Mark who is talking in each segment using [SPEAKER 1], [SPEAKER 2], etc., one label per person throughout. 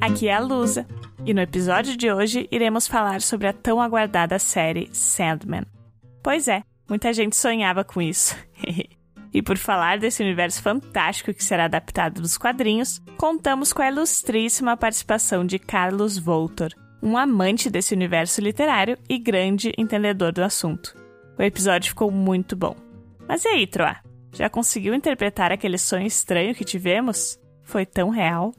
[SPEAKER 1] aqui é a Lusa, e no episódio de hoje iremos falar sobre a tão aguardada série Sandman. Pois é, muita gente sonhava com isso. e por falar desse universo fantástico que será adaptado dos quadrinhos, contamos com a ilustríssima participação de Carlos Voltor, um amante desse universo literário e grande entendedor do assunto. O episódio ficou muito bom. Mas e aí, Troá? Já conseguiu interpretar aquele sonho estranho que tivemos? Foi tão real?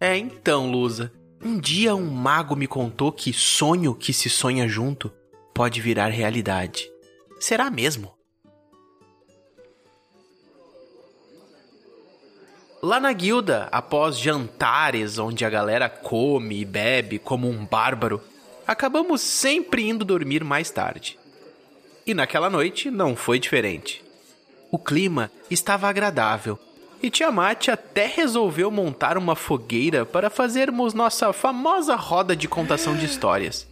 [SPEAKER 2] É então, Lusa. Um dia um mago me contou que sonho que se sonha junto pode virar realidade. Será mesmo? Lá na guilda, após jantares onde a galera come e bebe como um bárbaro, acabamos sempre indo dormir mais tarde. E naquela noite não foi diferente. O clima estava agradável e Tiamat até resolveu montar uma fogueira para fazermos nossa famosa roda de contação de histórias.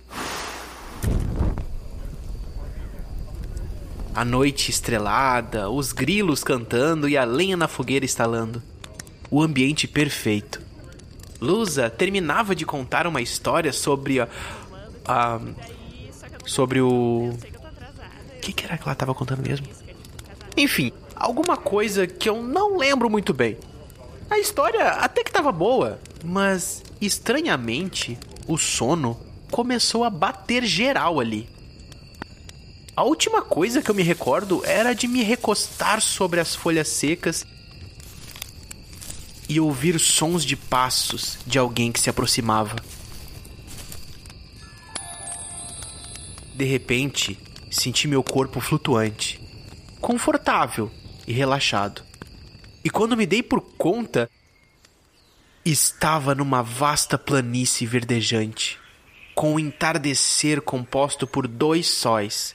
[SPEAKER 2] A noite estrelada, os grilos cantando e a lenha na fogueira estalando. O ambiente perfeito. Lusa terminava de contar uma história sobre a. a sobre o. O que, que era que ela estava contando mesmo? Enfim, alguma coisa que eu não lembro muito bem. A história até que estava boa, mas estranhamente o sono começou a bater geral ali. A última coisa que eu me recordo era de me recostar sobre as folhas secas e ouvir sons de passos de alguém que se aproximava. De repente, senti meu corpo flutuante, confortável e relaxado. E quando me dei por conta, estava numa vasta planície verdejante, com o entardecer composto por dois sóis,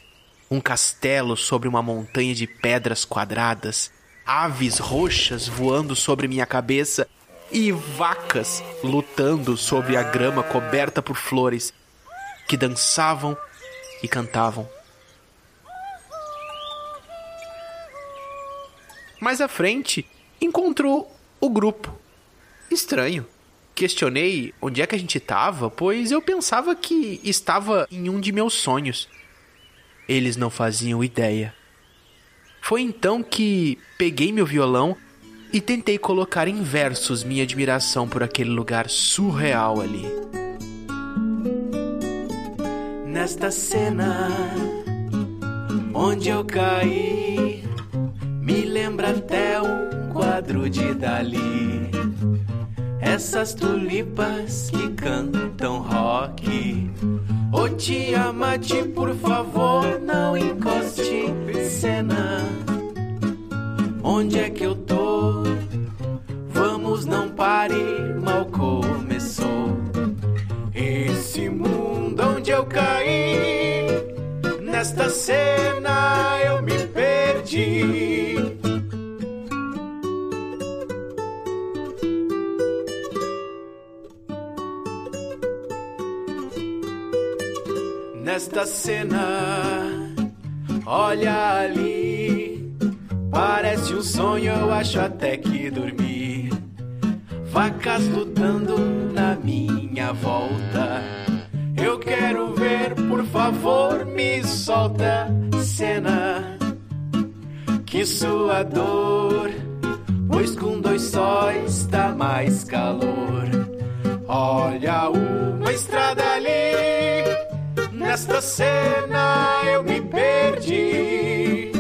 [SPEAKER 2] um castelo sobre uma montanha de pedras quadradas, aves roxas voando sobre minha cabeça e vacas lutando sobre a grama coberta por flores que dançavam e cantavam. Mais à frente, encontrou o grupo. Estranho. Questionei onde é que a gente estava, pois eu pensava que estava em um de meus sonhos. Eles não faziam ideia. Foi então que peguei meu violão e tentei colocar em versos minha admiração por aquele lugar surreal ali. Nesta cena onde eu caí, me lembra até um quadro de Dali. Essas tulipas que cantam rock. Ô Tiamat, por favor, não encoste cena. Onde é que eu tô? Vamos, não pare, mal começou. Esse mundo onde eu caí, nesta cena eu me perdi. Nesta cena, olha ali, parece um sonho, eu acho até que dormi. Vacas lutando na minha volta. Eu quero ver, por favor, me solta cena. Que sua dor, pois com dois sóis dá mais calor. Olha uma estrada ali, nesta cena eu me perdi.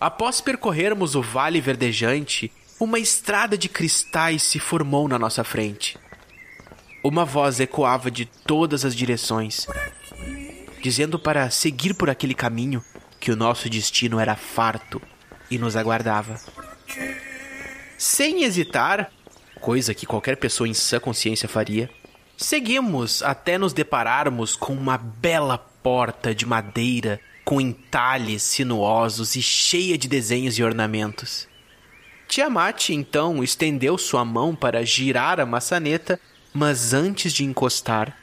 [SPEAKER 2] Após percorrermos o vale verdejante, uma estrada de cristais se formou na nossa frente. Uma voz ecoava de todas as direções, dizendo para seguir por aquele caminho que o nosso destino era farto e nos aguardava. Sem hesitar, coisa que qualquer pessoa em sã consciência faria, seguimos até nos depararmos com uma bela porta de madeira com entalhes sinuosos e cheia de desenhos e ornamentos. Tiamat então estendeu sua mão para girar a maçaneta, mas antes de encostar,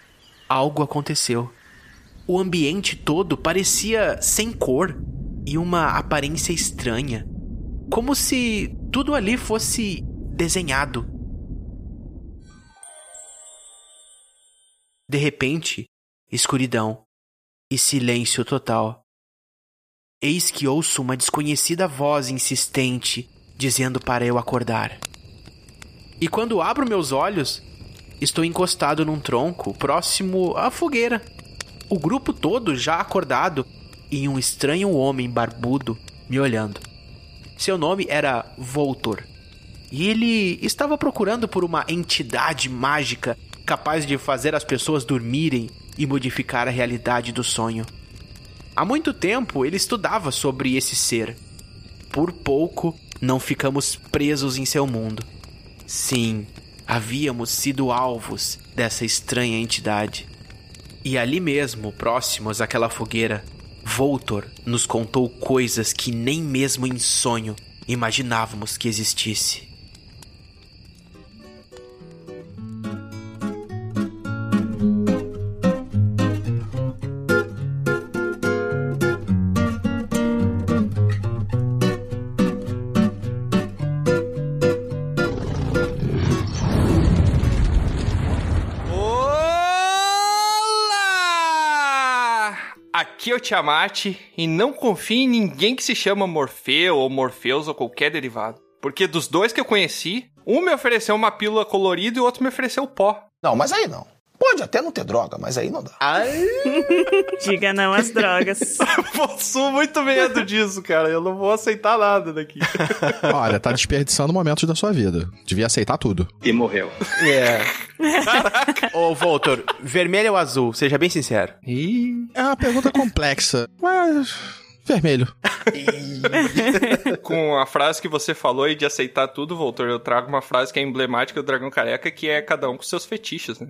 [SPEAKER 2] Algo aconteceu. O ambiente todo parecia sem cor e uma aparência estranha. Como se tudo ali fosse desenhado. De repente, escuridão e silêncio total. Eis que ouço uma desconhecida voz insistente dizendo para eu acordar. E quando abro meus olhos, estou encostado num tronco próximo à fogueira. O grupo todo já acordado e um estranho homem barbudo me olhando. Seu nome era Voltor. E ele estava procurando por uma entidade mágica capaz de fazer as pessoas dormirem e modificar a realidade do sonho. Há muito tempo ele estudava sobre esse ser. Por pouco não ficamos presos em seu mundo. Sim, havíamos sido alvos dessa estranha entidade. E ali mesmo, próximos àquela fogueira, Voltor nos contou coisas que nem mesmo em sonho imaginávamos que existisse.
[SPEAKER 3] Aqui é o Tiamat e não confie em ninguém que se chama Morfeu ou Morfeus ou qualquer derivado. Porque dos dois que eu conheci, um me ofereceu uma pílula colorida e o outro me ofereceu pó.
[SPEAKER 4] Não, mas aí não. Pode até não ter droga, mas aí não dá.
[SPEAKER 1] Diga não às drogas.
[SPEAKER 3] Possuo muito medo disso, cara. Eu não vou aceitar nada daqui.
[SPEAKER 5] Olha, tá desperdiçando momentos da sua vida. Devia aceitar tudo.
[SPEAKER 6] E morreu.
[SPEAKER 2] É. Ô, Voltor, vermelho ou azul? Seja bem sincero.
[SPEAKER 3] Ih,
[SPEAKER 5] É uma pergunta complexa, mas. Vermelho.
[SPEAKER 3] com a frase que você falou e de aceitar tudo, Voltor, eu trago uma frase que é emblemática do Dragão Careca, que é cada um com seus fetiches, né?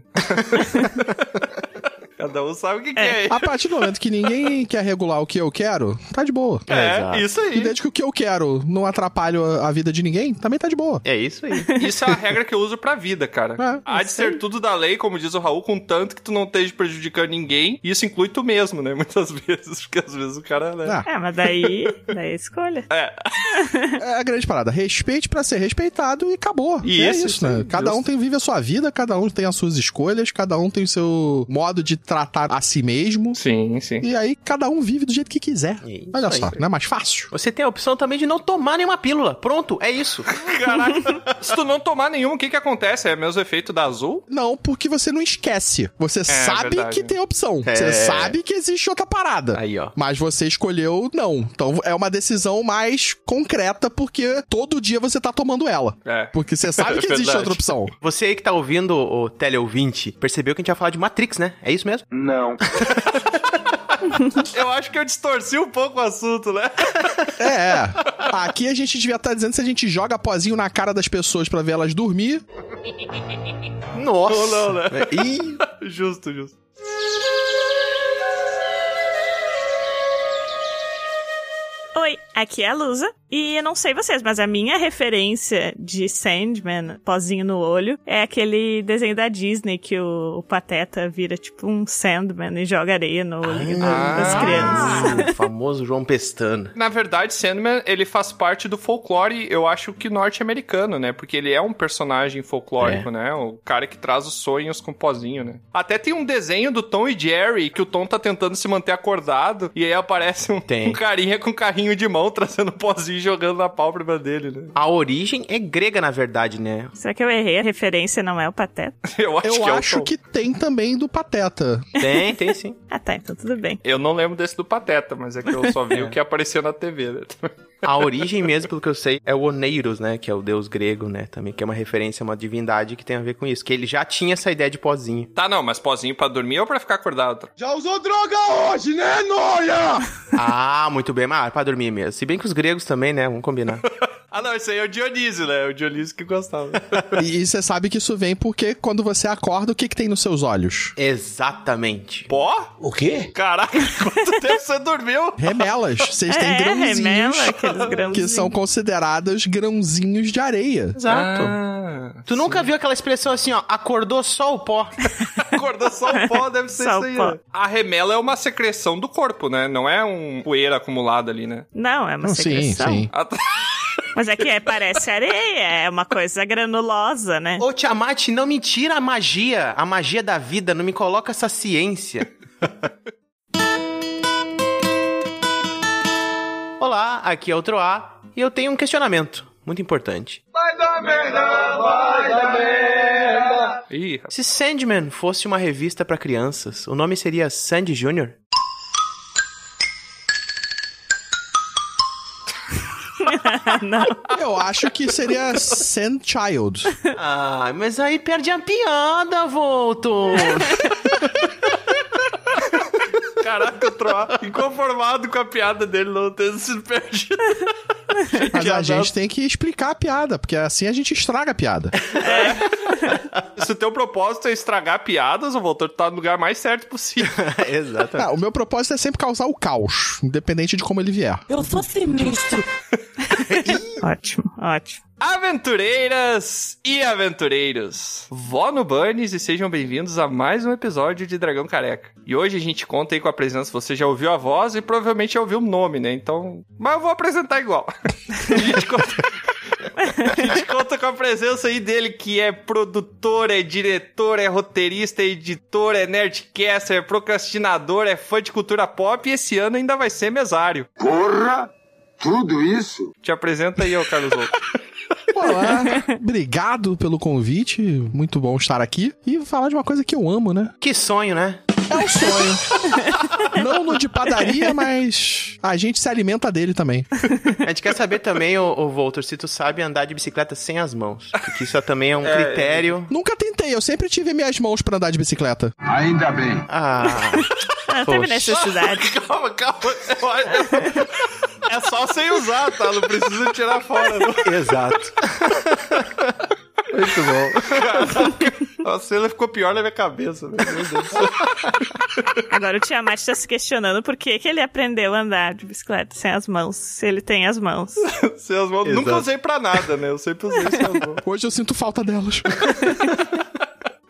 [SPEAKER 3] cada um sabe o que, que é.
[SPEAKER 5] A partir do momento que ninguém quer regular o que eu quero, tá de boa.
[SPEAKER 3] É,
[SPEAKER 2] Exato.
[SPEAKER 3] isso
[SPEAKER 5] E
[SPEAKER 3] aí.
[SPEAKER 5] desde que o que eu quero não atrapalhe a a vida de ninguém, também tá de boa.
[SPEAKER 2] É isso aí.
[SPEAKER 3] Isso é a regra que eu uso pra vida, cara.
[SPEAKER 5] É,
[SPEAKER 3] Há de ser tudo da lei, como diz o Raul, contanto que tu não esteja prejudicando ninguém. E isso inclui tu mesmo, né? Muitas vezes, porque às vezes o cara, né?
[SPEAKER 5] Ah,
[SPEAKER 1] É, mas daí, daí é escolha.
[SPEAKER 5] é a grande parada. Respeite pra ser respeitado e acabou.
[SPEAKER 3] E
[SPEAKER 5] é
[SPEAKER 3] esse,
[SPEAKER 5] isso, né?
[SPEAKER 3] sim,
[SPEAKER 5] Cada um
[SPEAKER 3] justo.
[SPEAKER 5] tem vive a sua vida, cada um tem as suas escolhas, cada um tem o seu modo de tratar a si mesmo.
[SPEAKER 3] Sim, sim.
[SPEAKER 5] E aí cada um vive do jeito que quiser.
[SPEAKER 2] Isso
[SPEAKER 5] Olha
[SPEAKER 2] aí.
[SPEAKER 5] só, não é mais fácil?
[SPEAKER 2] Você tem a opção também de não tomar nenhuma pílula. Pronto, é isso.
[SPEAKER 3] Caraca. Se tu não tomar nenhuma, o que que acontece? É mesmo efeito da azul?
[SPEAKER 5] Não, porque você não esquece. Você sabe
[SPEAKER 3] É verdade.
[SPEAKER 5] que tem opção.
[SPEAKER 2] É.
[SPEAKER 5] Você sabe que existe outra parada.
[SPEAKER 2] Aí, ó.
[SPEAKER 5] Mas você escolheu não. Então é uma decisão mais concreta, porque todo dia você tá tomando ela.
[SPEAKER 3] É.
[SPEAKER 5] Porque você sabe que existe
[SPEAKER 3] Verdade.
[SPEAKER 5] outra opção.
[SPEAKER 2] Você aí que tá ouvindo o teleouvinte, percebeu que a gente ia falar de Matrix, né? É isso mesmo?
[SPEAKER 6] Não.
[SPEAKER 3] Eu acho que eu distorci um pouco o assunto, né?
[SPEAKER 5] É. Aqui a gente devia estar dizendo se a gente joga pozinho na cara das pessoas pra ver elas dormir.
[SPEAKER 2] Nossa! É,
[SPEAKER 3] Ou não, né?
[SPEAKER 2] Ih,
[SPEAKER 3] Justo, justo.
[SPEAKER 1] Oi, aqui é a Lusa. E eu não sei vocês, mas a minha referência de Sandman, pozinho no olho, é aquele desenho da Disney que o, o Pateta vira tipo um Sandman e joga areia no olho
[SPEAKER 3] Ah.
[SPEAKER 1] das crianças.
[SPEAKER 2] o famoso João Pestana.
[SPEAKER 3] Na verdade, Sandman, ele faz parte do folclore, eu acho que norte-americano, né? Porque ele é um personagem
[SPEAKER 5] É.
[SPEAKER 3] folclórico, né? O cara que traz os sonhos com pozinho, né? Até tem um desenho do Tom e Jerry, que o Tom tá tentando se manter acordado, e aí aparece um,
[SPEAKER 2] Tem.
[SPEAKER 3] um carinha com um carrinho de mão, trazendo um pozinho e jogando na pálpebra dele, né?
[SPEAKER 2] A origem é grega, na verdade, né?
[SPEAKER 1] Será que eu errei? A referência não é o Pateta?
[SPEAKER 3] Eu acho
[SPEAKER 5] Eu
[SPEAKER 3] que é
[SPEAKER 5] acho
[SPEAKER 3] o Tom.
[SPEAKER 5] que tem também do Pateta.
[SPEAKER 2] Tem, tem sim.
[SPEAKER 1] Ah tá, então tudo bem.
[SPEAKER 3] Eu não lembro desse do Pateta, mas é que eu só vi o que apareceu na TV, né?
[SPEAKER 2] A origem mesmo, pelo que eu sei, é o Oneiros, né? Que é o deus grego, né? Também, que é uma referência a uma divindade que tem a ver com isso. Que ele já tinha essa ideia de pozinho.
[SPEAKER 3] Tá, não, mas pozinho pra dormir ou pra ficar acordado?
[SPEAKER 4] Já usou droga hoje, né, Noia?
[SPEAKER 2] Ah, muito bem. Mas ah, pra dormir mesmo. Se bem que os gregos também, né? Vamos combinar.
[SPEAKER 3] Ah, não, esse aí é o Dionísio, né? O Dionísio que gostava.
[SPEAKER 5] E você sabe que isso vem porque quando você acorda, o que, que tem nos seus olhos?
[SPEAKER 2] Exatamente.
[SPEAKER 3] Pó?
[SPEAKER 4] O quê?
[SPEAKER 3] Caraca, quanto tempo você dormiu?
[SPEAKER 5] Remelas. Vocês têm
[SPEAKER 1] é,
[SPEAKER 5] grãozinhos
[SPEAKER 1] remela, aqueles
[SPEAKER 5] que
[SPEAKER 1] grãozinhos.
[SPEAKER 5] são considerados grãozinhos de
[SPEAKER 2] Ah.
[SPEAKER 3] Ah.
[SPEAKER 5] areia.
[SPEAKER 2] Exato. Tu nunca viu aquela expressão assim, ó, acordou só o pó.
[SPEAKER 3] Recordação pó deve ser
[SPEAKER 1] Só
[SPEAKER 3] isso aí.
[SPEAKER 1] pó.
[SPEAKER 3] né? A remela é uma secreção do corpo, né? Não é um poeira acumulada ali, né?
[SPEAKER 1] Não, é uma
[SPEAKER 5] Não, sim,
[SPEAKER 1] secreção.
[SPEAKER 5] sim.
[SPEAKER 3] A-
[SPEAKER 1] Mas é que é, parece areia, é uma coisa granulosa, né?
[SPEAKER 2] Ô Tiamat, não me tira a magia, a magia da vida, não me coloca essa ciência. Olá, aqui é o Troá e eu tenho um questionamento muito importante.
[SPEAKER 3] Ih, rapaz.
[SPEAKER 2] Se Sandman fosse uma revista pra crianças, o nome seria Sandy Jr.?
[SPEAKER 1] Não.
[SPEAKER 5] Eu acho que seria Sand Child.
[SPEAKER 2] Ah, mas aí perde a piada, Volto.
[SPEAKER 3] caraca, o Troá, inconformado com a piada dele não ter sido perdido.
[SPEAKER 5] Mas a gente tem que explicar a piada, porque assim a gente estraga a piada.
[SPEAKER 3] Se o teu propósito é estragar piadas, o Voltor tá no lugar mais certo possível.
[SPEAKER 2] Exatamente.
[SPEAKER 5] Ah, o meu propósito é sempre causar o caos, independente de como ele vier.
[SPEAKER 6] Eu sou sinistro.
[SPEAKER 1] Ótimo, ótimo.
[SPEAKER 3] Aventureiras e aventureiros, vó no Burns e sejam bem-vindos a mais um episódio de Dragão Careca. E hoje a gente conta aí com a presença, você já ouviu a voz e provavelmente já ouviu o nome, né? Então, mas eu vou apresentar igual. a, gente conta... a gente conta com a presença aí dele que é produtor, é diretor, é roteirista, é editor, é nerdcaster, é procrastinador, é fã de cultura pop e esse ano ainda vai ser mesário.
[SPEAKER 7] Porra! Tudo isso?
[SPEAKER 3] Te apresenta aí, ô Carlos Outro.
[SPEAKER 5] Olá, obrigado pelo convite, muito bom estar aqui e falar de uma coisa que eu amo, né?
[SPEAKER 2] Que sonho, né?
[SPEAKER 5] É um sonho. Não no de padaria, mas a gente se alimenta dele também.
[SPEAKER 2] A gente quer saber também, ô, ô Voltor, se tu sabe andar de bicicleta sem as mãos. Porque isso também é um critério.
[SPEAKER 5] Nunca tentei, eu sempre tive minhas mãos pra andar de bicicleta.
[SPEAKER 7] Ainda bem.
[SPEAKER 2] Ah,
[SPEAKER 1] Não teve
[SPEAKER 2] Poxa.
[SPEAKER 1] necessidade.
[SPEAKER 3] Calma, calma. Eu acho- É só sem usar, tá? Não precisa tirar fora. Não.
[SPEAKER 2] exato. Muito bom.
[SPEAKER 3] A cena ficou pior na minha cabeça. Meu Deus do céu.
[SPEAKER 1] Agora o Tiamat tá se questionando por que, que ele aprendeu a andar de bicicleta sem as mãos, se ele tem as mãos.
[SPEAKER 3] Sem as mãos. Nunca usei pra nada, né? Eu sempre usei sem as mãos.
[SPEAKER 5] Hoje eu sinto falta delas.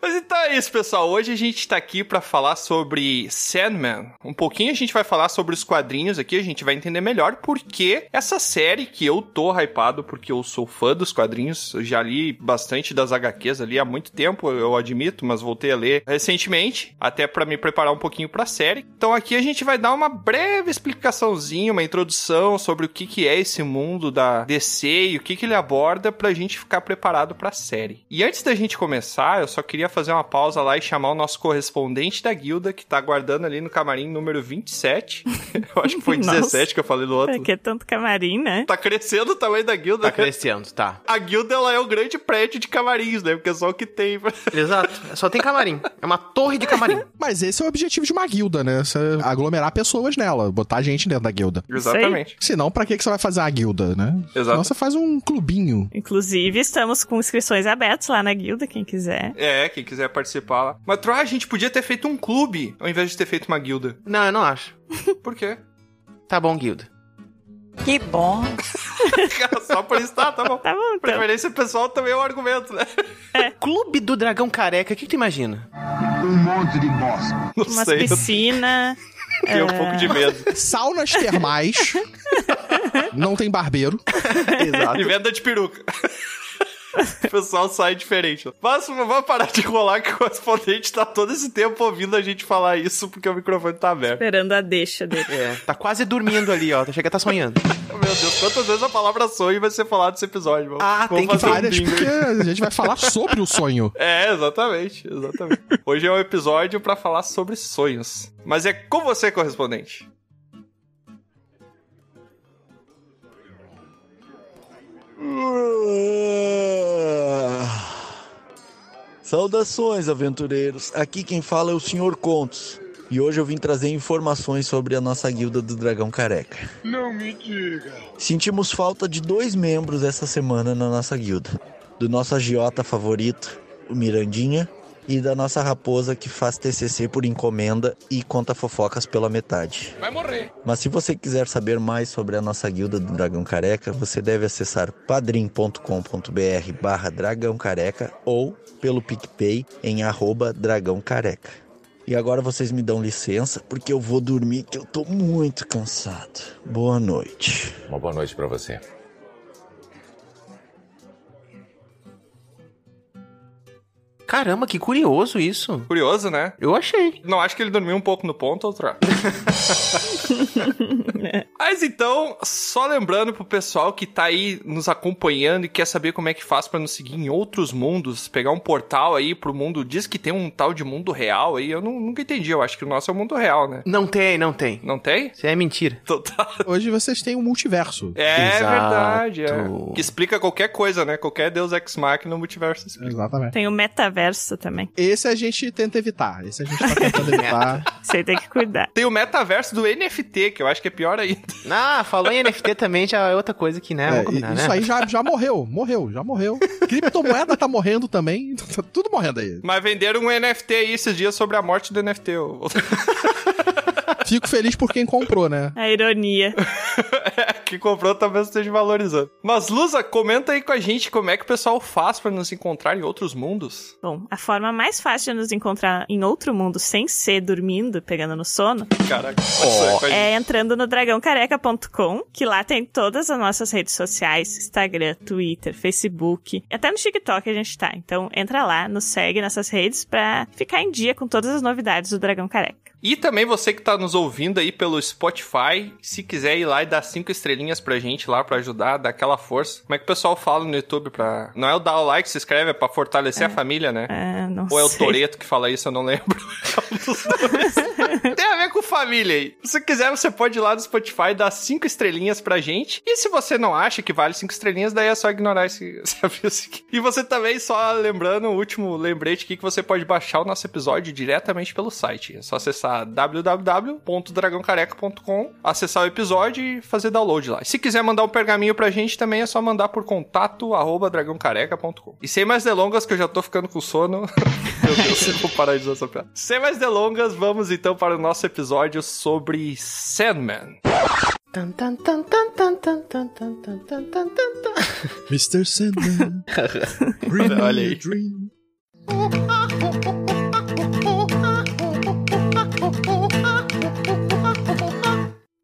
[SPEAKER 3] Mas então é isso, pessoal. Hoje a gente tá aqui pra falar sobre Sandman. Um pouquinho a gente vai falar sobre os quadrinhos aqui, a gente vai entender melhor porque essa série que eu tô hypado, porque eu sou fã dos quadrinhos, eu já li bastante das HQs ali há muito tempo, eu admito, mas voltei a ler recentemente, até pra me preparar um pouquinho pra série. Então aqui a gente vai dar uma breve explicaçãozinha, uma introdução sobre o que que é esse mundo da DC e o que que ele aborda pra gente ficar preparado pra série. E antes da gente começar, eu só queria fazer uma pausa lá e chamar o nosso correspondente da guilda que tá aguardando ali no camarim número 27. eu acho que foi
[SPEAKER 1] Nossa.
[SPEAKER 3] 17 que eu falei do outro.
[SPEAKER 1] Porque é tanto camarim, né?
[SPEAKER 3] Tá crescendo o tamanho da guilda. né?
[SPEAKER 2] Tá crescendo, tá.
[SPEAKER 3] A guilda ela é o grande prédio de camarins, né? Porque é só o que tem.
[SPEAKER 2] Exato. Só tem camarim. É uma torre de camarim.
[SPEAKER 5] Mas esse é o objetivo de uma guilda, né? Você aglomerar pessoas nela, botar gente dentro da guilda.
[SPEAKER 3] Exatamente.
[SPEAKER 5] Senão, pra que que você vai fazer a guilda, né?
[SPEAKER 3] Exato.
[SPEAKER 5] Senão você faz um clubinho.
[SPEAKER 1] Inclusive, estamos com inscrições abertas lá na guilda, quem quiser.
[SPEAKER 3] É, quem quiser participar lá. Mas, Troá, a gente podia ter feito um clube ao invés de ter feito uma guilda.
[SPEAKER 2] Não, eu não acho.
[SPEAKER 3] Por quê?
[SPEAKER 2] Tá bom, Guilda.
[SPEAKER 6] Que bom.
[SPEAKER 3] Só por estar, tá bom.
[SPEAKER 1] Tá bom, então.
[SPEAKER 3] Preferência pessoal também é um argumento, né?
[SPEAKER 2] Clube do Dragão Careca, o que, que tu imagina?
[SPEAKER 7] Um monte de bosta.
[SPEAKER 3] Não
[SPEAKER 1] Uma
[SPEAKER 3] sei, eu
[SPEAKER 1] piscina.
[SPEAKER 3] tenho um pouco de medo.
[SPEAKER 5] Saunas termais. Não tem barbeiro.
[SPEAKER 3] E venda de peruca. O pessoal sai diferente. Mas vamos parar de rolar que o correspondente tá todo esse tempo ouvindo a gente falar isso porque o microfone tá aberto.
[SPEAKER 1] Esperando a deixa dele.
[SPEAKER 2] É, tá quase dormindo ali, ó. Chega, tá sonhando.
[SPEAKER 3] Meu Deus, quantas vezes a palavra sonho vai ser falada nesse episódio? Vamos-
[SPEAKER 2] Ah, tem
[SPEAKER 3] vamos
[SPEAKER 2] que
[SPEAKER 3] fazer um
[SPEAKER 5] Várias,
[SPEAKER 3] bingo aí.
[SPEAKER 5] porque a gente vai falar sobre o sonho.
[SPEAKER 3] É, exatamente, exatamente. Hoje é um episódio pra falar sobre sonhos. Mas é com você, correspondente.
[SPEAKER 8] Saudações, aventureiros. Aqui quem fala é o Sr. Contos. E hoje eu vim trazer informações sobre a nossa guilda do Dragão Careca.
[SPEAKER 7] Não me diga.
[SPEAKER 8] Sentimos falta de dois membros essa semana na nossa guilda. Do nosso agiota favorito, o Mirandinha, e da nossa raposa que faz TCC por encomenda e conta fofocas pela metade.
[SPEAKER 3] Vai morrer.
[SPEAKER 8] Mas se você quiser saber mais sobre a nossa guilda do Dragão Careca, você deve acessar padrim.com.br barra Dragão Careca ou pelo PicPay em arroba Dragão Careca. E agora vocês me dão licença, porque eu vou dormir, que eu tô muito cansado. Boa noite.
[SPEAKER 9] Uma boa noite pra você.
[SPEAKER 2] Caramba, que curioso isso.
[SPEAKER 3] Curioso, né?
[SPEAKER 2] Eu achei.
[SPEAKER 3] Não acho que ele dormiu um pouco no ponto, outra. Mas então, só lembrando pro pessoal que tá aí nos acompanhando e quer saber como é que faz pra nos seguir em outros mundos, pegar um portal aí pro mundo, diz que tem um tal de mundo real aí, eu nu- nunca entendi, eu acho que o nosso é o mundo real, né?
[SPEAKER 2] Não tem, não tem.
[SPEAKER 3] Não tem?
[SPEAKER 2] Isso é mentira.
[SPEAKER 3] Então tá.
[SPEAKER 5] Hoje vocês têm um multiverso.
[SPEAKER 3] É
[SPEAKER 2] Exato.
[SPEAKER 3] verdade, é. Que explica qualquer coisa, né? Qualquer Deus Ex Machina no multiverso explica.
[SPEAKER 5] Exatamente.
[SPEAKER 1] Tem o metaverso também.
[SPEAKER 5] Esse a gente tenta evitar. Esse a gente tá tentando evitar.
[SPEAKER 1] Você tem que cuidar.
[SPEAKER 3] Tem o metaverso do NFT, que eu acho que é pior ainda.
[SPEAKER 2] Ah, falou em NFT também, já é outra coisa que, né?
[SPEAKER 5] É,
[SPEAKER 2] vamos
[SPEAKER 5] e-
[SPEAKER 2] combinar,
[SPEAKER 5] isso
[SPEAKER 2] né?
[SPEAKER 5] aí já, já morreu, morreu, já morreu. Criptomoeda tá morrendo também. Tá tudo morrendo aí.
[SPEAKER 3] Mas venderam um NFT aí esses dias sobre a morte do NFT. ô.
[SPEAKER 5] Fico feliz por quem comprou, né?
[SPEAKER 1] A ironia.
[SPEAKER 3] que comprou talvez esteja valorizando. Mas, Lusa, comenta aí com a gente como é que o pessoal faz pra nos encontrar em outros mundos.
[SPEAKER 1] Bom, a forma mais fácil de nos encontrar em outro mundo sem ser dormindo, pegando no sono,
[SPEAKER 3] Caraca, oh, com a gente.
[SPEAKER 1] é entrando no dragãocareca.com, que lá tem todas as nossas redes sociais, Instagram, Twitter, Facebook, até no TikTok a gente tá. Então entra lá, nos segue nessas redes pra ficar em dia com todas as novidades do Dragão Careca.
[SPEAKER 3] E também você que tá nos ouvindo aí pelo Spotify, se quiser ir lá e dar cinco estrelinhas pra gente lá pra ajudar, dar aquela força. Como é que o pessoal fala no YouTube pra... Não é o dar o like, se inscreve, é pra fortalecer a família, né?
[SPEAKER 1] Ah, não
[SPEAKER 3] Ou é o
[SPEAKER 1] sei.
[SPEAKER 3] Toreto que fala isso, eu não lembro. É um dos dois. Tem a ver com família aí. Se quiser, você pode ir lá no Spotify e dar cinco estrelinhas pra gente. E se você não acha que vale cinco estrelinhas, daí é só ignorar esse, esse aviso aqui. E você também, só lembrando, o último lembrete aqui, que você pode baixar o nosso episódio diretamente pelo site. É só acessar www.dragãocareca.com, acessar o episódio e fazer download lá. E se quiser mandar um pergaminho pra gente, também é só mandar por contato arroba dragãocareca.com. E sem mais delongas, que eu já tô ficando com sono. Meu Deus, eu vou parar de usar essa piada. Sem mais delongas, vamos então para o nosso episódio sobre Sandman.
[SPEAKER 2] Tan, tan, tan, tan, tan, tan, tan, tan, tan, tan, tan, tan.
[SPEAKER 5] Mr. Sandman. bring me
[SPEAKER 3] Olha aí.
[SPEAKER 5] a dream.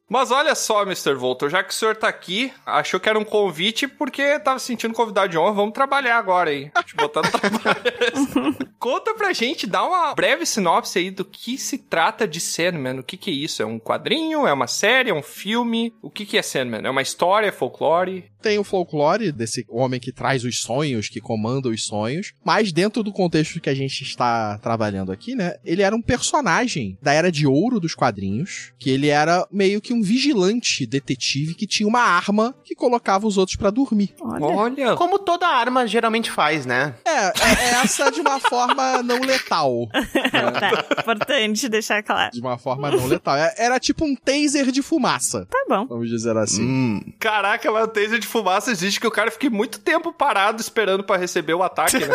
[SPEAKER 3] Mas olha só, Mr. Voltor, já que o senhor tá aqui, achou que era um convite porque tava se sentindo convidado de honra, vamos trabalhar agora aí. Te botar no trabalho. é assim. Conta pra gente, dá uma breve sinopse aí do que se trata de Sandman, o que que é isso? É um quadrinho, é uma série, é um filme? O que que é Sandman? É uma história, é folclore?
[SPEAKER 5] tem o folclore desse homem que traz os sonhos, que comanda os sonhos, mas dentro do contexto que a gente está trabalhando aqui, né? Ele era um personagem da era de ouro dos quadrinhos, que ele era meio que um vigilante detetive que tinha uma arma que colocava os outros pra dormir.
[SPEAKER 1] Olha.
[SPEAKER 3] Olha,
[SPEAKER 2] Como toda arma geralmente faz, né?
[SPEAKER 5] É, é essa de uma forma não letal.
[SPEAKER 1] tá, importante deixar claro.
[SPEAKER 5] De uma forma não letal. É- Era tipo um taser de fumaça,
[SPEAKER 1] Tá bom.
[SPEAKER 5] vamos dizer assim.
[SPEAKER 2] Hum.
[SPEAKER 3] Caraca, mas o taser de fumaça existe que o cara fique muito tempo parado esperando pra receber o ataque, né?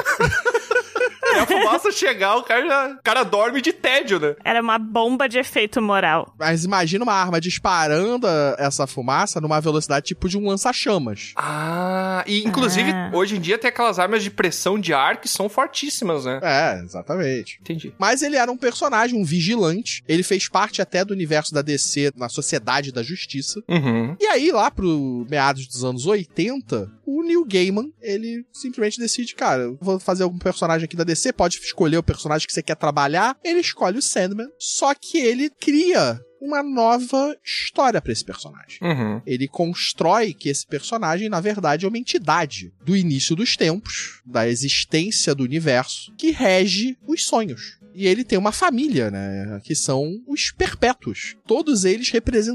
[SPEAKER 3] E a fumaça chegar, o cara, já, o cara dorme de tédio, né?
[SPEAKER 1] Era uma bomba de efeito moral.
[SPEAKER 5] Mas imagina uma arma disparando a- essa fumaça numa velocidade tipo de um lança-chamas.
[SPEAKER 3] Ah, e inclusive,
[SPEAKER 1] Ah.
[SPEAKER 3] hoje em dia tem aquelas armas de pressão de ar que são fortíssimas, né?
[SPEAKER 5] É, exatamente.
[SPEAKER 3] Entendi.
[SPEAKER 5] Mas ele era um personagem, um vigilante. Ele fez parte até do universo da DC na Sociedade da Justiça.
[SPEAKER 3] Uhum.
[SPEAKER 5] E aí, lá pro meados dos anos 80, o Neil Gaiman, ele simplesmente decide, cara, eu vou fazer algum personagem aqui da DC, pode escolher o personagem que você quer trabalhar. Ele escolhe o Sandman, só que ele cria uma nova história pra esse personagem
[SPEAKER 3] Uhum.
[SPEAKER 5] ele constrói que esse personagem, na verdade, é uma entidade do início dos tempos, da existência do universo, que rege os sonhos. E ele tem uma família, né? Que são os perpétuos. Todos eles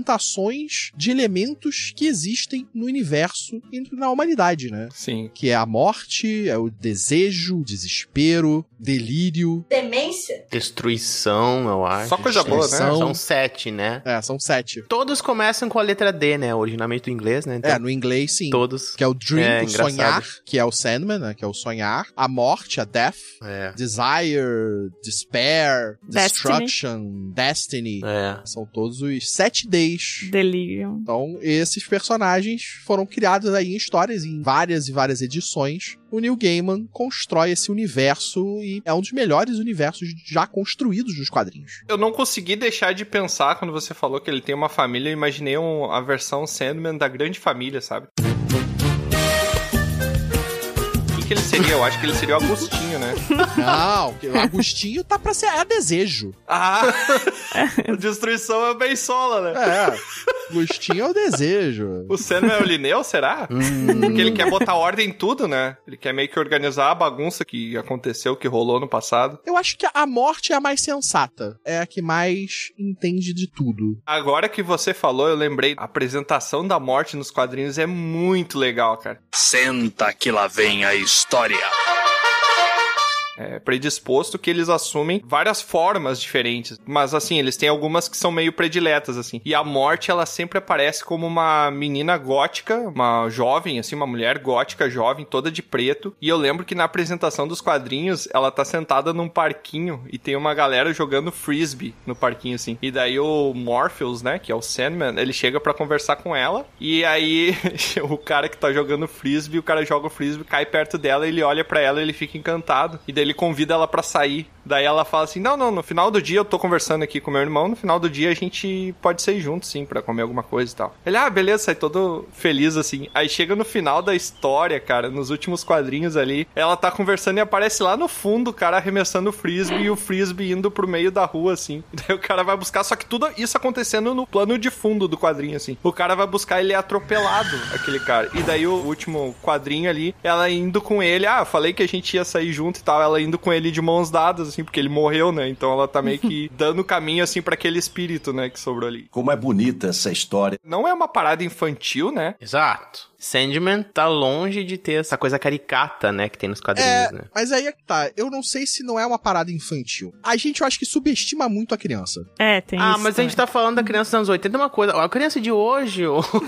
[SPEAKER 5] representações de elementos que existem no universo e na humanidade, né?
[SPEAKER 3] Sim.
[SPEAKER 5] Que é a morte, é o desejo, o desespero, delírio.
[SPEAKER 9] Demência?
[SPEAKER 2] Destruição, eu acho.
[SPEAKER 3] Só coisa boa, né?
[SPEAKER 2] Destruição. São sete, né?
[SPEAKER 5] É, são sete.
[SPEAKER 2] Todos começam com a letra D, né? Originalmente do inglês, né? Então,
[SPEAKER 5] É, no inglês, sim.
[SPEAKER 2] Todos.
[SPEAKER 5] Que é o Dream,
[SPEAKER 2] É,
[SPEAKER 5] o
[SPEAKER 2] engraçado.
[SPEAKER 5] sonhar, que é o Sandman, né? Que é o sonhar. A morte, a Death.
[SPEAKER 2] É.
[SPEAKER 5] Desire, Despair,
[SPEAKER 1] Destiny.
[SPEAKER 5] Destruction, Destiny.
[SPEAKER 2] É.
[SPEAKER 5] São todos os sete Ds.
[SPEAKER 1] Delirium.
[SPEAKER 5] Então, esses personagens foram criados aí em histórias, em várias e várias edições. O Neil Gaiman constrói esse universo e é um dos melhores universos já construídos nos quadrinhos.
[SPEAKER 3] Eu não consegui deixar de pensar quando você falou que ele tem uma família. Eu imaginei um- a versão Sandman da grande família, sabe? O que, que ele seria? Eu acho que ele seria o Agostinho, né?
[SPEAKER 5] Não, o Agostinho tá pra ser a desejo.
[SPEAKER 3] Ah! Destruição é bem sola, né?
[SPEAKER 5] É, Agostinho é o desejo.
[SPEAKER 3] O Sandman é o Lineu, será? Porque ele quer botar ordem em tudo, né? Ele quer meio que organizar a bagunça que aconteceu, que rolou no passado.
[SPEAKER 5] Eu acho que a morte é a mais sensata. É a que mais entende de tudo.
[SPEAKER 3] Agora que você falou, eu lembrei, a apresentação da morte nos quadrinhos é muito legal, cara.
[SPEAKER 10] Senta que lá vem a história.
[SPEAKER 3] é, predisposto que eles assumem várias formas diferentes. Mas assim, eles têm algumas que são meio prediletas, assim. E a morte, ela sempre aparece como uma menina gótica, uma jovem, assim, uma mulher gótica jovem, toda de preto. E eu lembro que na apresentação dos quadrinhos, ela tá sentada num parquinho e tem uma galera jogando frisbee no parquinho, assim. E daí o Morpheus, né, que é o Sandman, ele chega pra conversar com ela. E aí o cara que tá jogando frisbee, o cara joga o frisbee, cai perto dela, ele olha pra ela, ele fica encantado. E daí ele convida ela pra sair. Daí ela fala assim: "Não, não, no final do dia eu tô conversando aqui com meu irmão, no final do dia a gente pode sair junto sim pra comer alguma coisa e tal". Ele: "Ah, beleza", sai todo feliz assim. Aí chega no final da história, cara, nos últimos quadrinhos ali, ela tá conversando e aparece lá no fundo o cara arremessando o frisbee e o frisbee indo pro meio da rua assim. Daí o cara vai buscar, só que tudo isso acontecendo no plano de fundo do quadrinho assim. O cara vai buscar ele é atropelado, aquele cara. E daí o último quadrinho ali, ela indo com ele, ah, falei que a gente ia sair junto e tal, ela indo com ele de mãos dadas assim, porque ele morreu, né? Então ela tá meio que dando caminho assim pra aquele espírito, né, que sobrou ali.
[SPEAKER 10] Como é bonita essa história.
[SPEAKER 3] Não é uma parada infantil, né?
[SPEAKER 2] Exato. Sandman tá longe de ter essa coisa caricata, né, que tem nos quadrinhos,
[SPEAKER 5] É,
[SPEAKER 2] né?
[SPEAKER 5] mas aí é que tá. Eu não sei se não é uma parada infantil. A gente, eu acho que subestima muito a criança.
[SPEAKER 1] É, tem
[SPEAKER 2] Ah,
[SPEAKER 1] isso.
[SPEAKER 2] mas a gente
[SPEAKER 1] também.
[SPEAKER 2] tá falando da criança dos anos 80 é uma coisa. A criança de hoje, ô.
[SPEAKER 5] Cara,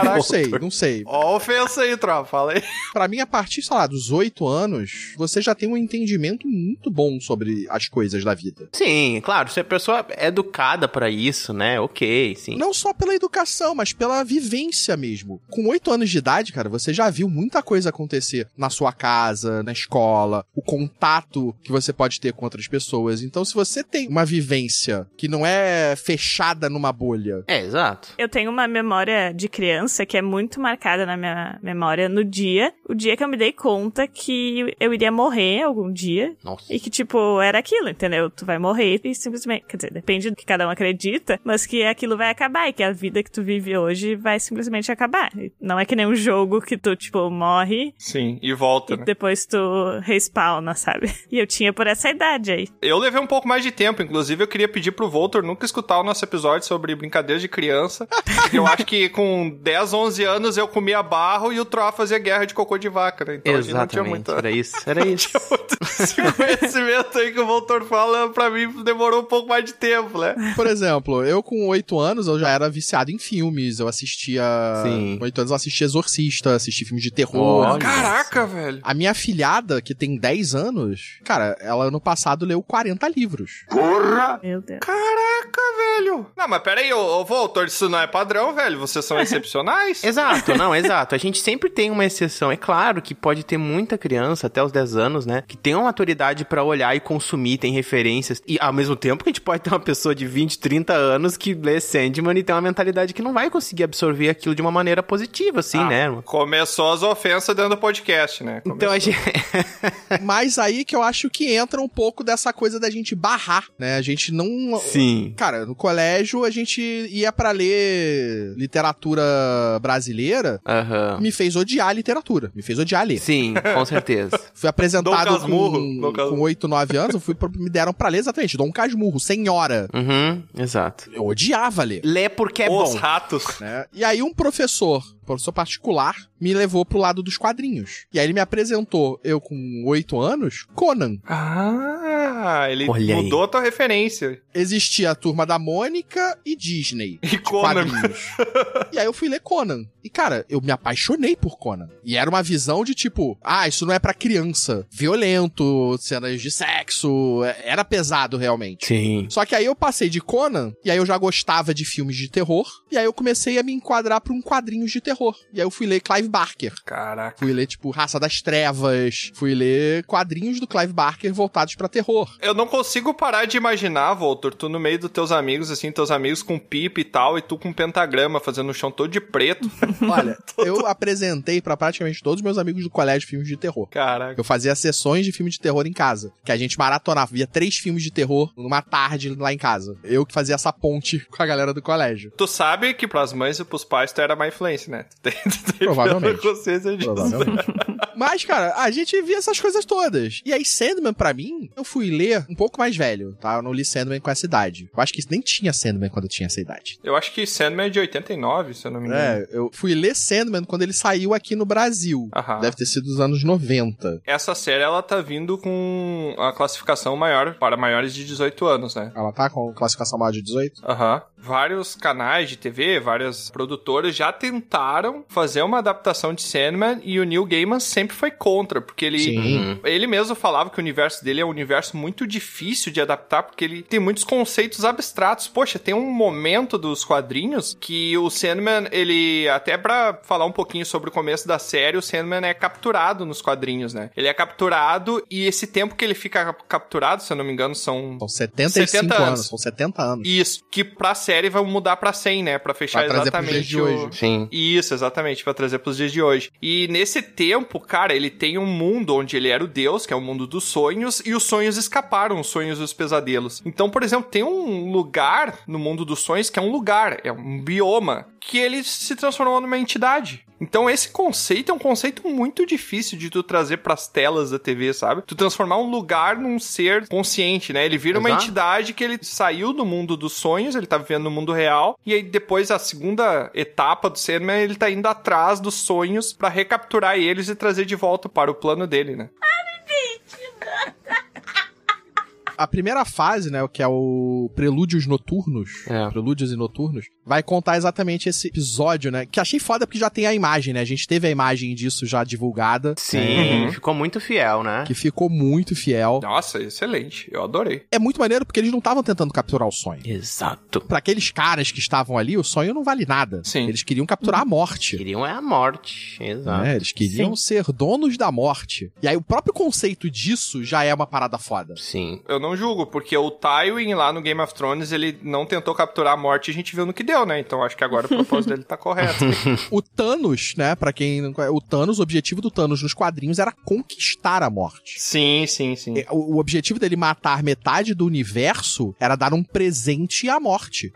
[SPEAKER 5] Ah, não
[SPEAKER 2] Walter.
[SPEAKER 5] sei, não sei.
[SPEAKER 3] Ó, a ofensa aí, tropa, fala aí.
[SPEAKER 5] Pra mim, a partir, sei lá, dos oito anos, você já tem um entendimento muito bom sobre as coisas da vida.
[SPEAKER 2] Sim, claro, se a pessoa é educada pra isso, né? Ok, sim.
[SPEAKER 5] Não só pela educação, mas pela vivência mesmo. Com oito anos de idade, cara, você já viu muita coisa acontecer na sua casa, na escola, o contato que você pode ter com outras pessoas. Então, se você tem uma vivência que não é fechada numa bolha,
[SPEAKER 2] É, exato.
[SPEAKER 1] Eu tenho uma memória de criança que é muito marcada na minha memória no dia, o dia que eu me dei conta que eu iria morrer algum dia
[SPEAKER 2] Nossa.
[SPEAKER 1] e que, tipo, era aquilo, entendeu? Tu vai morrer e simplesmente. Quer dizer, depende do que cada um acredita, mas que aquilo vai acabar e que a vida que tu vive hoje vai simplesmente acabar. E Não é que nem um jogo que tu, tipo, morre
[SPEAKER 3] Sim, e volta,
[SPEAKER 1] e
[SPEAKER 3] né?
[SPEAKER 1] depois tu respawna, sabe? E eu tinha por essa idade aí.
[SPEAKER 3] Eu levei um pouco mais de tempo, inclusive eu queria pedir pro Voltor nunca escutar o nosso episódio sobre brincadeiras de criança. porque eu acho que com 10, 11 anos eu comia barro e o Troá fazia guerra de cocô de vaca, né? Então a gente não tinha
[SPEAKER 2] Exatamente.
[SPEAKER 3] muita...
[SPEAKER 2] Era isso. Era isso.
[SPEAKER 3] Esse conhecimento aí que o Voltor fala, pra mim demorou um pouco mais de tempo, né?
[SPEAKER 5] Por exemplo, eu com oito anos, eu já era viciado em filmes. Eu assistia.
[SPEAKER 2] Sim.
[SPEAKER 5] Com oito anos, eu assistia Exorcista, assistia filmes de terror.
[SPEAKER 2] Olha.
[SPEAKER 3] Caraca, velho.
[SPEAKER 5] A minha filhada, que tem 10 anos, cara, ela ano passado leu 40 livros.
[SPEAKER 7] Porra!
[SPEAKER 1] Meu Deus.
[SPEAKER 3] Caraca, velho. Não, mas peraí, ô, ô Voltor, isso não é padrão, velho. Vocês são excepcionais.
[SPEAKER 2] Exato, não, exato. A gente sempre tem uma exceção. É claro que pode ter muita criança, até os 10 anos, né? Que tem uma maturidade pra olhar e consumir, tem referências. E ao mesmo tempo que a gente pode ter uma pessoa de 20, 30 anos que lê Sandman e tem uma mentalidade que não vai conseguir absorver aquilo de uma maneira positiva, assim. assim,
[SPEAKER 3] Ah,
[SPEAKER 2] né, irmão?
[SPEAKER 3] Começou as ofensas dentro do podcast, né? Começou.
[SPEAKER 2] Então a gente.
[SPEAKER 5] Mas aí que eu acho que entra um pouco dessa coisa da gente barrar, né? A gente não.
[SPEAKER 2] Sim.
[SPEAKER 5] Cara, no colégio a gente ia pra ler literatura brasileira,
[SPEAKER 2] Aham.
[SPEAKER 5] me fez odiar a literatura, me fez odiar ler.
[SPEAKER 2] Sim, com certeza.
[SPEAKER 5] Fui apresentado
[SPEAKER 3] Dom um Casmurro,
[SPEAKER 5] com,
[SPEAKER 3] Dom Casmurro.
[SPEAKER 5] com 8, 9 anos, eu fui, pro- me deram pra ler exatamente, Dom Casmurro, Senhora.
[SPEAKER 2] Uhum, exato.
[SPEAKER 5] Eu odiava ler.
[SPEAKER 2] Lê porque é
[SPEAKER 3] Os
[SPEAKER 2] bom.
[SPEAKER 3] ratos.
[SPEAKER 5] né? E aí um professor, professor particular, me levou pro lado dos quadrinhos. E aí ele me apresentou, eu com 8 anos, Conan.
[SPEAKER 3] Ah, ele
[SPEAKER 2] Olha aí.
[SPEAKER 3] mudou a tua referência.
[SPEAKER 5] Existia a Turma da Mônica e Disney.
[SPEAKER 3] E Conan.
[SPEAKER 5] quadrinhos. e aí eu fui ler Conan. E, cara, eu me apaixonei por Conan. E era uma visão de tipo, ah, isso não é pra criança. Violento, cenas de sexo. é- Era pesado realmente.
[SPEAKER 2] Sim.
[SPEAKER 5] Só que aí eu passei de Conan, e aí eu já gostava de filmes de terror, e aí eu comecei a me enquadrar pra um quadrinhos de terror. E aí eu fui ler Clive Barker.
[SPEAKER 3] Caraca.
[SPEAKER 5] Fui ler, tipo, Raça das Trevas. Fui ler quadrinhos do Clive Barker voltados pra terror.
[SPEAKER 3] Eu não consigo parar de imaginar, Voltor, tu no meio dos teus amigos, assim, teus amigos com pipa e tal, e tu com um pentagrama fazendo o chão todo de preto.
[SPEAKER 5] Olha, eu apresentei pra praticamente todos os meus amigos do colégio filmes de terror.
[SPEAKER 3] Caraca.
[SPEAKER 5] Eu fazia sessões de filme de terror em casa. Que a gente maratonava. Via três filmes de terror numa tarde lá em casa. Eu que fazia essa ponte com a galera do colégio.
[SPEAKER 3] Tu sabe que pras mães e pros pais tu era má influência, né? Tu tem, tu tem
[SPEAKER 5] Provavelmente.
[SPEAKER 3] plena consciência disso.
[SPEAKER 5] Provavelmente. Mas, cara, a gente via essas coisas todas. E aí, Sandman, pra mim, eu fui ler um pouco mais velho, tá? Eu não li Sandman com essa idade. Eu acho que nem tinha Sandman quando eu tinha essa idade.
[SPEAKER 3] Eu acho que Sandman é de 89, se eu não me engano.
[SPEAKER 5] É, eu fui ler Sandman quando ele saiu aqui no Brasil.
[SPEAKER 3] Aham.
[SPEAKER 5] Deve ter sido dos anos 90.
[SPEAKER 3] Essa série, ela tá vindo com a classificação maior para maiores de 18 anos, né?
[SPEAKER 5] Ela tá com classificação maior de 18?
[SPEAKER 3] Aham. Vários canais de TV, várias produtoras já tentaram fazer uma adaptação de Sandman e o Neil Gaiman sempre foi contra, porque ele.
[SPEAKER 5] Sim.
[SPEAKER 3] Ele mesmo falava que o universo dele é um universo muito difícil de adaptar, porque ele tem muitos conceitos abstratos. Poxa, tem um momento dos quadrinhos que o Sandman, ele, até pra falar um pouquinho sobre o começo da série, o Sandman é capturado nos quadrinhos, né? Ele é capturado e esse tempo que ele fica cap- capturado, se eu não me engano, são
[SPEAKER 5] São 75
[SPEAKER 3] 70
[SPEAKER 5] anos.
[SPEAKER 3] anos.
[SPEAKER 5] São 70 anos.
[SPEAKER 3] isso, que pra série vai mudar pra 100, né? Pra fechar
[SPEAKER 5] Pra trazer pros dias
[SPEAKER 3] exatamente
[SPEAKER 5] de
[SPEAKER 3] o-
[SPEAKER 5] hoje.
[SPEAKER 2] Sim.
[SPEAKER 3] Isso, exatamente, pra trazer pros dias de hoje. E nesse tempo, cara, ele tem um mundo onde ele era o deus, que é o mundo dos sonhos, e os sonhos escaparam, os sonhos e os pesadelos. Então, por exemplo, tem um lugar no mundo dos sonhos que é um lugar, é um bioma, que ele se transformou numa entidade. Então esse conceito é um conceito muito difícil de tu trazer pras telas da TV, sabe? Tu transformar um lugar num ser consciente, né? Ele vira uma
[SPEAKER 2] Exato.
[SPEAKER 3] entidade que ele saiu do mundo dos sonhos, ele tá vivendo no mundo real, e aí depois a segunda etapa do Sandman, ele tá indo atrás dos sonhos pra recapturar eles e trazer de volta para o plano dele, né?
[SPEAKER 5] A primeira fase, né, o que é o Prelúdios Noturnos,
[SPEAKER 2] É.
[SPEAKER 5] Prelúdios e Noturnos, vai contar exatamente esse episódio, né, que achei foda porque já tem a imagem, né, a gente teve a imagem disso já divulgada,
[SPEAKER 2] Sim,
[SPEAKER 3] Uhum.
[SPEAKER 2] ficou muito fiel, né?
[SPEAKER 5] que ficou muito fiel.
[SPEAKER 3] Nossa, excelente. Eu adorei.
[SPEAKER 5] É muito maneiro porque eles não estavam tentando capturar o sonho.
[SPEAKER 2] Exato.
[SPEAKER 5] Pra aqueles caras que estavam ali, o sonho não vale nada.
[SPEAKER 3] Sim.
[SPEAKER 5] Eles queriam capturar a morte.
[SPEAKER 2] Queriam é a morte. Exato.
[SPEAKER 5] Né? Eles queriam ser donos da morte. E aí o próprio conceito disso já é uma parada foda.
[SPEAKER 2] Sim.
[SPEAKER 3] Eu não julgo, porque o Tywin lá no Game of Thrones, ele não tentou capturar a morte e a gente viu no que deu, né? Então acho que agora o propósito dele tá correto.
[SPEAKER 5] O Thanos, né, Pra quem não conhece, o Thanos, o objetivo do Thanos nos quadrinhos era conquistar a morte.
[SPEAKER 3] Sim, sim, sim.
[SPEAKER 5] É, O o objetivo dele matar metade do universo era dar um presente à morte.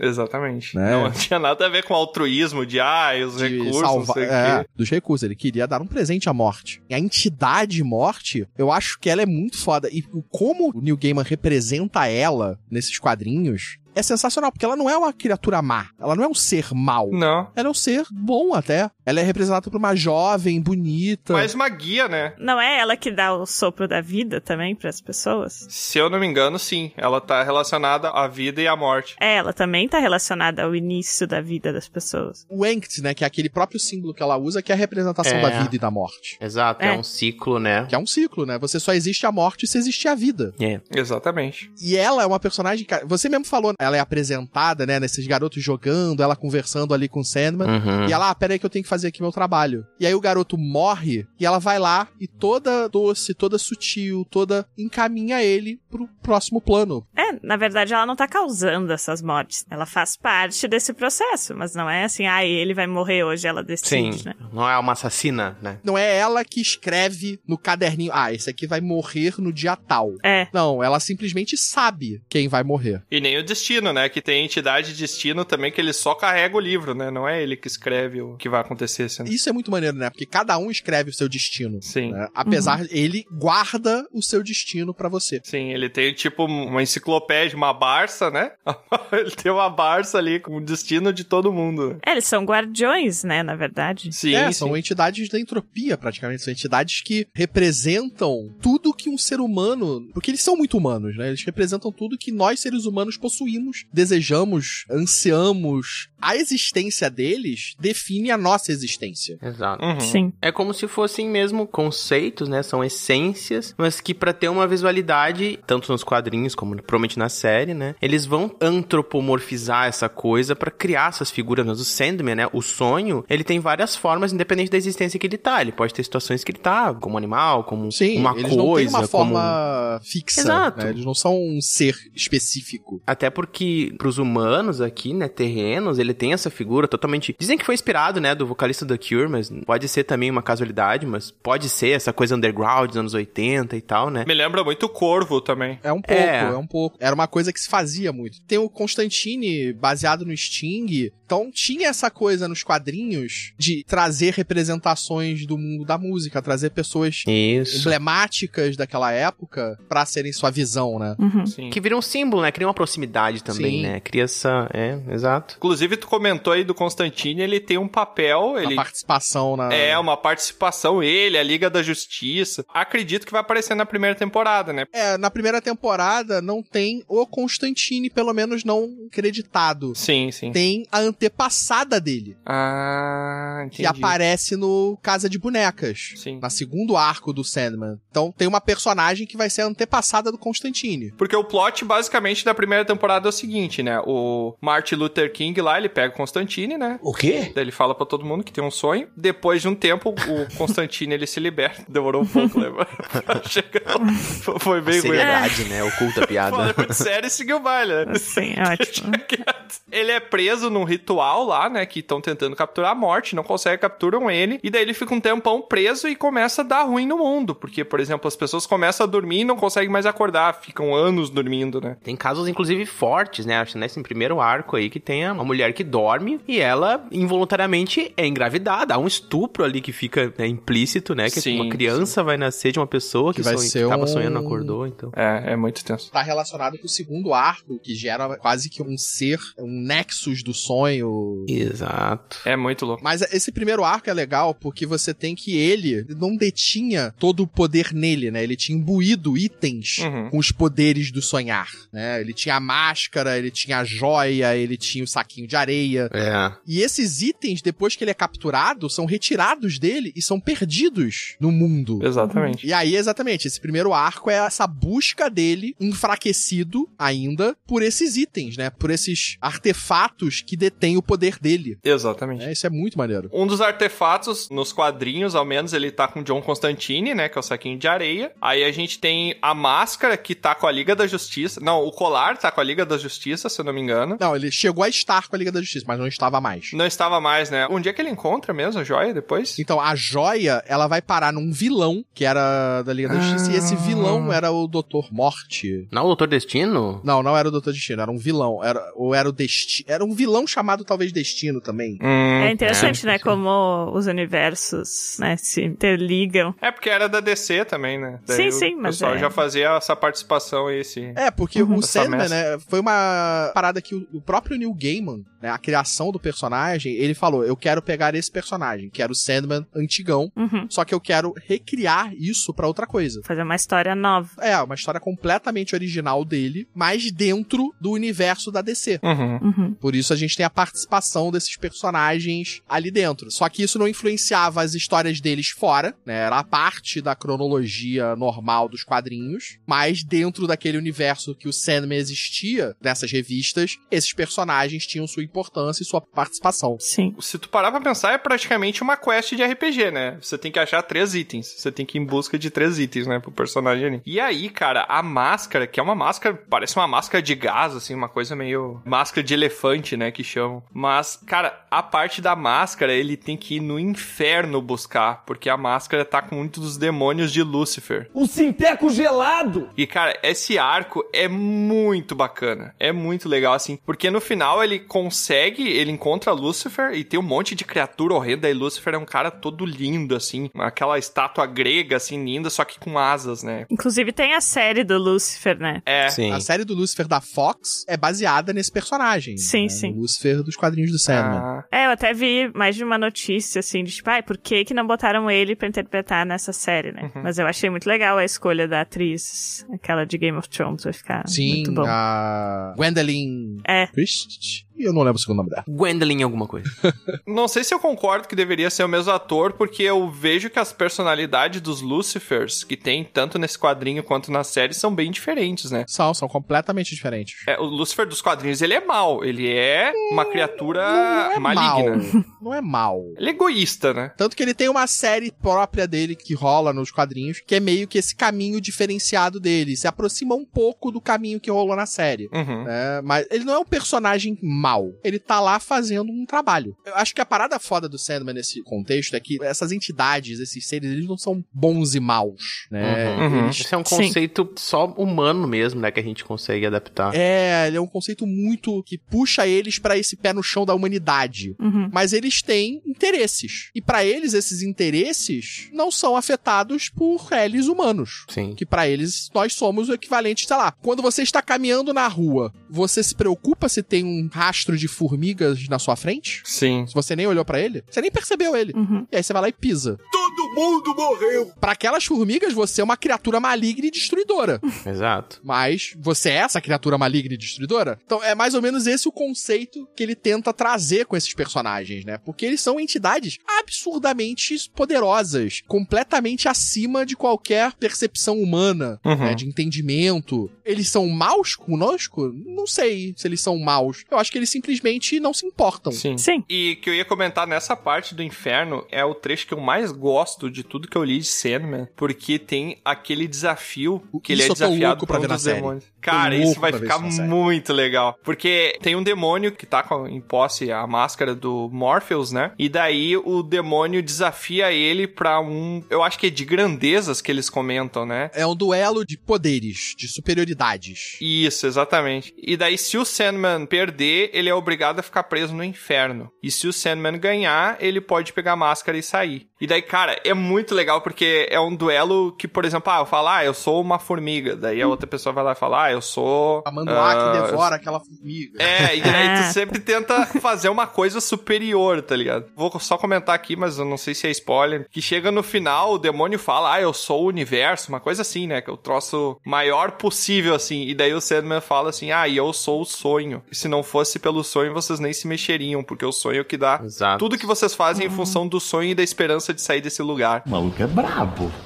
[SPEAKER 3] Exatamente.
[SPEAKER 5] Né?
[SPEAKER 3] Não tinha nada a ver com altruísmo de, ah, os
[SPEAKER 5] De
[SPEAKER 3] recursos,
[SPEAKER 5] salva-
[SPEAKER 3] não sei o
[SPEAKER 5] é,
[SPEAKER 3] quê.
[SPEAKER 5] dos recursos. Ele queria dar um presente à morte. E a entidade morte, eu acho que ela é muito foda. E o- como o Neil Gaiman representa ela nesses quadrinhos é sensacional, porque ela não é uma criatura má. Ela não é um ser mau.
[SPEAKER 3] Não.
[SPEAKER 5] Ela é um ser bom até. Ela é representada por uma jovem, bonita.
[SPEAKER 3] Mas uma guia, né?
[SPEAKER 1] Não é ela que dá o sopro da vida também pras pessoas?
[SPEAKER 3] Se eu não me engano, sim. Ela tá relacionada à vida e à morte.
[SPEAKER 1] É, ela também tá relacionada ao início da vida das pessoas.
[SPEAKER 5] O Enct, né? Que é aquele próprio símbolo que ela usa, que é a representação
[SPEAKER 2] É.
[SPEAKER 5] da vida e da morte.
[SPEAKER 2] Exato. É.
[SPEAKER 1] É.
[SPEAKER 2] um ciclo, né?
[SPEAKER 5] Que é um ciclo, né? Você só existe a morte se existe a vida.
[SPEAKER 2] É.
[SPEAKER 3] Exatamente.
[SPEAKER 5] E ela é uma personagem que. Você mesmo falou, né, ela é apresentada, né, nesses garotos jogando, ela conversando ali com o Sandman.
[SPEAKER 2] Uhum.
[SPEAKER 5] E ela, ah, peraí que eu tenho que fazer aqui meu trabalho. E aí o garoto morre e ela vai lá e toda doce, toda sutil, toda encaminha ele pro próximo plano.
[SPEAKER 1] É, na verdade ela não tá causando essas mortes. Ela faz parte desse processo, mas não é assim, ah, ele vai morrer hoje, ela
[SPEAKER 2] Sim,
[SPEAKER 1] decide, né?
[SPEAKER 2] não é uma assassina, né?
[SPEAKER 5] Não é ela que escreve no caderninho, ah, esse aqui vai morrer no dia tal.
[SPEAKER 1] É.
[SPEAKER 5] Não, ela simplesmente sabe quem vai morrer.
[SPEAKER 3] E nem o destino, né? Que tem a entidade destino também que ele só carrega o livro, né? Não é ele que escreve o que vai acontecer. Assim.
[SPEAKER 5] Isso é muito maneiro, né? Porque cada um escreve o seu destino.
[SPEAKER 2] Uhum.
[SPEAKER 3] Sim.
[SPEAKER 5] né? Apesar, ele guarda o seu destino pra você.
[SPEAKER 3] Sim, ele tem tipo uma enciclopédia, uma Barça, né? ele tem uma Barça ali com o destino de todo mundo. né?
[SPEAKER 1] É, eles são guardiões, né, na verdade.
[SPEAKER 3] Sim,
[SPEAKER 5] é,
[SPEAKER 3] sim.
[SPEAKER 5] são entidades da entropia, praticamente. São entidades que representam tudo que um ser humano. Porque eles são muito humanos, né? Eles representam tudo que nós, seres humanos, possuímos, desejamos, ansiamos. A existência deles define a nossa existência.
[SPEAKER 2] Exato.
[SPEAKER 3] Uhum.
[SPEAKER 1] Sim.
[SPEAKER 2] É como se fossem mesmo conceitos, né? São essências, mas que pra ter uma visualidade, tanto nos quadrinhos como provavelmente na série, né? Eles vão antropomorfizar essa coisa pra criar essas figuras. Mas o Sandman, né? O sonho, ele tem várias formas, independente da existência que ele tá. Ele pode ter situações que ele tá como animal, como
[SPEAKER 5] Sim,
[SPEAKER 2] uma
[SPEAKER 5] eles
[SPEAKER 2] coisa,
[SPEAKER 5] não têm uma
[SPEAKER 2] como
[SPEAKER 5] forma fixa.
[SPEAKER 2] Exato.
[SPEAKER 5] né? Eles não são um ser específico.
[SPEAKER 2] Até porque pros humanos aqui, né, terrenos, ele tem essa figura totalmente. Dizem que foi inspirado, né, do vocalista do Cure, mas pode ser também uma casualidade, mas pode ser essa coisa underground dos anos 80 e tal, né?
[SPEAKER 3] Me lembra muito o Corvo também.
[SPEAKER 5] É um pouco,
[SPEAKER 2] É.
[SPEAKER 5] é. um pouco. Era uma coisa que se fazia muito. Tem o Constantine baseado no Sting. Então tinha essa coisa nos quadrinhos de trazer representações do mundo da música, trazer pessoas
[SPEAKER 2] Isso.
[SPEAKER 5] emblemáticas daquela época pra serem sua visão, né?
[SPEAKER 1] Uhum.
[SPEAKER 3] Sim.
[SPEAKER 2] Que vira um símbolo, né? Cria uma proximidade também,
[SPEAKER 5] Sim.
[SPEAKER 2] né? Cria essa. É, exato.
[SPEAKER 3] Inclusive, tu comentou aí do Constantine, ele tem um papel,
[SPEAKER 5] A
[SPEAKER 3] ele
[SPEAKER 5] participação na.
[SPEAKER 3] é uma participação, ele, a Liga da Justiça. Acredito que vai aparecer na primeira temporada, né?
[SPEAKER 5] É, na primeira temporada não tem o Constantine, pelo menos não creditado.
[SPEAKER 3] Sim, sim.
[SPEAKER 5] Tem a antepassada dele,
[SPEAKER 3] Ah, entendi.
[SPEAKER 5] que aparece no Casa de Bonecas.
[SPEAKER 3] Sim.
[SPEAKER 5] na segundo arco do Sandman. Então tem uma personagem que vai ser a antepassada do Constantine.
[SPEAKER 3] Porque o plot, basicamente, da primeira temporada é o seguinte, né? O Martin Luther King lá, ele pega o Constantine, né?
[SPEAKER 10] O quê?
[SPEAKER 3] Daí ele fala pra todo mundo que tem um sonho. Depois de um tempo, o Constantine, ele se liberta. Demorou um pouco, lembra? Pra chegar lá. Foi bem ruim.
[SPEAKER 2] Seriedade, né? Oculta a
[SPEAKER 3] Falei
[SPEAKER 2] piada.
[SPEAKER 3] muito sério e seguiu o baile, né?
[SPEAKER 1] Sim, é ótimo.
[SPEAKER 3] Ele é preso num ritual lá, né? Que estão tentando capturar a morte, não conseguem, capturam ele. E daí ele fica um tempão preso e começa a dar ruim no mundo. Porque, por exemplo, as pessoas começam a dormir e não conseguem mais acordar. Ficam anos dormindo, né?
[SPEAKER 2] Tem casos, inclusive, fortes, né? Acho que nesse primeiro arco aí que tem uma mulher que dorme e ela involuntariamente é engravidada. Há um estupro ali que fica né, implícito, né? Que
[SPEAKER 3] Sim,
[SPEAKER 2] uma criança vai nascer de uma pessoa que,
[SPEAKER 5] Que vai
[SPEAKER 2] sonha-
[SPEAKER 5] ser
[SPEAKER 2] tava
[SPEAKER 5] um-
[SPEAKER 2] sonhando, acordou, então.
[SPEAKER 3] É, é muito tenso.
[SPEAKER 5] Tá relacionado com o segundo arco, que gera quase que um ser, um nexus do sonho.
[SPEAKER 2] Exato.
[SPEAKER 3] É muito louco.
[SPEAKER 5] Mas esse primeiro arco é legal porque você tem que ele não detinha todo o poder nele, né? Ele tinha imbuído itens
[SPEAKER 3] Uhum.
[SPEAKER 5] com os poderes do sonhar, né? Ele tinha a máscara, ele tinha a joia, ele tinha o saquinho de areia.
[SPEAKER 2] É.
[SPEAKER 5] E esses itens, depois que ele é capturado, são retirados dele e são perdidos no mundo.
[SPEAKER 3] Exatamente.
[SPEAKER 5] E aí, exatamente, esse primeiro arco é essa busca dele, enfraquecido ainda, por esses itens, né? Por esses artefatos que detêm o poder dele.
[SPEAKER 3] Exatamente.
[SPEAKER 5] É, isso é muito maneiro.
[SPEAKER 3] Um dos artefatos nos quadrinhos, ao menos, ele tá com o John Constantine, né? Que é o saquinho de areia. Aí a gente tem a máscara que tá com a Liga da Justiça. Não, o colar tá com a Liga da Justiça, se eu não me engano.
[SPEAKER 5] Não, ele chegou a estar com a Liga da Justiça, mas não estava mais.
[SPEAKER 3] Não estava mais, né? Um dia que ele encontra mesmo a joia depois?
[SPEAKER 5] Então, a joia, ela vai parar num vilão, que era da Liga da Justiça, e esse vilão era o Doutor Morte.
[SPEAKER 2] Não, o Doutor Destino?
[SPEAKER 5] Não, não era o Doutor Destino, era um vilão. Era, ou era o Destino. Era um vilão chamado, talvez, Destino também.
[SPEAKER 3] Hum. Uhum.
[SPEAKER 1] É interessante, né? Como os universos né, se interligam.
[SPEAKER 3] É porque era da DC também, né?
[SPEAKER 1] Sim,
[SPEAKER 3] o
[SPEAKER 1] sim, mas
[SPEAKER 3] pessoal
[SPEAKER 1] é.
[SPEAKER 3] já fazia essa participação aí, esse.
[SPEAKER 5] É, porque o
[SPEAKER 3] Essa
[SPEAKER 5] Sandman,
[SPEAKER 3] mescla.
[SPEAKER 5] né, foi uma parada que o o próprio Neil Gaiman, né, a criação do personagem, ele falou, eu quero pegar esse personagem, que era o Sandman antigão,
[SPEAKER 1] Uhum.
[SPEAKER 5] só que eu quero recriar isso pra outra coisa.
[SPEAKER 1] Fazer uma história nova.
[SPEAKER 5] É, uma história completamente original dele, mas dentro do universo da DC.
[SPEAKER 3] Uhum.
[SPEAKER 1] Uhum.
[SPEAKER 5] Por isso a gente tem a participação desses personagens ali dentro. Só que isso não influenciava as histórias deles fora, né? Era a parte da cronologia normal dos quadrinhos. Mas dentro daquele universo que o Sandman existia, nessas revistas, esses personagens tinham sua importância e sua participação.
[SPEAKER 1] Sim.
[SPEAKER 3] Se tu parar pra pensar, é praticamente uma quest de RPG, né? Você tem que achar três itens. Você tem que ir em busca de três itens, né? Pro personagem ali. E aí, cara, a máscara, que é uma máscara, parece uma máscara de gás, assim, uma coisa meio. Máscara de elefante, né? Que chamam. Mas, cara, a parte da máscara, ele tem que ir no inferno buscar, porque a máscara tá com muitos dos demônios de Lúcifer.
[SPEAKER 9] Um sinteco gelado!
[SPEAKER 3] E, cara, esse arco é muito bacana. É muito legal, assim. Porque no final ele consegue, ele encontra Lúcifer e tem um monte de criatura horrenda. E Lúcifer é um cara todo lindo, assim. Aquela estátua grega, assim, linda, só que com asas, né?
[SPEAKER 1] Inclusive tem a série do Lucifer, né?
[SPEAKER 3] É.
[SPEAKER 2] Sim.
[SPEAKER 5] A série do Lucifer da Fox é baseada nesse personagem.
[SPEAKER 1] Sim,
[SPEAKER 5] né?
[SPEAKER 1] sim.
[SPEAKER 5] O Lucifer dos quadrinhos do Sandman.
[SPEAKER 3] Ah,
[SPEAKER 1] É, eu até vi mais de uma notícia, assim, de tipo, ai, por que que não botaram ele pra interpretar nessa série, né?
[SPEAKER 3] Uhum.
[SPEAKER 1] Mas eu achei muito legal a escolha da atriz, aquela de Game of Thrones, vai ficar
[SPEAKER 5] Sim,
[SPEAKER 1] Ah, muito bom.
[SPEAKER 5] a Gwendolyn
[SPEAKER 1] É.
[SPEAKER 5] Christie. Eu não lembro o segundo nome dela.
[SPEAKER 2] Gwendolyn alguma coisa.
[SPEAKER 3] não sei se eu concordo que deveria ser o mesmo ator, porque eu vejo que as personalidades dos Lucifers, que tem tanto nesse quadrinho quanto na série, são bem diferentes, né?
[SPEAKER 5] São, são completamente diferentes.
[SPEAKER 3] É, o Lúcifer dos quadrinhos, ele é mau. Ele é uma criatura
[SPEAKER 5] Não é
[SPEAKER 3] maligna.
[SPEAKER 5] mal. Não é mal.
[SPEAKER 3] Ele é egoísta, né?
[SPEAKER 5] Tanto que ele tem uma série própria dele que rola nos quadrinhos, que é meio que esse caminho diferenciado dele. Se aproxima um pouco do caminho que rolou na série.
[SPEAKER 3] Uhum.
[SPEAKER 5] né? mas ele não é um personagem mau. Ele tá lá fazendo um trabalho. Eu acho que a parada foda do Sandman nesse contexto é que essas entidades, esses seres, eles não são bons e maus. Né?
[SPEAKER 3] Uhum.
[SPEAKER 5] Eles
[SPEAKER 2] Isso é um
[SPEAKER 1] Sim.
[SPEAKER 2] conceito só humano mesmo, né? Que a gente consegue adaptar.
[SPEAKER 5] É, ele é um conceito muito que puxa eles pra esse pé no chão da humanidade.
[SPEAKER 1] Uhum.
[SPEAKER 5] Mas eles têm interesses. E pra eles esses interesses não são afetados por eles humanos.
[SPEAKER 2] Sim.
[SPEAKER 5] Que pra eles nós somos o equivalente, sei lá. Quando você está caminhando na rua, você se preocupa se tem um rastro de formigas na sua frente?
[SPEAKER 3] Sim.
[SPEAKER 5] Se você nem olhou pra ele, você nem percebeu ele.
[SPEAKER 1] Uhum.
[SPEAKER 5] E aí você vai lá e pisa.
[SPEAKER 7] Todo mundo morreu.
[SPEAKER 5] Pra aquelas formigas, você é uma criatura maligna e destruidora.
[SPEAKER 2] Exato.
[SPEAKER 5] Mas você é essa criatura maligna e destruidora? Então é mais ou menos esse o conceito que ele tenta trazer com esses personagens, né? Porque eles são entidades absurdamente poderosas, completamente acima de qualquer percepção humana,
[SPEAKER 3] Uhum.
[SPEAKER 5] né? De entendimento. Eles são maus conosco? Não sei se eles são maus. Eu acho que eles simplesmente não Então, se importam.
[SPEAKER 3] Sim.
[SPEAKER 1] Sim.
[SPEAKER 3] E que eu ia comentar nessa parte do inferno é o trecho que eu mais gosto de tudo que eu li de Sandman, porque tem aquele desafio que ele é
[SPEAKER 5] Isso eu tô
[SPEAKER 3] desafiado
[SPEAKER 5] louco pra
[SPEAKER 3] por um
[SPEAKER 5] ver na
[SPEAKER 3] dos
[SPEAKER 5] série.
[SPEAKER 3] demônios. Cara,
[SPEAKER 5] louco
[SPEAKER 3] isso vai
[SPEAKER 5] pra ver
[SPEAKER 3] ficar
[SPEAKER 5] isso na série.
[SPEAKER 3] muito legal, porque tem um demônio que tá com, em posse a máscara do Morpheus, né? E daí o demônio desafia ele pra um, eu acho que é de grandezas que eles comentam, né?
[SPEAKER 5] É um duelo de poderes, de superioridades.
[SPEAKER 3] Isso, exatamente. E daí, se o Sandman perder, ele é obrigado a ficar preso no inferno. E se o Sandman ganhar, ele pode pegar a máscara e sair. E daí, cara, é muito legal porque é um duelo que, por exemplo, ah, eu falo, ah, eu sou uma formiga. Daí a outra pessoa vai lá e fala, ah, eu sou.
[SPEAKER 5] A mandoá
[SPEAKER 3] ah,
[SPEAKER 5] que devora aquela formiga.
[SPEAKER 3] é, e aí
[SPEAKER 1] Ah,
[SPEAKER 3] tu sempre tenta fazer uma coisa superior, tá ligado? Vou só comentar aqui, mas eu não sei se é spoiler. Que chega no final, o demônio fala, ah, eu sou o universo, uma coisa assim, né? Que eu troço maior possível, assim. E daí o Sandman fala assim, ah, e eu sou o sonho. E se não fosse pelo sonho, vocês nem se mexeriam, porque o sonho é o que dá.
[SPEAKER 2] Exato.
[SPEAKER 3] Tudo que vocês fazem é
[SPEAKER 1] Uhum.
[SPEAKER 3] em função do sonho e da esperança de sair desse lugar.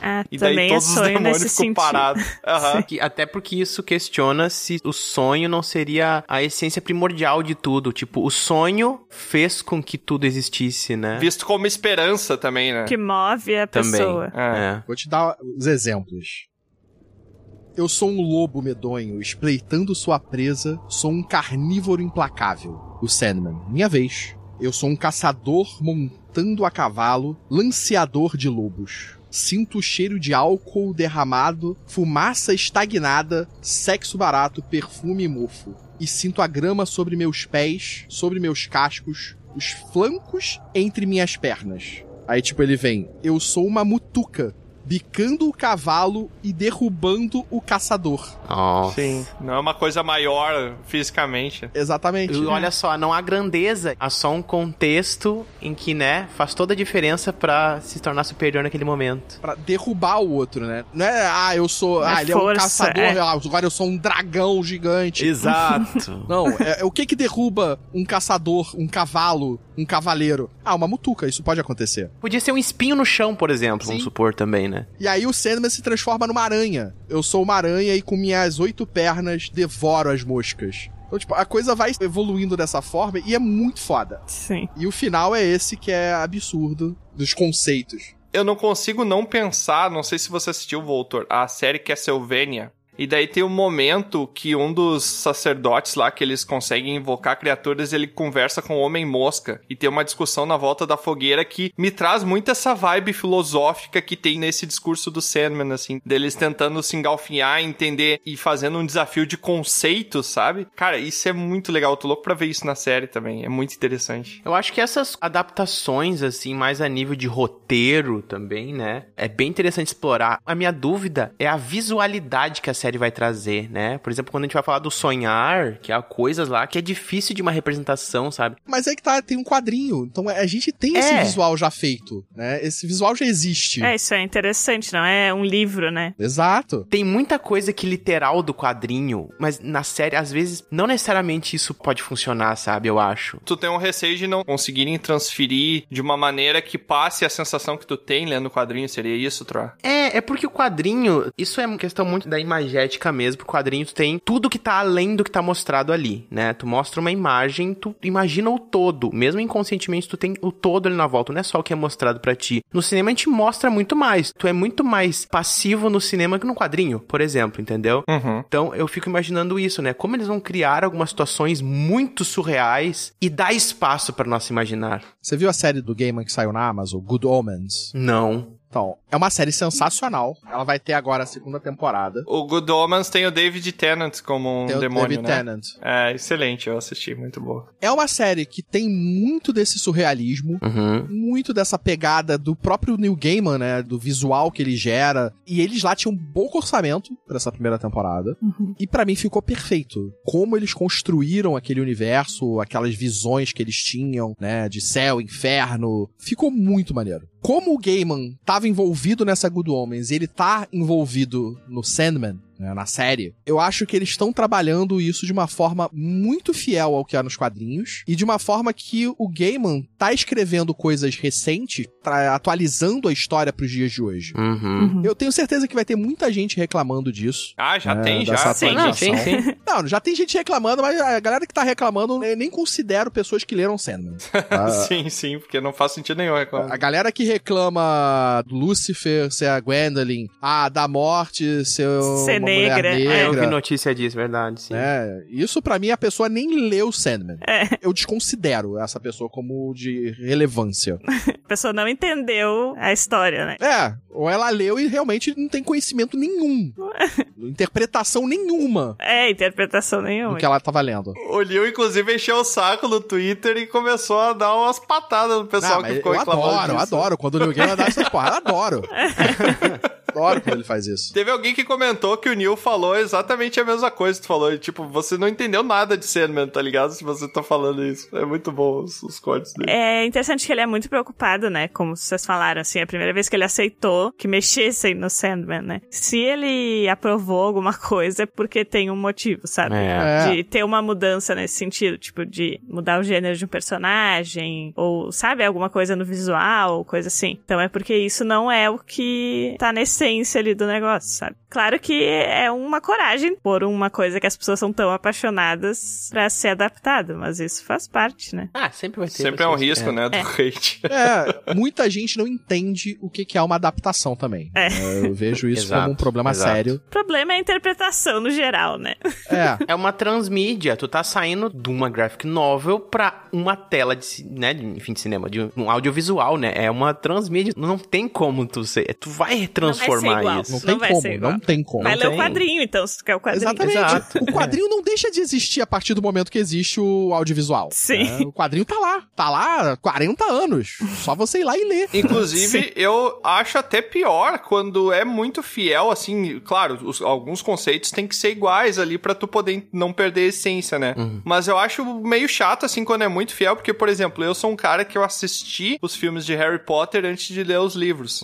[SPEAKER 1] Ah,
[SPEAKER 3] E daí
[SPEAKER 1] também é
[SPEAKER 3] todos os
[SPEAKER 1] sonho
[SPEAKER 3] demônios
[SPEAKER 1] nesse
[SPEAKER 3] ficam
[SPEAKER 1] sentido.
[SPEAKER 3] parados. Aham.
[SPEAKER 2] Que- Até porque isso questiona se o sonho não seria a essência primordial de tudo. Tipo, o sonho fez com que tudo existisse, né?
[SPEAKER 3] Visto como esperança também, né?
[SPEAKER 1] Que move a
[SPEAKER 2] Também.
[SPEAKER 1] pessoa.
[SPEAKER 2] É.
[SPEAKER 5] Vou te dar os exemplos. Eu sou um lobo medonho, espreitando sua presa, sou um carnívoro implacável. O Sandman, minha vez. Eu sou um caçador montando a cavalo, lanceador de lobos. Sinto o cheiro de álcool derramado, fumaça estagnada, sexo barato, perfume e mofo. E sinto a grama sobre meus pés, sobre meus cascos, os flancos entre minhas pernas. Aí, tipo, ele vem. Eu sou uma mutuca, bicando o cavalo e derrubando o caçador.
[SPEAKER 2] Oh.
[SPEAKER 3] Sim. Não é uma coisa maior fisicamente.
[SPEAKER 5] Exatamente.
[SPEAKER 2] E olha só, não há grandeza, há só um contexto em que, né, faz toda a diferença pra se tornar superior naquele momento.
[SPEAKER 5] Pra derrubar o outro, né? Não é, ah, eu sou.
[SPEAKER 1] É
[SPEAKER 5] ah, ele é um
[SPEAKER 1] força,
[SPEAKER 5] caçador,
[SPEAKER 1] é.
[SPEAKER 5] ah, agora eu sou um dragão gigante.
[SPEAKER 2] Exato.
[SPEAKER 5] Não, é, é o que que derruba um caçador, um cavalo, um cavaleiro? Ah, uma mutuca, isso pode acontecer.
[SPEAKER 2] Podia ser um espinho no chão, por exemplo, vamos supor também, né?
[SPEAKER 5] E aí o Sandman se transforma numa aranha. Eu sou uma aranha e com minhas oito pernas devoro as moscas. Então, tipo, a coisa vai evoluindo dessa forma e é muito foda.
[SPEAKER 1] Sim.
[SPEAKER 5] E o final é esse que é absurdo dos conceitos.
[SPEAKER 3] Eu não consigo não pensar, não sei se você assistiu, Voltor, a série Castlevania. E daí tem um momento que um dos sacerdotes lá, que eles conseguem invocar criaturas, ele conversa com o Homem-Mosca. E tem uma discussão na volta da fogueira que me traz muito essa vibe filosófica que tem nesse discurso do Sandman, assim. Deles tentando se engalfinhar, entender e fazendo um desafio de conceitos, sabe? Cara, isso é muito legal. Eu tô louco pra ver isso na série também. É muito interessante.
[SPEAKER 2] Eu acho que essas adaptações, assim, mais a nível de roteiro também, né? É bem interessante explorar. A minha dúvida é a visualidade que a série vai trazer, né? Por exemplo, quando a gente vai falar do sonhar, que há coisas lá que é difícil de uma representação, sabe?
[SPEAKER 5] Mas é que tá, tem um quadrinho. Então a gente tem esse
[SPEAKER 2] É.
[SPEAKER 5] visual já feito, né? Esse visual já existe.
[SPEAKER 1] É, isso é interessante, não é um livro, né?
[SPEAKER 5] Exato.
[SPEAKER 2] Tem muita coisa que literal do quadrinho, mas na série, às vezes, não necessariamente isso pode funcionar, sabe? Eu acho.
[SPEAKER 3] tu tem um receio de não conseguirem transferir de uma maneira que passe a sensação que tu tem lendo o quadrinho, seria isso, Tro?
[SPEAKER 2] É, é porque o quadrinho, isso é uma questão muito da imagética mesmo, porque o quadrinho tu tem tudo que tá além do que tá mostrado ali, né? Tu mostra uma imagem, tu imagina o todo, mesmo inconscientemente tu tem o todo ali na volta, não é só o que é mostrado pra ti. No cinema a gente mostra muito mais, tu é muito mais passivo no cinema que no quadrinho, por exemplo, entendeu?
[SPEAKER 3] Uhum.
[SPEAKER 2] Então eu fico imaginando isso, né? Como eles vão criar algumas situações muito surreais e dar espaço pra nós imaginar.
[SPEAKER 5] Você viu a série do Gaiman que saiu na Amazon, Good Omens?
[SPEAKER 2] Não.
[SPEAKER 5] Então, é uma série sensacional. Ela vai ter agora a segunda temporada.
[SPEAKER 3] O Good Omens tem o David Tennant como um
[SPEAKER 5] Tem o
[SPEAKER 3] demônio,
[SPEAKER 5] David
[SPEAKER 3] né?
[SPEAKER 5] Tennant.
[SPEAKER 3] É, excelente, eu assisti, muito boa.
[SPEAKER 5] É uma série que tem muito desse surrealismo,
[SPEAKER 2] Uhum.
[SPEAKER 5] muito dessa pegada do próprio Neil Gaiman, né? Do visual que ele gera. E eles lá tinham um bom orçamento pra essa primeira temporada. E pra mim ficou perfeito. Como eles construíram aquele universo, aquelas visões que eles tinham, né? De céu, inferno. Ficou muito maneiro. Como o Gaiman tava envolvido nessa Good Omens e ele tá envolvido no Sandman, né, na série, eu acho que eles estão trabalhando isso de uma forma muito fiel ao que há nos quadrinhos e de uma forma que o Gaiman tá escrevendo coisas recentes, tá atualizando a história pros dias de hoje.
[SPEAKER 2] Uhum.
[SPEAKER 5] Eu tenho certeza que vai ter muita gente reclamando disso.
[SPEAKER 3] Ah, já
[SPEAKER 5] É,
[SPEAKER 3] tem, já.
[SPEAKER 5] dessa
[SPEAKER 3] Sim,
[SPEAKER 5] atualização.
[SPEAKER 3] não,
[SPEAKER 2] Sim, sim.
[SPEAKER 5] Não, já tem gente reclamando, mas a galera que tá reclamando, eu nem considero pessoas que leram Sandman. Ah,
[SPEAKER 3] sim, sim, porque não faz sentido nenhum é reclamar.
[SPEAKER 5] A galera que reclama do Lúcifer ser a Gwendolyn, ah, da morte ser uma
[SPEAKER 1] Ser
[SPEAKER 5] mulher
[SPEAKER 1] negra, é.
[SPEAKER 2] Eu vi
[SPEAKER 5] negra.
[SPEAKER 2] notícia disso, verdade, sim.
[SPEAKER 5] né? Isso pra mim a pessoa nem leu Sandman.
[SPEAKER 1] É.
[SPEAKER 5] Eu desconsidero essa pessoa como de relevância.
[SPEAKER 1] A pessoa não entendeu a história, né?
[SPEAKER 5] É, ou ela leu e realmente não tem conhecimento nenhum, interpretação nenhuma
[SPEAKER 1] É, interpretação nenhuma.
[SPEAKER 5] do que ela tava lendo.
[SPEAKER 3] O Liu, inclusive, encheu o saco no Twitter e começou a dar umas patadas no pessoal
[SPEAKER 5] Não,
[SPEAKER 3] que
[SPEAKER 5] Ah, mas
[SPEAKER 3] ficou
[SPEAKER 5] eu
[SPEAKER 3] reclamando.
[SPEAKER 5] adoro, eu
[SPEAKER 3] disso.
[SPEAKER 5] adoro. Quando o Neil Gaiman dá essas porra, eu adoro. adoro quando ele faz isso.
[SPEAKER 3] Teve alguém que comentou que o Neil falou exatamente a mesma coisa que tu falou. e, Tipo, você não entendeu nada de Sandman, tá ligado? Se você tá falando isso. É muito bom os, os cortes dele.
[SPEAKER 1] É interessante que ele é muito preocupado, né? Como vocês falaram, assim, é a primeira vez que ele aceitou que mexessem no Sandman, né? Se ele aprovou alguma coisa é porque tem um motivo, sabe?
[SPEAKER 2] É.
[SPEAKER 1] De ter uma mudança nesse sentido, tipo, de mudar o gênero de um personagem, ou, sabe, alguma coisa no visual, ou coisa assim. Então é porque isso não é o que tá na essência ali do negócio, sabe? Claro que é uma coragem por uma coisa que as pessoas são tão apaixonadas pra ser adaptado, mas isso faz parte, né?
[SPEAKER 2] Ah, sempre vai ter.
[SPEAKER 3] Sempre é um
[SPEAKER 2] pessoas-
[SPEAKER 3] risco, né? Do hate.
[SPEAKER 5] É, muita gente não entende o que que é uma adaptação também.
[SPEAKER 1] É.
[SPEAKER 5] Eu vejo isso
[SPEAKER 2] Exato,
[SPEAKER 5] como um problema
[SPEAKER 2] exato.
[SPEAKER 5] sério.
[SPEAKER 1] O problema é a interpretação no geral, né?
[SPEAKER 5] É.
[SPEAKER 2] É uma transmídia, tu tá saindo de uma graphic novel pra uma tela de, ci- né, de- enfim, de cinema, de um audiovisual, né? É uma transmídia, não tem como tu ser, tu vai transformar
[SPEAKER 1] igual.
[SPEAKER 2] isso.
[SPEAKER 5] Não
[SPEAKER 1] Não
[SPEAKER 5] tem
[SPEAKER 1] vai ser
[SPEAKER 5] como,
[SPEAKER 1] igual.
[SPEAKER 5] não tem como.
[SPEAKER 1] Vai
[SPEAKER 2] Não
[SPEAKER 1] ler o
[SPEAKER 2] tem.
[SPEAKER 1] quadrinho, então, se tu quer o quadrinho.
[SPEAKER 5] Exatamente.
[SPEAKER 2] Exato.
[SPEAKER 5] O quadrinho não deixa de existir a partir do momento que existe o audiovisual.
[SPEAKER 1] Sim.
[SPEAKER 5] né? O quadrinho tá lá. Tá lá há 40 anos. Só você ir lá e ler.
[SPEAKER 3] Inclusive, eu acho até pior quando é muito fiel, assim, claro, os- alguns conceitos têm que ser iguais ali pra tu poder não perder a essência, né? Mas eu acho meio chato, assim, quando é muito fiel, porque, por exemplo, eu sou um cara que eu assisti os filmes de Harry Potter antes de ler os livros.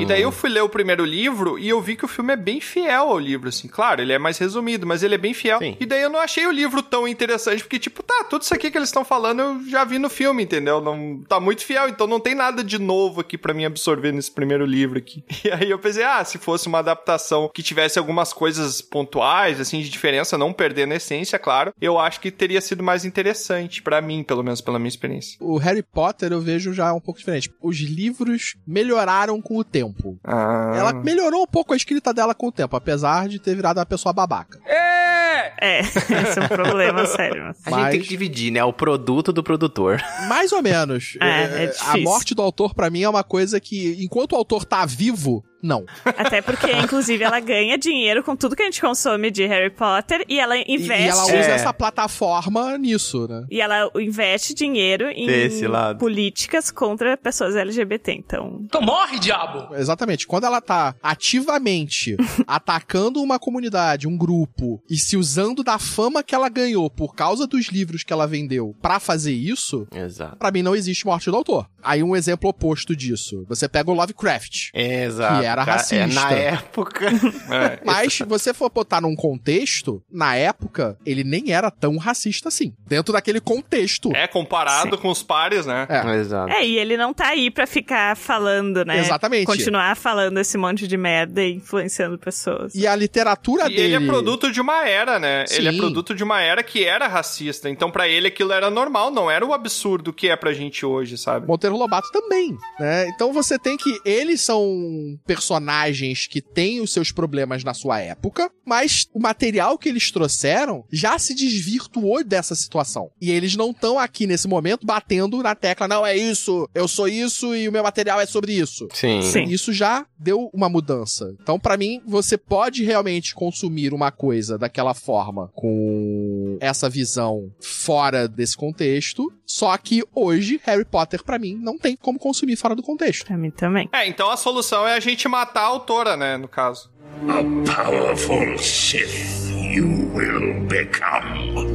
[SPEAKER 3] E daí eu fui ler o primeiro livro e eu vi que o filme é bem fiel ao livro, assim. Claro, ele é mais resumido, mas ele é bem fiel.
[SPEAKER 2] Sim.
[SPEAKER 3] E daí eu não achei o livro tão interessante, porque, tipo, tá, tudo isso aqui que eles estão falando eu já vi no filme, entendeu? Não, tá muito fiel, então não tem nada de novo aqui pra mim absorver nesse primeiro livro aqui. E aí eu pensei, ah, se fosse uma adaptação que tivesse algumas coisas pontuais, assim, de diferença, não perdendo a essência, claro, eu acho que teria sido mais interessante pra mim, pelo menos pela minha experiência.
[SPEAKER 5] O Harry Potter eu vejo já um pouco diferente. Os livros melhoraram com o tempo.
[SPEAKER 3] Ah.
[SPEAKER 5] Ela melhorou um pouco a escrita dela com o tempo, apesar de ter virado uma pessoa babaca.
[SPEAKER 1] É, esse é um problema sério. mas-
[SPEAKER 2] A
[SPEAKER 5] Mas-
[SPEAKER 2] gente tem que dividir, né? O produto do produtor.
[SPEAKER 5] Mais ou menos.
[SPEAKER 1] É, é
[SPEAKER 5] a
[SPEAKER 1] difícil.
[SPEAKER 5] morte do autor, pra mim, é uma coisa que, enquanto o autor tá vivo, não.
[SPEAKER 1] Até porque, inclusive, ela ganha dinheiro com tudo que a gente consome de Harry Potter e ela
[SPEAKER 5] E,
[SPEAKER 1] investe.
[SPEAKER 5] e ela usa
[SPEAKER 2] É.
[SPEAKER 5] essa plataforma nisso, né?
[SPEAKER 1] E ela investe dinheiro em
[SPEAKER 2] Desse lado.
[SPEAKER 1] políticas contra pessoas LGBT, então.
[SPEAKER 9] Então morre, diabo!
[SPEAKER 5] Exatamente. Quando ela tá ativamente atacando uma comunidade, um grupo, e se usando da fama que ela ganhou por causa dos livros que ela vendeu pra fazer isso,
[SPEAKER 2] Exato.
[SPEAKER 5] pra mim não existe morte do autor. Aí um exemplo oposto disso. Você pega o Lovecraft.
[SPEAKER 2] Exato.
[SPEAKER 5] Que era
[SPEAKER 2] cara. É,
[SPEAKER 5] racista.
[SPEAKER 2] na época.
[SPEAKER 3] É.
[SPEAKER 5] Mas se você for botar num contexto, na época, ele nem era tão racista assim. Dentro daquele contexto.
[SPEAKER 3] É, comparado com os pares, né?
[SPEAKER 5] É.
[SPEAKER 2] Exato.
[SPEAKER 1] É, e ele não tá aí pra ficar falando, né?
[SPEAKER 5] Exatamente.
[SPEAKER 1] Continuar falando esse monte de merda e influenciando pessoas.
[SPEAKER 5] E a literatura
[SPEAKER 3] E
[SPEAKER 5] dele.
[SPEAKER 3] ele é produto de uma era, né? Ele é
[SPEAKER 5] Sim.
[SPEAKER 3] produto de uma era que era racista. Então, pra ele, aquilo era normal, não era o absurdo que é pra gente hoje, sabe?
[SPEAKER 5] Monteiro Lobato também, né? Então você tem que. Eles são personagens que têm os seus problemas na sua época, mas o material que eles trouxeram já se desvirtuou dessa situação. E eles não estão aqui nesse momento batendo na tecla, não, é isso, eu sou isso e o meu material é sobre isso.
[SPEAKER 2] Sim.
[SPEAKER 1] Sim.
[SPEAKER 5] Isso já deu uma mudança. Então, pra mim, você pode realmente consumir uma coisa daquela forma, com essa visão fora desse contexto. Só que hoje, Harry Potter, pra mim, não tem como consumir fora do contexto.
[SPEAKER 1] Pra mim também.
[SPEAKER 3] É, então a solução é a gente matar a autora, né? No caso.
[SPEAKER 7] A powerful Sith you will become.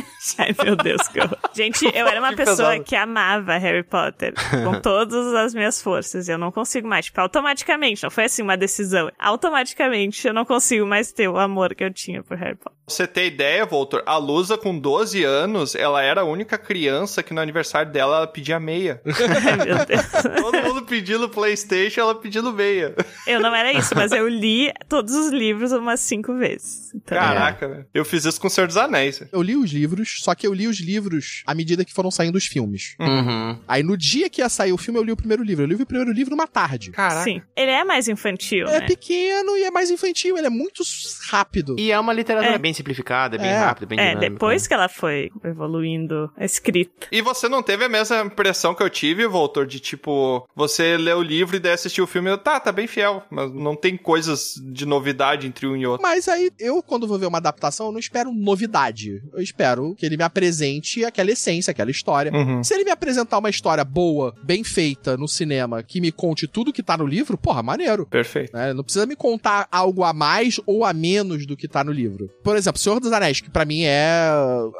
[SPEAKER 1] Ai, meu Deus, que horror. Gente, eu era uma
[SPEAKER 3] Que
[SPEAKER 1] pessoa
[SPEAKER 3] pesado.
[SPEAKER 1] que amava Harry Potter com todas as minhas forças. Eu não consigo mais. Tipo, automaticamente, não foi assim uma decisão. Automaticamente eu não consigo mais ter o amor que eu tinha por Harry Potter.
[SPEAKER 3] Pra você ter ideia, Voltor, a Lusa, com 12 anos, ela era a única criança que no aniversário dela ela pedia meia.
[SPEAKER 1] Ai, meu Deus.
[SPEAKER 3] Todo mundo pedindo Playstation, ela pedindo meia.
[SPEAKER 5] É.
[SPEAKER 1] Eu não era isso, mas eu li todos os livros umas cinco vezes. Então,
[SPEAKER 3] Caraca, né? Eu fiz isso com o Senhor dos Anéis.
[SPEAKER 5] Eu li os livros, só que eu li os livros à medida que foram saindo os filmes.
[SPEAKER 2] Uhum.
[SPEAKER 5] Aí no dia que ia sair o filme, eu li o primeiro livro. Eu li o primeiro livro numa tarde.
[SPEAKER 3] Caraca.
[SPEAKER 1] Sim. Ele é mais infantil,
[SPEAKER 5] É
[SPEAKER 1] né?
[SPEAKER 5] pequeno e é mais infantil, ele é muito s- rápido.
[SPEAKER 2] E é uma literatura bem simplificada, bem
[SPEAKER 5] É.
[SPEAKER 2] rápida, bem
[SPEAKER 1] É,
[SPEAKER 2] dinâmica.
[SPEAKER 3] né?
[SPEAKER 1] depois que ela foi evoluindo a escrita.
[SPEAKER 3] E você não teve a mesma impressão que eu tive, Voltor, de tipo, você lê o livro e daí assistir o filme, tá, tá bem fiel, mas não tem coisas de novidade entre um e outro.
[SPEAKER 5] Mas aí, eu, quando vou ver uma adaptação, eu não espero novidade. Eu espero que ele me apresente aquela essência, aquela história.
[SPEAKER 3] Uhum.
[SPEAKER 5] Se ele me apresentar uma história boa, bem feita no cinema, que me conte tudo que tá no livro, porra, maneiro.
[SPEAKER 3] Perfeito.
[SPEAKER 5] né? Não precisa me contar algo a mais ou a menos do que tá no livro. Por exemplo, Senhor dos Anéis, que pra mim é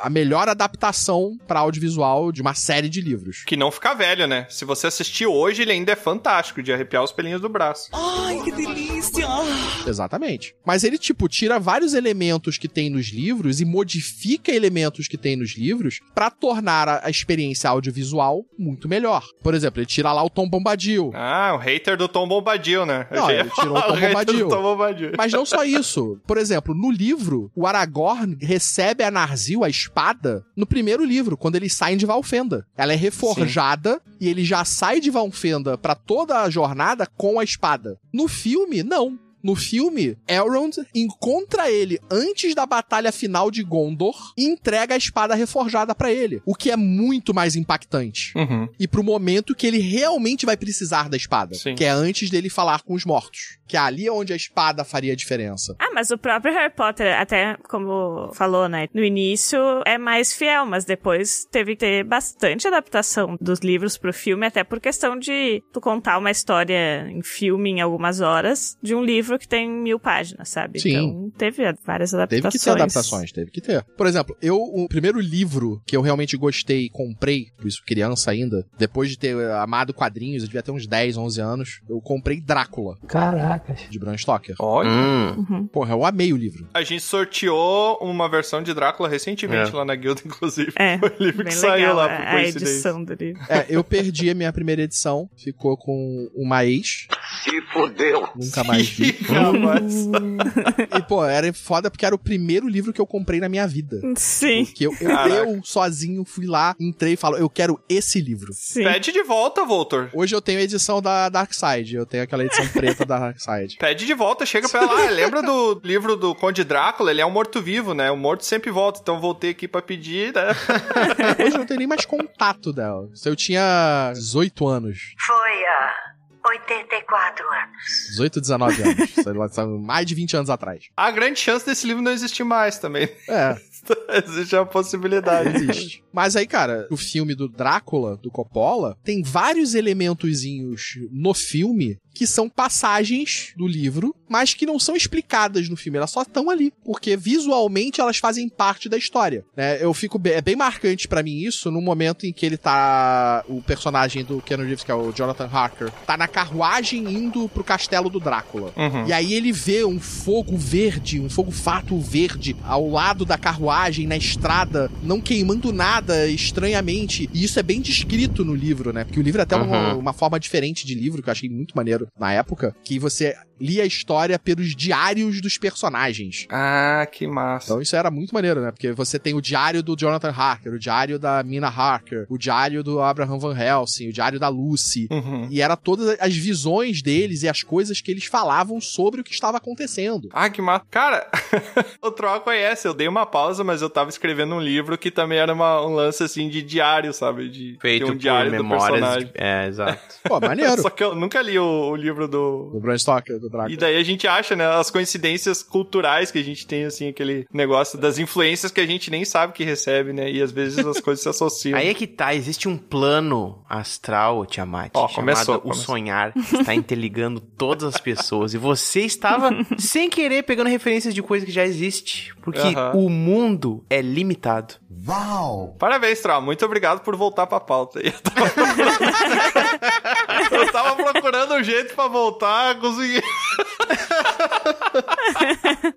[SPEAKER 5] a melhor adaptação pra audiovisual de uma série de livros.
[SPEAKER 3] Que não fica velho, né? Se você assistir hoje, ele ainda é fantástico, de arrepiar os pelinhos do braço.
[SPEAKER 6] Ai, que delícia!
[SPEAKER 5] Exatamente. Mas ele, tipo, tira vários elementos que tem nos livros e modifica elementos que tem nos livros pra tornar a a experiência audiovisual muito melhor. Por exemplo, ele tira lá o Tom Bombadil.
[SPEAKER 3] Ah, o hater do Tom Bombadil, né? Eu
[SPEAKER 5] Não,
[SPEAKER 3] já ia
[SPEAKER 5] ele tirou
[SPEAKER 3] falar,
[SPEAKER 5] o Tom
[SPEAKER 3] hater
[SPEAKER 5] Bombadil.
[SPEAKER 3] do Tom Bombadil.
[SPEAKER 5] Mas não só isso. Por exemplo, no livro, o Aragorn recebe a Narzil, a espada, no primeiro livro, quando eles saem de Valfenda. Ela é reforjada e ele já sai de Valfenda pra toda a jornada com a espada. No filme, não. No filme, Elrond encontra ele antes da batalha final de Gondor e entrega a espada reforjada pra ele, o que é muito mais impactante.
[SPEAKER 3] Uhum.
[SPEAKER 5] E pro momento que ele realmente vai precisar da espada,
[SPEAKER 3] Sim.
[SPEAKER 5] que é antes dele falar com os mortos, que é ali onde a espada faria a diferença.
[SPEAKER 1] Ah, mas o próprio Harry Potter, até como falou, né? No início é mais fiel, mas depois teve que ter bastante adaptação dos livros pro filme, até por questão de tu contar uma história em filme em algumas horas de um livro que tem mil páginas, sabe?
[SPEAKER 5] Sim.
[SPEAKER 1] Então teve várias adaptações.
[SPEAKER 5] Teve que ter adaptações, teve que ter. Por exemplo, eu, o primeiro livro que eu realmente gostei e comprei, por isso criança ainda, depois de ter eh, amado quadrinhos, eu devia ter uns 10, 11 anos, eu comprei Drácula,
[SPEAKER 9] Caracas.
[SPEAKER 5] de Bram Stoker.
[SPEAKER 3] Olha.
[SPEAKER 2] Hum.
[SPEAKER 1] Uhum.
[SPEAKER 5] Porra, eu amei o livro.
[SPEAKER 3] A gente sorteou uma versão de Drácula recentemente
[SPEAKER 2] É.
[SPEAKER 3] lá na guilda, inclusive.
[SPEAKER 1] É,
[SPEAKER 3] Foi o livro
[SPEAKER 1] Bem
[SPEAKER 3] que
[SPEAKER 1] legal é
[SPEAKER 3] saiu lá, por
[SPEAKER 1] a, a
[SPEAKER 3] coincidência.
[SPEAKER 1] edição do livro.
[SPEAKER 5] É, eu perdi a minha primeira edição, ficou com uma ex,
[SPEAKER 7] Se fudeu.
[SPEAKER 5] nunca mais vi.
[SPEAKER 3] Ih, rapaz.
[SPEAKER 1] Uhum.
[SPEAKER 5] E, pô, era foda porque era o primeiro livro que eu comprei na minha vida.
[SPEAKER 1] Sim,
[SPEAKER 5] Que eu, eu,
[SPEAKER 3] Caraca.
[SPEAKER 5] eu sozinho fui lá, entrei e falo, eu quero esse livro.
[SPEAKER 1] sim.
[SPEAKER 3] Pede de volta, Voltor.
[SPEAKER 5] Hoje eu tenho a edição da Darkseid, eu tenho aquela edição preta da Darkseid.
[SPEAKER 3] Pede de volta, chega pra ela. Ah, lembra do livro do Conde Drácula? Ele é um morto-vivo, né? O morto sempre volta, então voltei aqui pra pedir, né?
[SPEAKER 5] Hoje eu não tenho nem mais contato dela. Se eu tinha 18 anos,
[SPEAKER 6] Foi há 84 anos.
[SPEAKER 5] 18, 19 anos, sei lá, sabe, mais de 20 anos atrás.
[SPEAKER 3] A grande chance desse livro não existir mais também.
[SPEAKER 5] É,
[SPEAKER 3] Existe a possibilidade.
[SPEAKER 5] existe. Mas aí, cara, o filme do Drácula, do Coppola, tem vários elementozinhos no filme que são passagens do livro, mas que não são explicadas no filme, elas só estão ali, porque visualmente elas fazem parte da história, né? Eu fico bem, é bem marcante pra mim isso no momento em que ele tá o personagem do Keanu Reeves, que é o Jonathan Harker, tá na carruagem indo pro castelo do Drácula.
[SPEAKER 3] Uhum.
[SPEAKER 5] E aí ele vê um fogo verde, um fogo fato verde ao lado da carruagem, na estrada, não queimando nada estranhamente. E isso é bem descrito no livro, né? Porque o livro é até uma,
[SPEAKER 2] Uhum.
[SPEAKER 5] uma forma diferente de livro, que eu achei muito maneiro na época, que você lia a história pelos diários dos personagens.
[SPEAKER 3] Ah, que massa.
[SPEAKER 5] Então isso era muito maneiro, né? Porque você tem o diário do Jonathan Harker, o diário da Mina Harker, o diário do Abraham Van Helsing, o diário da Lucy.
[SPEAKER 3] Uhum.
[SPEAKER 5] E era todas as visões deles e as coisas que eles falavam sobre o que estava acontecendo.
[SPEAKER 3] Ah, que massa. Cara, o Troll conhece. Eu dei uma pausa, mas eu tava escrevendo um livro que também era uma- um lance assim de diário, sabe? De
[SPEAKER 2] Feito
[SPEAKER 3] ter um
[SPEAKER 2] por
[SPEAKER 3] diário do
[SPEAKER 2] memórias.
[SPEAKER 3] personagem.
[SPEAKER 2] de- É, exato.
[SPEAKER 5] Pô, maneiro.
[SPEAKER 3] Só que eu nunca li o, o livro do.
[SPEAKER 5] Do Bram Stoker, do Drácula.
[SPEAKER 3] E daí a gente acha, né, as coincidências culturais que a gente tem, assim, aquele negócio das influências que a gente nem sabe que recebe, né? E às vezes as coisas se associam.
[SPEAKER 2] Aí é que tá, existe um plano astral, Tiamat,
[SPEAKER 3] Ó,
[SPEAKER 2] chamado
[SPEAKER 3] começou,
[SPEAKER 2] o
[SPEAKER 3] começou.
[SPEAKER 2] sonhar, que está interligando todas as pessoas. E você estava, sem querer, pegando referências de coisa que já existe. Porque
[SPEAKER 3] Aham.
[SPEAKER 2] o mundo é limitado.
[SPEAKER 3] Parabéns, Troll. Muito obrigado por voltar pra pauta. Eu tava, eu tava procurando um jeito pra voltar, consegui.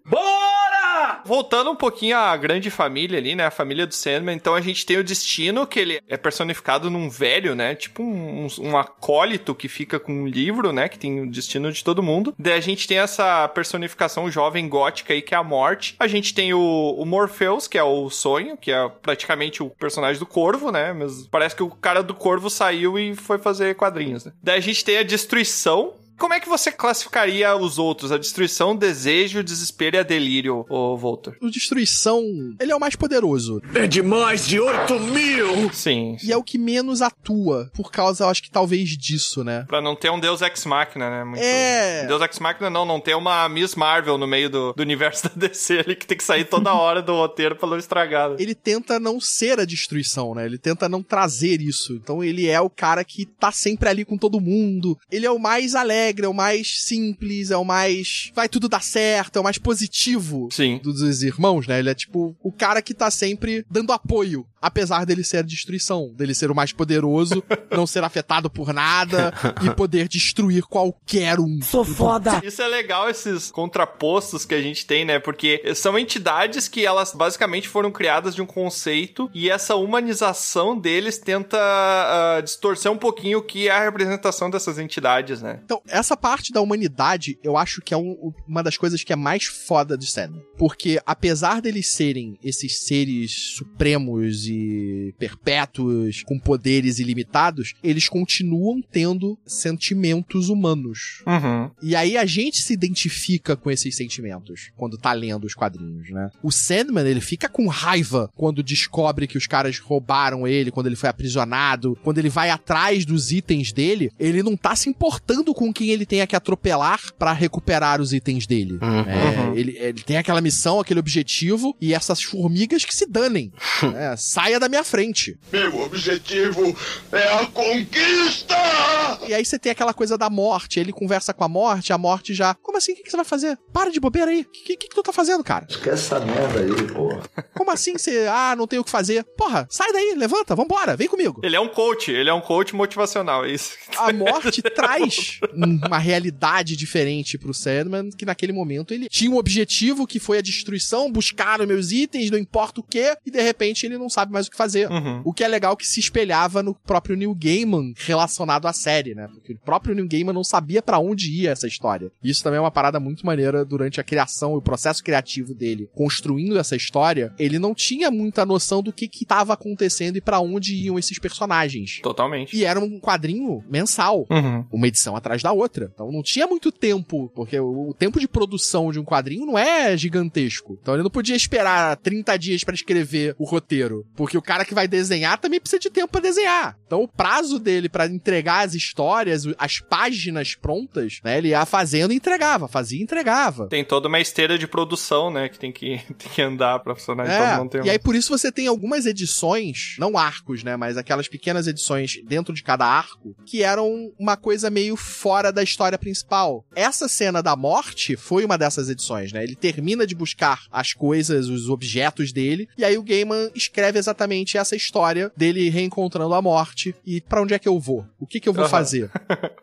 [SPEAKER 3] Bora! Voltando um pouquinho à grande família ali, né? A família do Sandman. Então a gente tem o destino, que ele é personificado num velho, né? Tipo um, um- um acólito que fica com um livro, né? Que tem o destino de todo mundo. Daí a gente tem essa personificação jovem gótica aí, que é a morte. A gente tem o, o Morpheus, que é o sonho, que é praticamente o personagem do corvo, né? Mas parece que o cara do corvo saiu e foi fazer quadrinhos, né? Daí a gente tem a destruição, como é que você classificaria os outros? A destruição, o desejo, o desespero e a delírio, ô Voltor?
[SPEAKER 5] O Destruição, ele é o mais poderoso.
[SPEAKER 10] É de mais de 8 mil!
[SPEAKER 3] Sim.
[SPEAKER 5] E é o que menos atua, por causa, eu acho que talvez disso, né?
[SPEAKER 3] Pra não ter um Deus Ex Machina, né? Muito...
[SPEAKER 5] É.
[SPEAKER 3] Deus Ex Machina não, não ter uma Miss Marvel no meio do, do universo da DC ali que tem que sair toda hora do roteiro pra não estragar. né?
[SPEAKER 5] Ele tenta não ser a destruição, né? Ele tenta não trazer isso. Então ele é o cara que tá sempre ali com todo mundo. Ele é o mais alegre, é o mais simples, é o mais. Vai tudo dar certo, é o mais positivo.
[SPEAKER 3] Sim.
[SPEAKER 5] dos dos irmãos, né? Ele é tipo o cara que tá sempre dando apoio, apesar dele ser a destruição, dele ser o mais poderoso, não ser afetado por nada e poder destruir qualquer um.
[SPEAKER 9] Sou foda.
[SPEAKER 3] Isso é legal, esses contrapostos que a gente tem, né? Porque são entidades que elas basicamente foram criadas de um conceito e essa humanização deles tenta ah, distorcer um pouquinho o que é a representação dessas entidades, né?
[SPEAKER 5] Então, essa parte da humanidade, eu acho que é um- uma das coisas que é mais foda de Sandman. Porque, apesar deles serem esses seres supremos e e perpétuos, com poderes ilimitados, eles continuam tendo sentimentos humanos.
[SPEAKER 3] Uhum.
[SPEAKER 5] E aí a gente se identifica com esses sentimentos quando tá lendo os quadrinhos, né? O Sandman, ele fica com raiva quando descobre que os caras roubaram ele, quando ele foi aprisionado, quando ele vai atrás dos itens dele, ele não tá se importando com quem ele tenha que atropelar pra recuperar os itens dele. É, ele, ele tem aquela missão, aquele objetivo, e essas formigas que se danem. né? Saia da minha frente.
[SPEAKER 7] Meu objetivo é a conquista!
[SPEAKER 5] E aí você tem aquela coisa da morte. Ele conversa com a morte, a morte já. Como assim? O que, que você vai fazer? Para de bobeira aí. O que, que, que tu tá fazendo, cara?
[SPEAKER 7] Esquece essa merda aí, porra.
[SPEAKER 5] Como assim você. Ah, não tem o que fazer? Porra, sai daí, levanta, vambora, vem comigo.
[SPEAKER 3] Ele é um coach, ele é um coach motivacional, é isso.
[SPEAKER 5] A morte traz uma realidade diferente pro Sandman, que naquele momento ele tinha um objetivo que foi a destruição, buscar os meus itens, não importa o que, e de repente ele não sabe mais o que fazer.
[SPEAKER 3] Uhum.
[SPEAKER 5] O que é legal que se espelhava no próprio Neil Gaiman relacionado à série, né? Porque o próprio Neil Gaiman não sabia pra onde ia essa história. E Isso também é uma parada muito maneira durante a criação e o processo criativo dele, construindo essa história, ele não tinha muita noção do que que tava acontecendo e pra onde iam esses personagens.
[SPEAKER 3] Totalmente.
[SPEAKER 5] E era um quadrinho mensal
[SPEAKER 3] Uhum.
[SPEAKER 5] uma edição atrás da outra. Então não tinha muito tempo, porque o, o tempo de produção de um quadrinho não é gigantesco. Então ele não podia esperar 30 dias pra escrever o roteiro, porque o cara que vai desenhar também precisa de tempo pra desenhar. Então o prazo dele pra entregar as histórias, o- as páginas prontas, né, ele ia fazendo e entregava, fazia e entregava.
[SPEAKER 3] Tem toda uma esteira de produção, né? Que tem que, tem que andar pra funcionar de todo mundo então tem um
[SPEAKER 5] É, e aí por isso você tem algumas edições, não arcos, né, mas aquelas pequenas edições dentro de cada arco, que eram uma coisa meio fora da história principal. Essa cena da morte foi uma dessas edições, né? Ele termina de buscar as coisas, os objetos dele, e aí o Gaiman escreve exatamente essa história dele reencontrando a morte e pra onde é que eu vou? O que que eu vou
[SPEAKER 3] Aham.
[SPEAKER 5] fazer?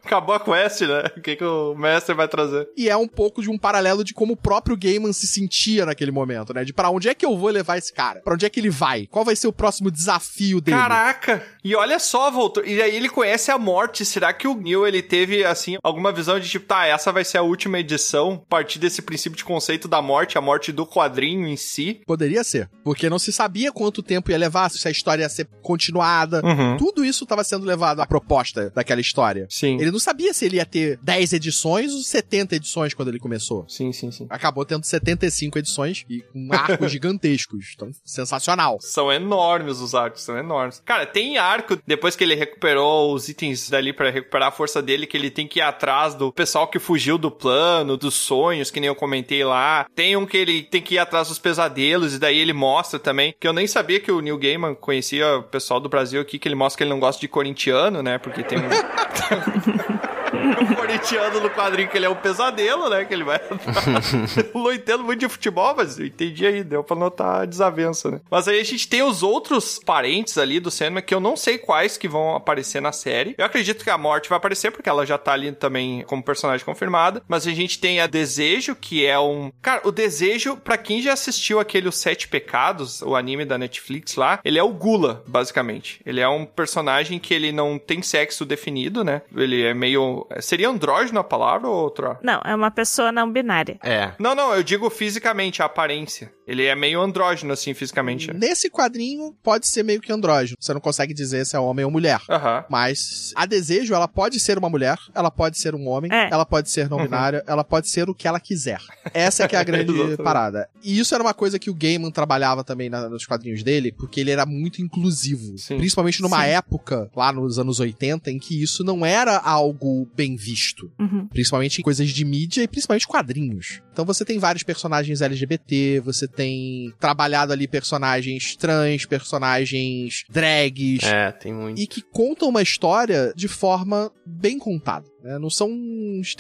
[SPEAKER 3] Acabou a quest, né? O que, que o mestre vai trazer?
[SPEAKER 5] E é um pouco de um paralelo de como o próprio Gaiman se sentia naquele momento, né? De pra onde é que eu vou levar esse cara? Pra onde é que ele vai? Qual vai ser o próximo desafio dele?
[SPEAKER 3] Caraca! E olha só, voltou. E aí ele conhece a morte. Será que o Neil ele teve assim alguma visão de tipo, tá, essa vai ser a última edição, a partir desse princípio de conceito da morte, a morte do quadrinho em si?
[SPEAKER 5] Poderia ser. Porque não se sabia quanto tempo ia levar, se a história ia ser continuada.
[SPEAKER 3] Uhum.
[SPEAKER 5] Tudo isso estava sendo levado à proposta daquela história.
[SPEAKER 3] Sim.
[SPEAKER 5] Ele não sabia se ele ia ter 10 edições ou 70 edições quando ele começou.
[SPEAKER 3] Sim, sim, sim.
[SPEAKER 5] Acabou tendo 75 edições e com arcos gigantescos. Então, sensacional.
[SPEAKER 3] São enormes os arcos, são enormes. Cara, tem arco, depois que ele recuperou os itens dali pra recuperar a força dele, que ele tem que ir atrás do pessoal que fugiu do plano, dos sonhos, que nem eu comentei lá. Tem um que ele tem que ir atrás dos pesadelos, e daí ele mostra também, que eu nem sabia que o Neil Gaiman conhecia o pessoal do Brasil aqui, que ele mostra que ele não gosta de corintiano, né? Porque tem um... o corintiano no quadrinho que ele é um pesadelo, né? Que ele vai atrás. Eu não entendo muito de futebol, mas eu entendi aí, deu pra notar a desavença, né? Mas aí a gente tem os outros parentes ali do Sandman que eu não sei quais que vão aparecer na série. Eu acredito que a morte vai aparecer, porque ela já tá ali também como personagem confirmada. Mas a gente tem a Desejo, que é um. Cara, o Desejo, pra quem já assistiu aquele Os Sete Pecados, o anime da Netflix lá, ele é o Gula, basicamente. Ele é um personagem que ele não tem sexo definido, né? Ele é meio. Seria andrógeno a palavra ou outra?
[SPEAKER 1] Não, é uma pessoa não binária.
[SPEAKER 2] É.
[SPEAKER 3] Não, não, eu digo fisicamente, a aparência. Ele é meio andrógeno, assim, fisicamente.
[SPEAKER 5] Nesse quadrinho, pode ser meio que andrógeno. Você não consegue dizer se é homem ou mulher.
[SPEAKER 3] Aham.
[SPEAKER 5] Mas a desejo, ela pode ser uma mulher, ela pode ser um homem,
[SPEAKER 1] É.
[SPEAKER 5] ela pode ser
[SPEAKER 3] Uhum.
[SPEAKER 5] não binária, ela pode ser o que ela quiser. Essa é que é a grande
[SPEAKER 3] Exatamente.
[SPEAKER 5] parada. E isso era uma coisa que o Gaiman trabalhava também na- nos quadrinhos dele, porque ele era muito inclusivo.
[SPEAKER 3] Sim.
[SPEAKER 5] Principalmente numa
[SPEAKER 1] Sim.
[SPEAKER 5] época, lá nos anos 80, em que isso não era algo bem visto.
[SPEAKER 1] Uhum.
[SPEAKER 5] Principalmente em coisas de mídia e principalmente quadrinhos. Então você tem vários personagens LGBT, você tem trabalhado ali personagens trans, personagens drags,
[SPEAKER 2] É, tem muito.
[SPEAKER 5] e que contam uma história de forma bem contada. né? Não são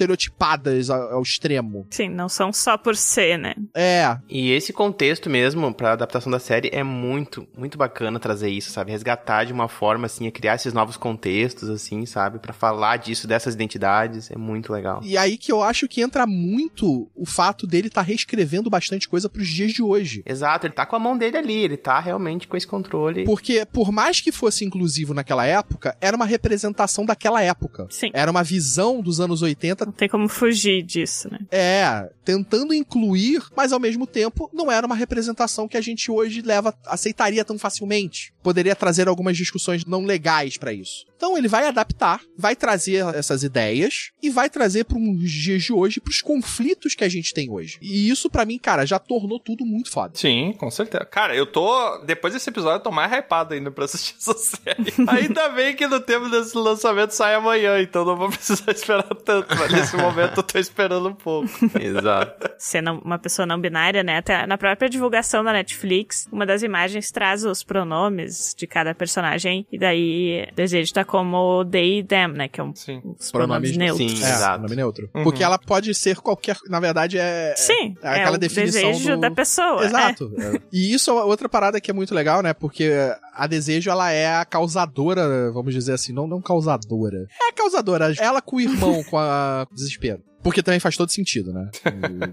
[SPEAKER 5] estereotipadas ao, ao extremo.
[SPEAKER 1] Sim, não são só por ser, né?
[SPEAKER 5] É,
[SPEAKER 2] E esse contexto mesmo pra adaptação da série é muito, muito bacana trazer isso, sabe? Resgatar de uma forma assim, é criar esses novos contextos assim, sabe? Pra falar disso, dessas identidades, é muito legal.
[SPEAKER 5] e aí que eu acho que entra muito o fato dele estar reescrevendo bastante coisa pros dias de hoje.
[SPEAKER 2] Exato, ele tá com a mão dele ali, ele tá realmente com esse controle.
[SPEAKER 5] Porque, por mais que fosse inclusivo naquela época, era uma representação daquela época.
[SPEAKER 1] Sim.
[SPEAKER 5] Era uma visão dos anos 80.
[SPEAKER 1] Não tem como fugir disso, né?
[SPEAKER 5] É, tentando incluir, mas ao mesmo tempo não era uma representação que a gente hoje leva, aceitaria tão facilmente. Poderia trazer algumas discussões não legais pra isso. Então ele vai adaptar, vai trazer essas ideias e vai trazer para uns dias de hoje, pros conflitos que a gente tem hoje. E isso pra mim, cara, já tornou tudo muito foda.
[SPEAKER 3] Sim, com certeza. Cara, eu tô. Depois desse episódio, eu tô mais hypado ainda pra assistir essa série. Ainda bem que no tempo desse lançamento sai amanhã, então não vou precisar esperar tanto. Mas nesse momento eu tô esperando um pouco.
[SPEAKER 2] Exato.
[SPEAKER 1] Sendo uma pessoa não binária, né? Até na própria divulgação da Netflix, uma das imagens traz os pronomes de cada personagem. E daí desejo tá como they e them, né? Que é um
[SPEAKER 3] Sim.
[SPEAKER 1] os pronomes
[SPEAKER 5] Pronomes-
[SPEAKER 1] neutros.
[SPEAKER 2] Sim.
[SPEAKER 5] É,
[SPEAKER 2] Exato.
[SPEAKER 5] nome neutro.
[SPEAKER 3] Uhum.
[SPEAKER 5] Porque ela pode ser qualquer. Na verdade, é.
[SPEAKER 1] Sim,
[SPEAKER 5] É aquela
[SPEAKER 1] o
[SPEAKER 5] definição
[SPEAKER 1] desejo
[SPEAKER 5] do-
[SPEAKER 1] da pessoa.
[SPEAKER 5] Exato. É. E isso é outra parada que é muito legal, né? Porque a Desejo, ela é a causadora, vamos dizer assim, não, não causadora. É a causadora. Ela com o irmão, com a Desespero. Porque também faz todo sentido, né?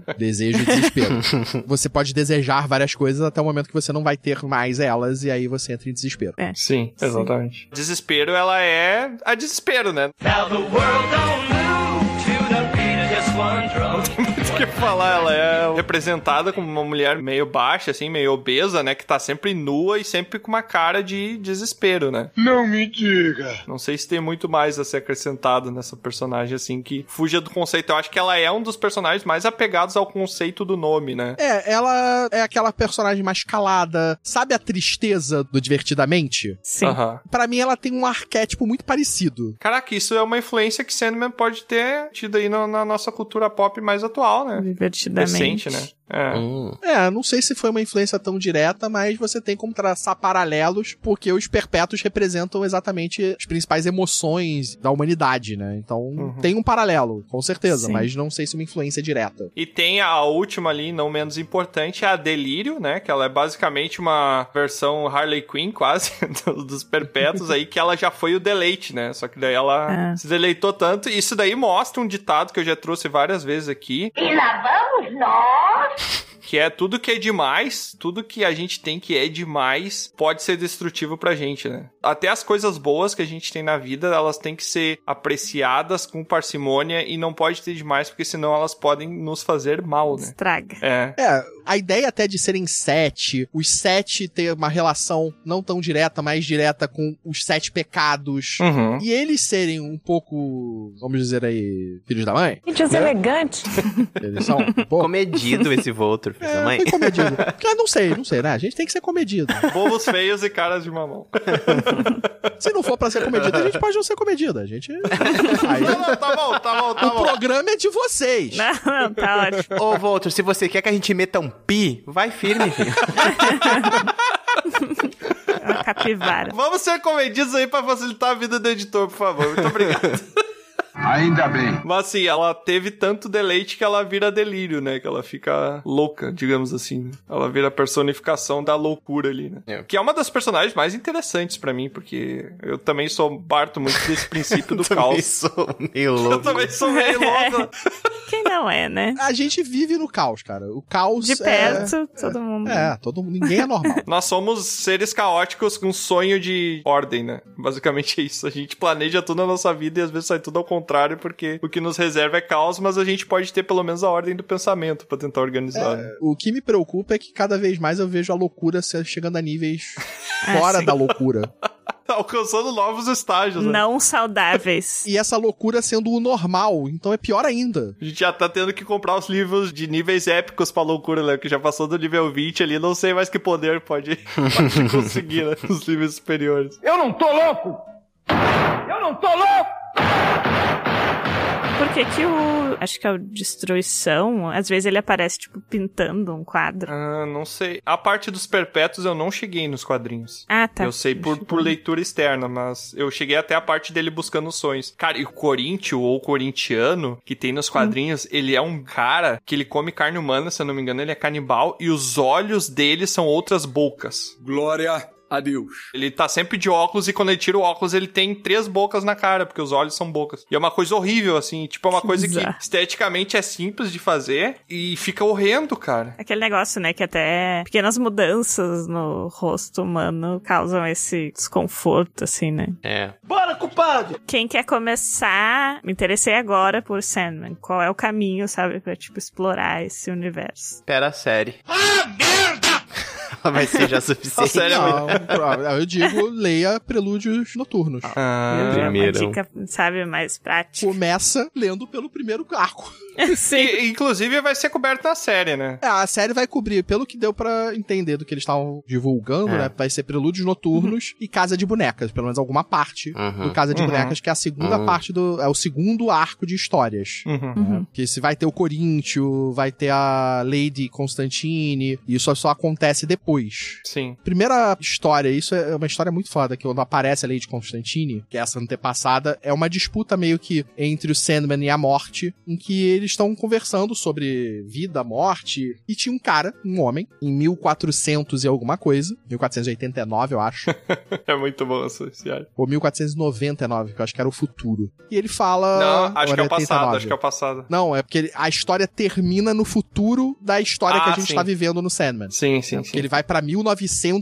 [SPEAKER 5] O desejo e desespero. Você pode desejar várias coisas até o momento que você não vai ter mais elas e aí você entra em desespero.
[SPEAKER 3] Sim, exatamente. Desespero, ela é a desespero, né? Não tem muito o que falar, ela é representada como uma mulher meio baixa, assim, meio obesa, né? Que tá sempre nua e sempre com uma cara de desespero, né?
[SPEAKER 7] Não me diga.
[SPEAKER 3] Não sei se tem muito mais a ser acrescentado nessa personagem, assim, que fuja do conceito. Eu acho que ela é um dos personagens mais apegados ao conceito do nome, né?
[SPEAKER 5] É, ela é aquela personagem mais calada. Sabe a tristeza do Divertidamente?
[SPEAKER 1] Sim.
[SPEAKER 3] Aham.
[SPEAKER 5] Pra mim, ela tem um arquétipo muito parecido.
[SPEAKER 3] Caraca, isso é uma influência que Sandman pode ter tido aí na, na nossa cultura pop mais atual, né?
[SPEAKER 1] Divertidamente.
[SPEAKER 3] Recente, né? É.
[SPEAKER 2] Hum,
[SPEAKER 5] É, não sei se foi uma influência tão direta, mas você tem como traçar paralelos, porque os perpétuos representam exatamente as principais emoções da humanidade, né? Então tem um paralelo, com certeza,
[SPEAKER 1] Sim.
[SPEAKER 5] mas não sei se uma influência direta.
[SPEAKER 3] E tem a última ali, não menos importante, a Delírio, né? Que ela é basicamente uma versão Harley Quinn, quase, do- dos Perpétuos aí, que ela já foi o deleite, né? Só que daí ela
[SPEAKER 1] É.
[SPEAKER 3] se deleitou tanto. E isso daí mostra um ditado que eu já trouxe várias vezes aqui,
[SPEAKER 6] E lá vamos nós!
[SPEAKER 3] que é tudo que é demais, tudo que a gente tem que é demais, pode ser destrutivo pra gente, né? Até as coisas boas que a gente tem na vida, elas têm que ser apreciadas com parcimônia e não pode ter demais, porque senão elas podem nos fazer mal, né?
[SPEAKER 1] Estraga.
[SPEAKER 3] É.
[SPEAKER 5] É, a ideia até de serem sete, os sete ter uma relação não tão direta, mas direta com os sete pecados.
[SPEAKER 3] Uhum.
[SPEAKER 5] E eles serem um pouco, vamos dizer aí, filhos da mãe?
[SPEAKER 1] Gente, é elegante.
[SPEAKER 5] Eles são um pouco.
[SPEAKER 2] comedido esse Voltor, filho da
[SPEAKER 5] É,
[SPEAKER 2] mãe.
[SPEAKER 5] foi comedido. Porque, não sei, não sei, né? A gente tem que ser comedido.
[SPEAKER 3] Bobos feios e caras de mamão.
[SPEAKER 5] Se não for pra ser comedida, a gente pode não ser comedida. A gente.
[SPEAKER 3] Não,
[SPEAKER 5] Aí,
[SPEAKER 3] não, tá bom, tá bom, tá
[SPEAKER 5] o
[SPEAKER 3] bom.
[SPEAKER 5] programa é de vocês.
[SPEAKER 1] Não, não, tá ótimo.
[SPEAKER 2] Ô, Voltor, se você quer que a gente meta um pi, vai firme, filho.
[SPEAKER 1] É uma capivara.
[SPEAKER 3] Vamos ser comedidos aí pra facilitar a vida do editor, por favor. Muito obrigado.
[SPEAKER 7] Ainda bem.
[SPEAKER 3] Mas assim, ela teve tanto deleite que ela vira delírio, né? Que ela fica louca, digamos assim. né? Ela vira a personificação da loucura ali, né?
[SPEAKER 2] É.
[SPEAKER 3] Que é uma das personagens mais interessantes pra mim, porque eu também sou parto muito desse princípio do
[SPEAKER 2] Também
[SPEAKER 3] caos.
[SPEAKER 2] sou meio
[SPEAKER 3] Eu
[SPEAKER 2] louco.
[SPEAKER 3] também sou meio louca.
[SPEAKER 1] Quem não é, né?
[SPEAKER 5] A gente vive no caos, cara. O caos.
[SPEAKER 1] De
[SPEAKER 5] é-
[SPEAKER 1] perto, todo mundo.
[SPEAKER 5] É, todo mundo. Ninguém é normal.
[SPEAKER 3] Nós somos seres caóticos com um sonho de ordem, né? Basicamente é isso. A gente planeja tudo na nossa vida e às vezes sai tudo ao contrário, porque o que nos reserva é caos, mas a gente pode ter pelo menos a ordem do pensamento pra tentar organizar.
[SPEAKER 2] É.
[SPEAKER 3] né?
[SPEAKER 5] É, O que me preocupa é que cada vez mais eu vejo a loucura se- chegando a níveis
[SPEAKER 1] É,
[SPEAKER 5] fora
[SPEAKER 1] sim.
[SPEAKER 5] da loucura.
[SPEAKER 3] Tá Alcançando novos estágios, né?
[SPEAKER 1] Não saudáveis.
[SPEAKER 5] E essa loucura sendo o normal. Então é pior ainda.
[SPEAKER 3] A gente já tá tendo que comprar os livros de níveis épicos pra loucura, né? Que já passou do nível 20 ali, não sei mais que poder pode, pode conseguir, né? Os níveis superiores.
[SPEAKER 9] Eu não tô louco! Eu não tô louco!
[SPEAKER 1] Por que que o... Acho que é o Destruição, às vezes ele aparece, tipo, pintando um quadro.
[SPEAKER 3] Ah, não sei. A parte dos perpétuos eu não cheguei nos quadrinhos.
[SPEAKER 1] Ah, tá.
[SPEAKER 3] Eu sei por, por leitura externa, mas eu cheguei até a parte dele buscando os sonhos. Cara, e o Coríntio ou corintiano que tem nos quadrinhos, ele é um cara que ele come carne humana, se eu não me engano, ele é canibal, e os olhos dele são outras bocas.
[SPEAKER 10] Glória Adeus.
[SPEAKER 3] Ele tá sempre de óculos e quando ele tira o óculos, ele tem três bocas na cara, porque os olhos são bocas. E é uma coisa horrível, assim. Tipo, é uma coisa
[SPEAKER 1] bizarro.
[SPEAKER 3] que esteticamente é simples de fazer e fica horrendo, cara.
[SPEAKER 1] Aquele negócio, né, que até pequenas mudanças no rosto humano causam esse desconforto, assim, né?
[SPEAKER 11] É.
[SPEAKER 1] Bora, culpado! Quem quer começar, me interessei agora por Sandman. Qual é o caminho, sabe, pra, tipo, explorar esse universo?
[SPEAKER 11] Pera a série. Ah, merda! Ela vai ser já suficiente.
[SPEAKER 5] Não, não, eu digo, leia Prelúdios Noturnos.
[SPEAKER 11] Ah,
[SPEAKER 1] É uma
[SPEAKER 11] primeiro.
[SPEAKER 1] dica, sabe, mais prática.
[SPEAKER 5] Começa lendo pelo primeiro arco.
[SPEAKER 1] Sim.
[SPEAKER 3] E, inclusive, vai ser coberto na série, né?
[SPEAKER 5] É, a série vai cobrir, pelo que deu pra entender do que eles estavam divulgando,
[SPEAKER 11] É.
[SPEAKER 5] né? Vai ser Prelúdios Noturnos e Casa de Bonecas, pelo menos alguma parte
[SPEAKER 11] Uhum.
[SPEAKER 5] do Casa de
[SPEAKER 3] Uhum.
[SPEAKER 5] Bonecas, que é a segunda
[SPEAKER 11] Uhum.
[SPEAKER 5] parte do. É o segundo arco de histórias.
[SPEAKER 3] Uhum.
[SPEAKER 1] Uhum.
[SPEAKER 5] Que se vai ter o Coríntio, vai ter a Lady Constantine, e isso só acontece depois.
[SPEAKER 3] Sim.
[SPEAKER 5] Primeira história, isso é uma história muito foda, que quando aparece a Lady Constantine, que é essa antepassada, é uma disputa meio que entre o Sandman e a morte, em que eles estão conversando sobre vida, morte, e tinha um cara, um homem, em 1400 e alguma coisa, 1489 eu acho,
[SPEAKER 3] É muito bom essa série.
[SPEAKER 5] ou 1499, que eu acho que era o futuro. E ele fala...
[SPEAKER 3] Não,
[SPEAKER 5] ou
[SPEAKER 3] acho que é
[SPEAKER 5] era
[SPEAKER 3] o passado,
[SPEAKER 5] 89?
[SPEAKER 3] acho que é o passado.
[SPEAKER 5] Não, é porque ele- a história termina no futuro da história
[SPEAKER 3] Ah,
[SPEAKER 5] que a gente
[SPEAKER 3] sim.
[SPEAKER 5] tá vivendo no Sandman.
[SPEAKER 3] Sim, sim,
[SPEAKER 5] Porque ele vai pra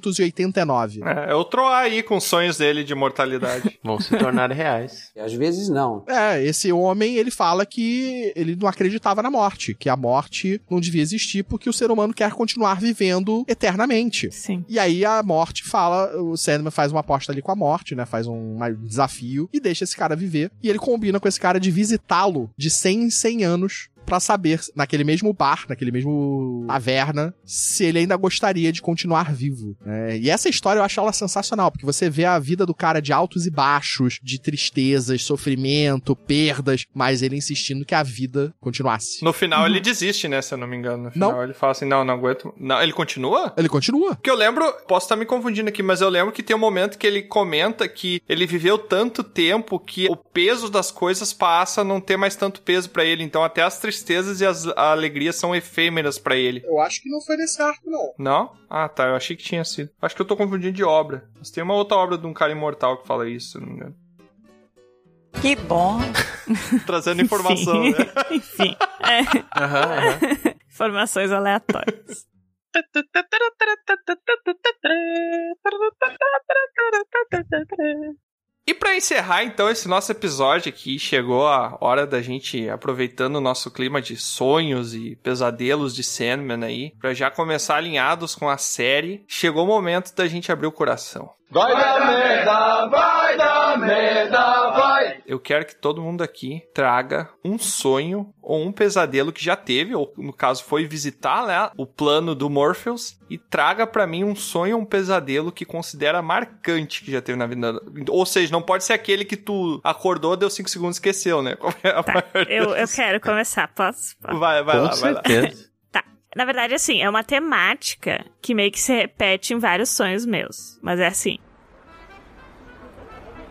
[SPEAKER 5] 1989.
[SPEAKER 3] É, eu troar aí com os sonhos dele de imortalidade.
[SPEAKER 11] Vão se tornar reais.
[SPEAKER 12] Às vezes não.
[SPEAKER 5] É, esse homem, ele fala que ele não acreditava na morte, que a morte não devia existir porque o ser humano quer continuar vivendo eternamente.
[SPEAKER 1] Sim.
[SPEAKER 5] E aí a morte fala, o Sandman faz uma aposta ali com a morte, né? Faz um, uma- um desafio e deixa esse cara viver. E ele combina com esse cara de visitá-lo de 100 em 100 anos pra saber, naquele mesmo bar, naquele mesmo taverna, se ele ainda gostaria de continuar vivo. né? E essa história eu acho ela sensacional, porque você vê a vida do cara de altos e baixos, de tristezas, sofrimento, perdas, mas ele insistindo que a vida continuasse.
[SPEAKER 3] No final ele desiste, né? Se eu não me engano. No
[SPEAKER 5] Não.
[SPEAKER 3] final ele fala assim: não, não aguento. Não, ele continua?
[SPEAKER 5] Ele continua.
[SPEAKER 3] Porque eu lembro, posso estar me confundindo aqui, mas eu lembro que tem um momento que ele comenta que ele viveu tanto tempo que o peso das coisas passa a não ter mais tanto peso pra ele. Então até as tristezas e as a alegrias são efêmeras pra ele.
[SPEAKER 5] Eu acho que não foi nesse arco, não.
[SPEAKER 3] Não? Ah, tá. Eu achei que tinha sido. Acho que eu tô confundindo de obra. Mas tem uma outra obra de um cara imortal que fala isso, se eu não me engano.
[SPEAKER 1] Que bom.
[SPEAKER 3] Trazendo informação,
[SPEAKER 1] Sim.
[SPEAKER 3] né?
[SPEAKER 1] Enfim. É,
[SPEAKER 11] Aham, aham.
[SPEAKER 1] informações aleatórias.
[SPEAKER 3] E pra encerrar então esse nosso episódio aqui, chegou a hora da gente aproveitando o nosso clima de sonhos e pesadelos de Sandman aí, pra já começar alinhados com a série. Chegou o momento da gente abrir o coração.
[SPEAKER 9] Vai dar merda, vai dar merda, vai!
[SPEAKER 3] Eu quero que todo mundo aqui traga um sonho ou um pesadelo que já teve, ou no caso foi visitar né, o plano do Morpheus, e traga pra mim um sonho ou um pesadelo que considera marcante que já teve na vida. Ou seja, não pode ser aquele que tu acordou, deu 5 segundos e esqueceu, né? Como é a maioria
[SPEAKER 1] Eu, eu
[SPEAKER 3] dos-
[SPEAKER 1] quero começar, posso? Posso?
[SPEAKER 3] Vai, vai
[SPEAKER 11] Com
[SPEAKER 3] lá, vai lá.
[SPEAKER 11] certeza.
[SPEAKER 1] Tá. Na verdade, assim, é uma temática que meio que se repete em vários sonhos meus. Mas é assim.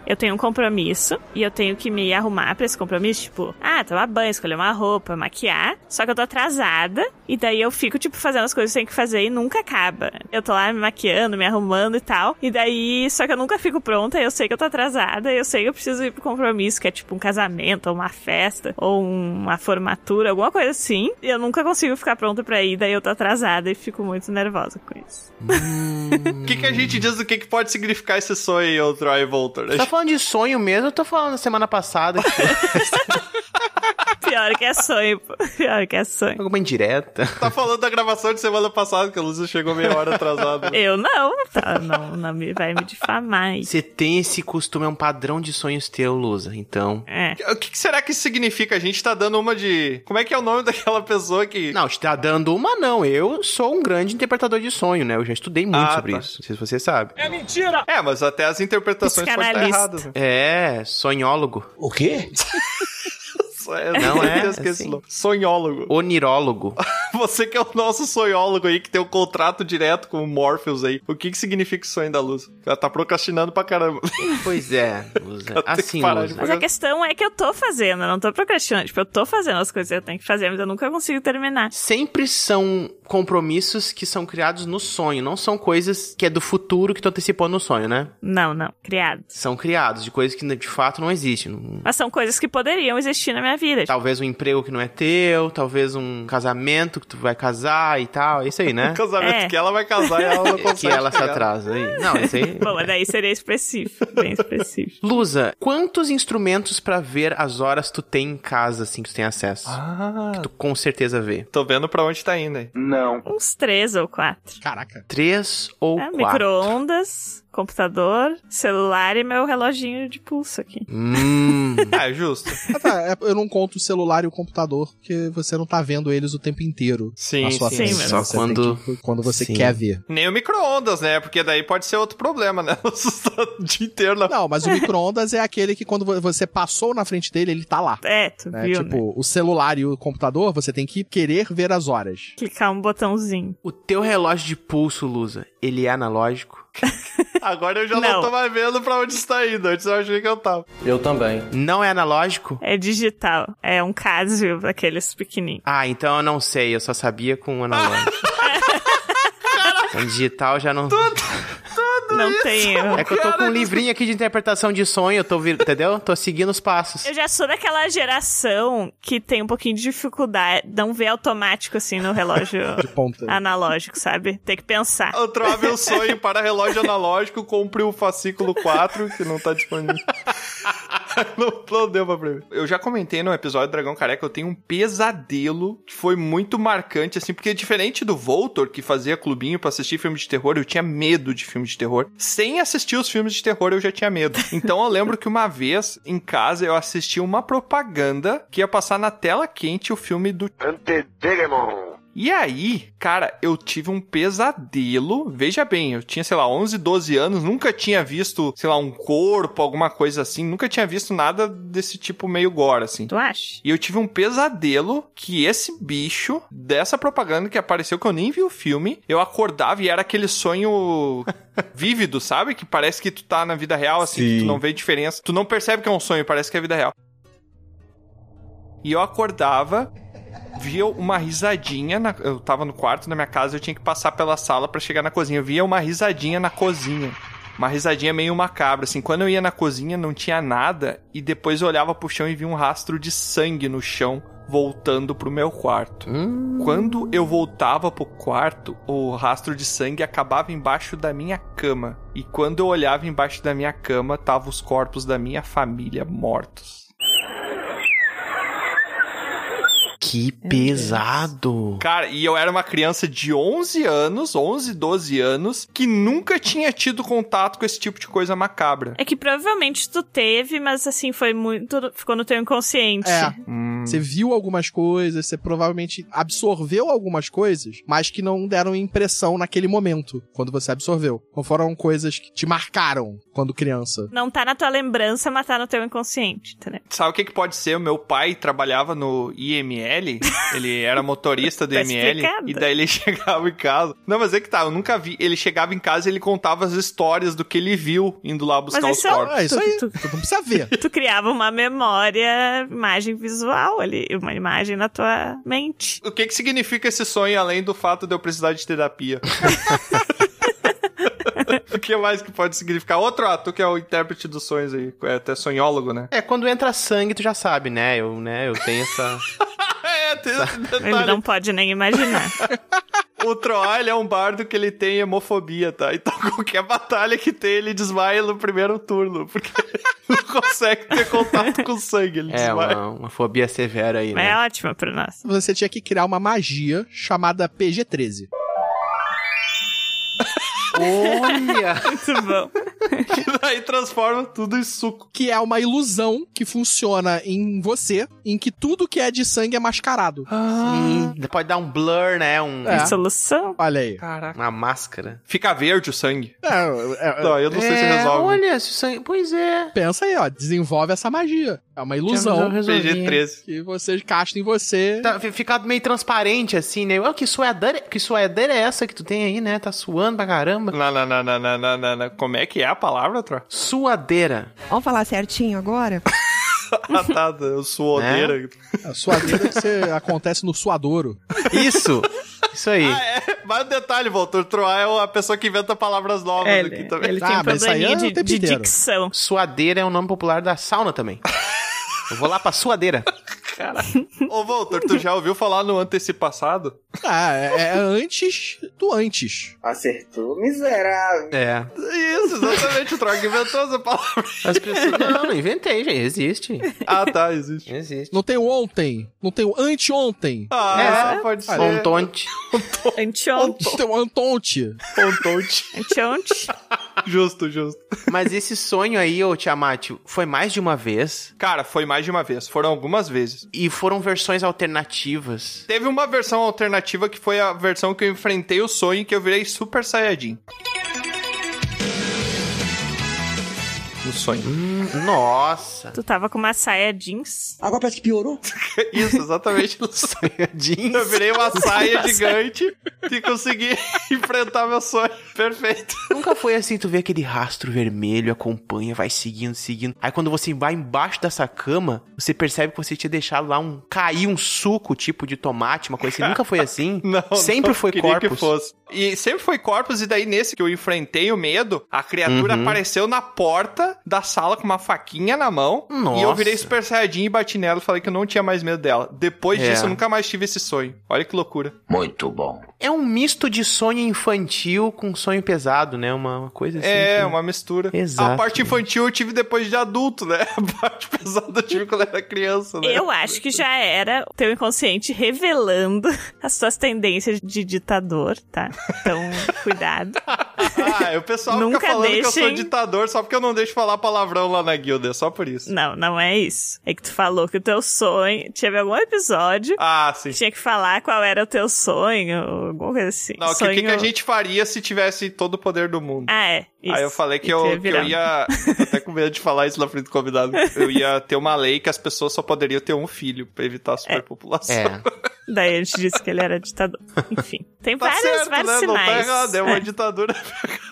[SPEAKER 1] Eu tenho um compromisso e eu tenho que me arrumar pra esse compromisso, tipo, ah, tomar banho, escolher uma roupa, maquiar. Só que eu tô atrasada e daí eu fico, tipo, fazendo as coisas que eu tenho que fazer e nunca acaba. Eu tô lá me maquiando, me arrumando e tal. E daí, só que eu nunca fico pronta, eu sei que eu tô atrasada, eu sei que eu preciso ir pro compromisso, que é tipo um casamento, ou uma festa, ou uma formatura, alguma coisa assim. E eu nunca consigo ficar pronta pra ir, daí eu tô atrasada e fico muito nervosa com isso.
[SPEAKER 3] O que, que a gente diz do que, que pode significar esse sonho aí, ô Troy Voltor?
[SPEAKER 11] Tá falando de sonho mesmo? Eu tô falando semana passada. que foi
[SPEAKER 1] Pior que é sonho, pô. Pior que é sonho.
[SPEAKER 11] Alguma indireta.
[SPEAKER 3] Tá falando da gravação de semana passada, que a Lúcia chegou meia hora atrasada.
[SPEAKER 1] Eu não, tá? Não, não me, vai me difamar aí.
[SPEAKER 11] Você tem esse costume, é um padrão de sonhos teu, Lusa. Então.
[SPEAKER 1] É.
[SPEAKER 3] O que, que será que isso significa? A gente tá dando uma de. Como é que é o nome daquela pessoa que.
[SPEAKER 11] Não, te tá dando uma, não. Eu sou um grande interpretador de sonho, né? Eu já estudei muito
[SPEAKER 3] Ah,
[SPEAKER 11] sobre
[SPEAKER 3] tá.
[SPEAKER 11] isso. Não sei se você sabe.
[SPEAKER 3] É, mas até as interpretações podem estar
[SPEAKER 1] Psicanalista.
[SPEAKER 3] erradas. Né?
[SPEAKER 11] É, sonhólogo.
[SPEAKER 12] O quê?
[SPEAKER 3] É,
[SPEAKER 11] Não é?
[SPEAKER 3] Eu esqueci
[SPEAKER 2] é?
[SPEAKER 11] Assim.
[SPEAKER 3] o nome. Sonhólogo.
[SPEAKER 11] Onirólogo.
[SPEAKER 3] Você que é o nosso sonhólogo aí, que tem um contrato direto com o Morpheus aí. O que que significa o sonho da luz? Ela tá procrastinando pra caramba.
[SPEAKER 2] Pois é, Lusa. Assim, Lusa.
[SPEAKER 1] Mas a questão é que eu tô fazendo, eu não tô procrastinando. Tipo, eu tô fazendo as coisas que eu tenho que fazer, mas eu nunca consigo terminar.
[SPEAKER 2] Sempre são compromissos que são criados no sonho, não são coisas que é do futuro que tu antecipou no sonho, né?
[SPEAKER 1] Não, não. Criado.
[SPEAKER 2] São criados, de coisas que de fato não existem. Não-
[SPEAKER 1] Mas são coisas que poderiam existir na minha vida. tipo,
[SPEAKER 2] Talvez um emprego que não é teu, talvez um casamento que tu vai casar e tal, é isso aí, né?
[SPEAKER 3] O casamento
[SPEAKER 1] É.
[SPEAKER 3] que ela vai casar e ela não consegue.
[SPEAKER 2] que ela se
[SPEAKER 3] chegar.
[SPEAKER 2] atrasa aí. Não, isso aí.
[SPEAKER 1] Bom, mas daí seria específico, bem específico.
[SPEAKER 2] Lusa, quantos instrumentos pra ver as horas tu tem em casa, assim, que tu tem acesso?
[SPEAKER 3] Ah,
[SPEAKER 2] Tu com certeza vê.
[SPEAKER 3] tô vendo pra onde tá indo aí.
[SPEAKER 2] Hum.
[SPEAKER 10] Não.
[SPEAKER 1] Uns três ou quatro.
[SPEAKER 5] Caraca.
[SPEAKER 2] Três ou
[SPEAKER 1] É,
[SPEAKER 2] quatro?
[SPEAKER 1] micro-ondas, computador, celular e meu reloginho de pulso aqui.
[SPEAKER 2] Hum.
[SPEAKER 3] Ah, é justo.
[SPEAKER 5] Ah, tá, é- eu não conto o celular e o computador, porque você não tá vendo eles o tempo inteiro.
[SPEAKER 3] Sim,
[SPEAKER 5] na sua
[SPEAKER 1] sim.
[SPEAKER 5] frente.
[SPEAKER 1] Sim,
[SPEAKER 2] só
[SPEAKER 5] Você tem
[SPEAKER 2] quando-
[SPEAKER 5] que- quando você
[SPEAKER 2] Sim.
[SPEAKER 5] quer ver.
[SPEAKER 3] Nem o micro-ondas, né? Porque daí pode ser outro problema, né? Você tá o dia inteiro na...
[SPEAKER 5] Não, mas o micro-ondas é aquele que quando vo- você passou na frente dele, ele tá lá.
[SPEAKER 1] É, tu
[SPEAKER 5] né?
[SPEAKER 1] viu,
[SPEAKER 5] tipo,
[SPEAKER 1] né?
[SPEAKER 5] o celular e o computador, você tem que querer ver as horas.
[SPEAKER 1] Clicar um botãozinho.
[SPEAKER 2] O teu relógio de pulso, Lusa, ele é analógico?
[SPEAKER 3] Agora eu já não.
[SPEAKER 1] Não.
[SPEAKER 3] tô mais vendo pra onde está indo. Antes eu achei que eu tava.
[SPEAKER 11] Eu também.
[SPEAKER 2] Não é analógico?
[SPEAKER 1] É digital. É um Casio, daqueles pequenininhos.
[SPEAKER 2] Ah, então eu não sei, eu só sabia com o analógico. Com digital já não.
[SPEAKER 1] Não tem erro.
[SPEAKER 2] É que eu tô com um livrinho aqui de interpretação de sonho, eu tô vir... entendeu? Tô seguindo os passos.
[SPEAKER 1] Eu já sou daquela geração que tem um pouquinho de dificuldade, não vê automático assim no relógio
[SPEAKER 5] De ponta.
[SPEAKER 1] analógico, sabe? Tem que pensar.
[SPEAKER 5] Oh.
[SPEAKER 3] Eu trave o sonho para relógio analógico, compre o fascículo 4, que não tá disponível. não, não deu pra mim. Eu já comentei no episódio do Dragão Careca, eu tenho um pesadelo que foi muito marcante, assim, porque diferente do Voltor, que fazia clubinho pra assistir filme de terror, eu tinha medo de filme de terror. Sem assistir os filmes de terror, eu já tinha medo. Então eu lembro que uma vez, em casa, eu assisti uma propaganda que ia passar na tela quente o filme do e aí, cara, eu tive um pesadelo. Veja bem, eu tinha, sei lá, 11, 12 anos, nunca tinha visto, sei lá, um corpo, alguma coisa assim, nunca tinha visto nada desse tipo meio gore, assim.
[SPEAKER 1] Tu acha?
[SPEAKER 3] E eu tive um pesadelo que esse bicho, dessa propaganda que apareceu, que eu nem vi o filme, eu acordava e era aquele sonho vívido, sabe? Que parece que tu tá na vida real, assim, que tu
[SPEAKER 8] Sim.
[SPEAKER 3] não vê diferença. Tu não percebe que é um sonho, parece que é a vida real. E eu acordava, via uma risadinha. na- Eu tava no quarto da minha casa, eu tinha que passar pela sala pra chegar na cozinha. Eu via uma risadinha na cozinha. Uma risadinha meio macabra, assim. Quando eu ia na cozinha, não tinha nada. E depois eu olhava pro chão e via um rastro de sangue no chão, voltando pro meu quarto. Quando eu voltava pro quarto, o rastro de sangue acabava embaixo da minha cama. E quando eu olhava embaixo da minha cama, tava os corpos da minha família mortos.
[SPEAKER 2] Que pesado.
[SPEAKER 3] Cara, e eu era uma criança de 11 anos, 11, 12 anos, que nunca tinha tido contato com esse tipo de coisa macabra.
[SPEAKER 1] É que provavelmente tu teve, mas assim, foi muito. Ficou no teu inconsciente.
[SPEAKER 5] É.
[SPEAKER 1] Ah.
[SPEAKER 5] Você viu algumas coisas, você provavelmente absorveu algumas coisas, mas que não deram impressão naquele momento, quando você absorveu. Não foram coisas que te marcaram quando criança.
[SPEAKER 1] Não tá na tua lembrança, mas tá no teu inconsciente, entendeu?
[SPEAKER 3] Sabe o que, que pode ser? O meu pai trabalhava no IML, ele era motorista do
[SPEAKER 1] Tá
[SPEAKER 3] IML,
[SPEAKER 1] explicado.
[SPEAKER 3] e daí ele chegava em casa. Não, mas é que tá, eu nunca vi. Ele chegava em casa e ele contava as histórias do que ele viu indo lá buscar
[SPEAKER 1] Mas
[SPEAKER 3] os
[SPEAKER 1] isso é um-
[SPEAKER 3] corpos.
[SPEAKER 5] Ah, isso aí.
[SPEAKER 1] Tu-
[SPEAKER 5] Tu não precisa ver.
[SPEAKER 1] Tu criava uma memória, imagem visual ali, uma imagem na tua mente.
[SPEAKER 3] O que, que significa esse sonho além do fato de eu precisar de terapia? o que mais que pode significar? Outro ato que é o intérprete dos sonhos aí, é até sonhólogo, né?
[SPEAKER 2] É, quando entra sangue, tu já sabe, né? Eu, né, eu tenho essa.
[SPEAKER 3] é, tem esse
[SPEAKER 1] Ele
[SPEAKER 3] detalhe.
[SPEAKER 1] não pode nem imaginar.
[SPEAKER 3] O Troá, ele é um bardo que ele tem hemofobia, tá? Então qualquer batalha que tem, ele desmaia no primeiro turno, porque ele não consegue ter contato com o sangue, ele
[SPEAKER 2] É,
[SPEAKER 3] desmaia.
[SPEAKER 2] uma, uma fobia severa aí,
[SPEAKER 1] É
[SPEAKER 2] né?
[SPEAKER 1] ótimo pra nós.
[SPEAKER 5] Você tinha que criar uma magia chamada PG-13.
[SPEAKER 2] Olha!
[SPEAKER 1] Muito bom.
[SPEAKER 3] E daí transforma tudo em suco.
[SPEAKER 5] que é uma ilusão que funciona em você, em que tudo que é de sangue é mascarado.
[SPEAKER 2] Sim, pode dar um blur, né? Um,
[SPEAKER 5] É.
[SPEAKER 1] Solução?
[SPEAKER 5] Olha aí.
[SPEAKER 3] Caraca.
[SPEAKER 2] Uma máscara.
[SPEAKER 3] Fica verde o sangue.
[SPEAKER 5] É, é, é,
[SPEAKER 3] Não, eu não sei se
[SPEAKER 2] É,
[SPEAKER 3] resolve.
[SPEAKER 2] Olha, se o sangue. Pois é.
[SPEAKER 5] Pensa aí, ó, desenvolve essa magia. É uma ilusão.
[SPEAKER 3] PG-13.
[SPEAKER 5] Que vocês castam em você.
[SPEAKER 2] Tá, fica meio transparente assim, né? Olha que suadeira, que suadeira é essa que tu tem aí, né? Tá suando pra caramba.
[SPEAKER 3] Não, não, não, não, não, não, não, não. Como é que é a palavra, Tro?
[SPEAKER 2] Suadeira.
[SPEAKER 12] Vamos falar certinho agora?
[SPEAKER 3] ah, tá, eu suadeira. Né?
[SPEAKER 5] A suadeira que você acontece no suadouro.
[SPEAKER 2] Isso! Isso aí.
[SPEAKER 3] Ah, é. Mas um detalhe, Walter, o Troá é a pessoa que inventa palavras novas
[SPEAKER 1] É,
[SPEAKER 3] aqui
[SPEAKER 1] ele-
[SPEAKER 3] também.
[SPEAKER 1] ele
[SPEAKER 5] Ah,
[SPEAKER 1] tem
[SPEAKER 5] mas isso aí
[SPEAKER 1] probleminha
[SPEAKER 5] é o
[SPEAKER 1] de,
[SPEAKER 5] tempo
[SPEAKER 1] de
[SPEAKER 5] inteiro.
[SPEAKER 1] dicção.
[SPEAKER 2] Suadeira é o nome popular da sauna também. Eu vou lá pra suadeira.
[SPEAKER 3] Ô, Walter, tu já ouviu falar no antepassado?
[SPEAKER 5] Ah, é, é antes do antes.
[SPEAKER 13] Acertou, miserável.
[SPEAKER 2] É.
[SPEAKER 3] Isso, exatamente, o Troá que inventou essa palavra.
[SPEAKER 2] As pessoas. Não, não inventei, gente. Existe.
[SPEAKER 3] Ah, tá, existe.
[SPEAKER 2] Existe.
[SPEAKER 5] Não tem o ontem. Não tem o anteontem.
[SPEAKER 1] É,
[SPEAKER 3] Ah, pode ser.
[SPEAKER 2] Pontonte.
[SPEAKER 1] Antionte.
[SPEAKER 5] Não tem o antonte.
[SPEAKER 3] Pontonte.
[SPEAKER 1] Antionte.
[SPEAKER 3] Justo, justo.
[SPEAKER 2] Mas esse sonho aí, ô Tiamat, foi mais de uma vez.
[SPEAKER 3] Cara, foi mais de uma vez. Foram algumas vezes.
[SPEAKER 2] E foram versões alternativas.
[SPEAKER 3] Teve uma versão alternativa que foi a versão que eu enfrentei o sonho e que eu virei Super Saiyajin. No sonho.
[SPEAKER 2] Nossa.
[SPEAKER 1] Tu tava com uma saia jeans.
[SPEAKER 3] Ah,
[SPEAKER 13] Agora parece que piorou.
[SPEAKER 3] Isso, exatamente no sonho. Eu virei uma saia gigante e consegui enfrentar meu sonho. Perfeito.
[SPEAKER 2] Nunca foi assim, tu vê aquele rastro vermelho, acompanha, vai seguindo, seguindo. Aí quando você vai embaixo dessa cama, você percebe que você tinha deixado lá um. cair um suco tipo de tomate, uma coisa assim. Nunca foi assim?
[SPEAKER 3] Não,
[SPEAKER 2] Sempre
[SPEAKER 3] não,
[SPEAKER 2] foi
[SPEAKER 3] queria
[SPEAKER 2] corpus.
[SPEAKER 3] que fosse. E sempre foi corpus, e daí nesse que eu enfrentei o medo, a
[SPEAKER 2] Uhum.
[SPEAKER 3] criatura apareceu na porta da sala com uma faquinha na mão. E eu
[SPEAKER 2] Nossa.
[SPEAKER 3] virei super saiyajin e bati nela e falei que eu não tinha mais medo dela. Depois
[SPEAKER 2] É.
[SPEAKER 3] disso, eu nunca mais tive esse sonho. Olha que loucura.
[SPEAKER 10] Muito bom.
[SPEAKER 2] É um misto de sonho infantil com sonho pesado, né? Uma, uma coisa assim.
[SPEAKER 3] é,
[SPEAKER 2] que-
[SPEAKER 3] uma mistura.
[SPEAKER 2] Exato.
[SPEAKER 3] A parte infantil eu tive depois de adulto, né? A parte pesada eu tive quando eu era criança, né?
[SPEAKER 1] Eu acho que já era o teu inconsciente revelando as tuas tendências de ditador, tá? Então, cuidado.
[SPEAKER 3] Ah, e o pessoal
[SPEAKER 1] Nunca
[SPEAKER 3] fica falando que eu sou
[SPEAKER 1] deixem-
[SPEAKER 3] ditador só porque eu não deixo falar palavrão lá na guilda, é só por isso.
[SPEAKER 1] Não, não é isso. É que tu falou que o teu sonho. Teve algum episódio.
[SPEAKER 3] Ah, sim.
[SPEAKER 1] que Tinha que falar qual era o teu sonho, alguma coisa assim.
[SPEAKER 3] Não, o que,
[SPEAKER 1] sonho...
[SPEAKER 3] que que a gente faria se tivesse todo o poder do mundo?
[SPEAKER 1] Ah, é. Isso.
[SPEAKER 3] Aí eu falei que
[SPEAKER 1] E tu
[SPEAKER 3] eu, que eu
[SPEAKER 1] virar.
[SPEAKER 3] ia. Tô até com medo de falar isso na frente do convidado. Eu ia ter uma lei que as pessoas só poderiam ter um filho pra evitar a superpopulação.
[SPEAKER 2] É.
[SPEAKER 1] Daí a gente disse que ele era ditador. Enfim. Tem
[SPEAKER 3] Tá
[SPEAKER 1] vários,
[SPEAKER 3] certo,
[SPEAKER 1] vários
[SPEAKER 3] né? Não
[SPEAKER 1] sinais.
[SPEAKER 3] tá errado, é uma
[SPEAKER 1] É.
[SPEAKER 3] ditadura.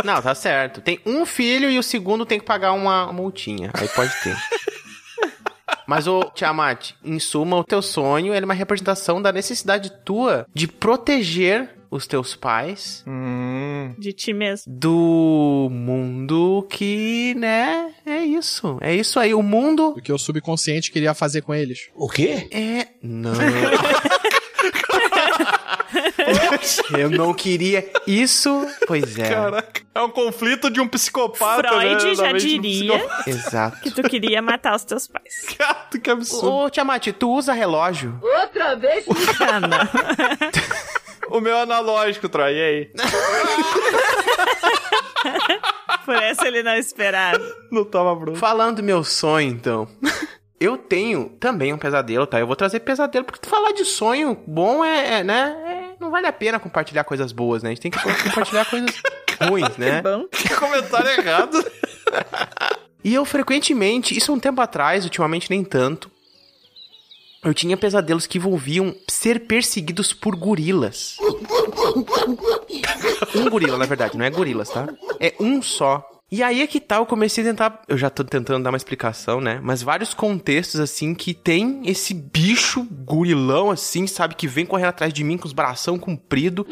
[SPEAKER 2] Não, tá certo. Tem um filho e o segundo tem que pagar uma multinha. Aí pode ter. Mas, ô, Tiamat, em suma, o teu sonho ele é uma representação da necessidade tua de proteger os teus pais
[SPEAKER 3] Hum.
[SPEAKER 1] De ti mesmo.
[SPEAKER 2] do mundo que, né, é isso. É isso aí. O mundo
[SPEAKER 5] Do que o subconsciente queria fazer com eles.
[SPEAKER 13] O quê?
[SPEAKER 2] é... Não. Eu não queria isso. Pois é.
[SPEAKER 3] Caraca. É um conflito de um psicopata.
[SPEAKER 1] Freud
[SPEAKER 3] né?
[SPEAKER 1] já
[SPEAKER 3] Da mente de um
[SPEAKER 1] diria.
[SPEAKER 3] psicopata.
[SPEAKER 2] Exato.
[SPEAKER 1] Que tu queria matar os teus pais.
[SPEAKER 3] Que absurdo.
[SPEAKER 2] Ô, Tiamat, tu usa relógio?
[SPEAKER 6] Outra vez
[SPEAKER 1] Ah, não.
[SPEAKER 3] O meu é analógico, Troy, e aí?
[SPEAKER 1] Por essa ele não esperava.
[SPEAKER 3] Não tava pronto.
[SPEAKER 2] Falando do meu sonho, então. Eu tenho também um pesadelo, tá? Eu vou trazer pesadelo, porque tu falar de sonho bom é, é, né? é- não vale a pena compartilhar coisas boas, né? A gente tem que compartilhar coisas ruins, né?
[SPEAKER 1] Bom.
[SPEAKER 3] Que comentário errado.
[SPEAKER 2] E eu frequentemente, isso há um tempo atrás, ultimamente nem tanto, eu tinha pesadelos que envolviam ser perseguidos por gorilas. Um gorila, na verdade, não é gorilas, tá? É um só. E aí é que tal, eu comecei a tentar. Eu já tô tentando dar uma explicação, né? Mas vários contextos, assim, que tem esse bicho gorilão, assim, sabe? Que vem correndo atrás de mim com os bração comprido.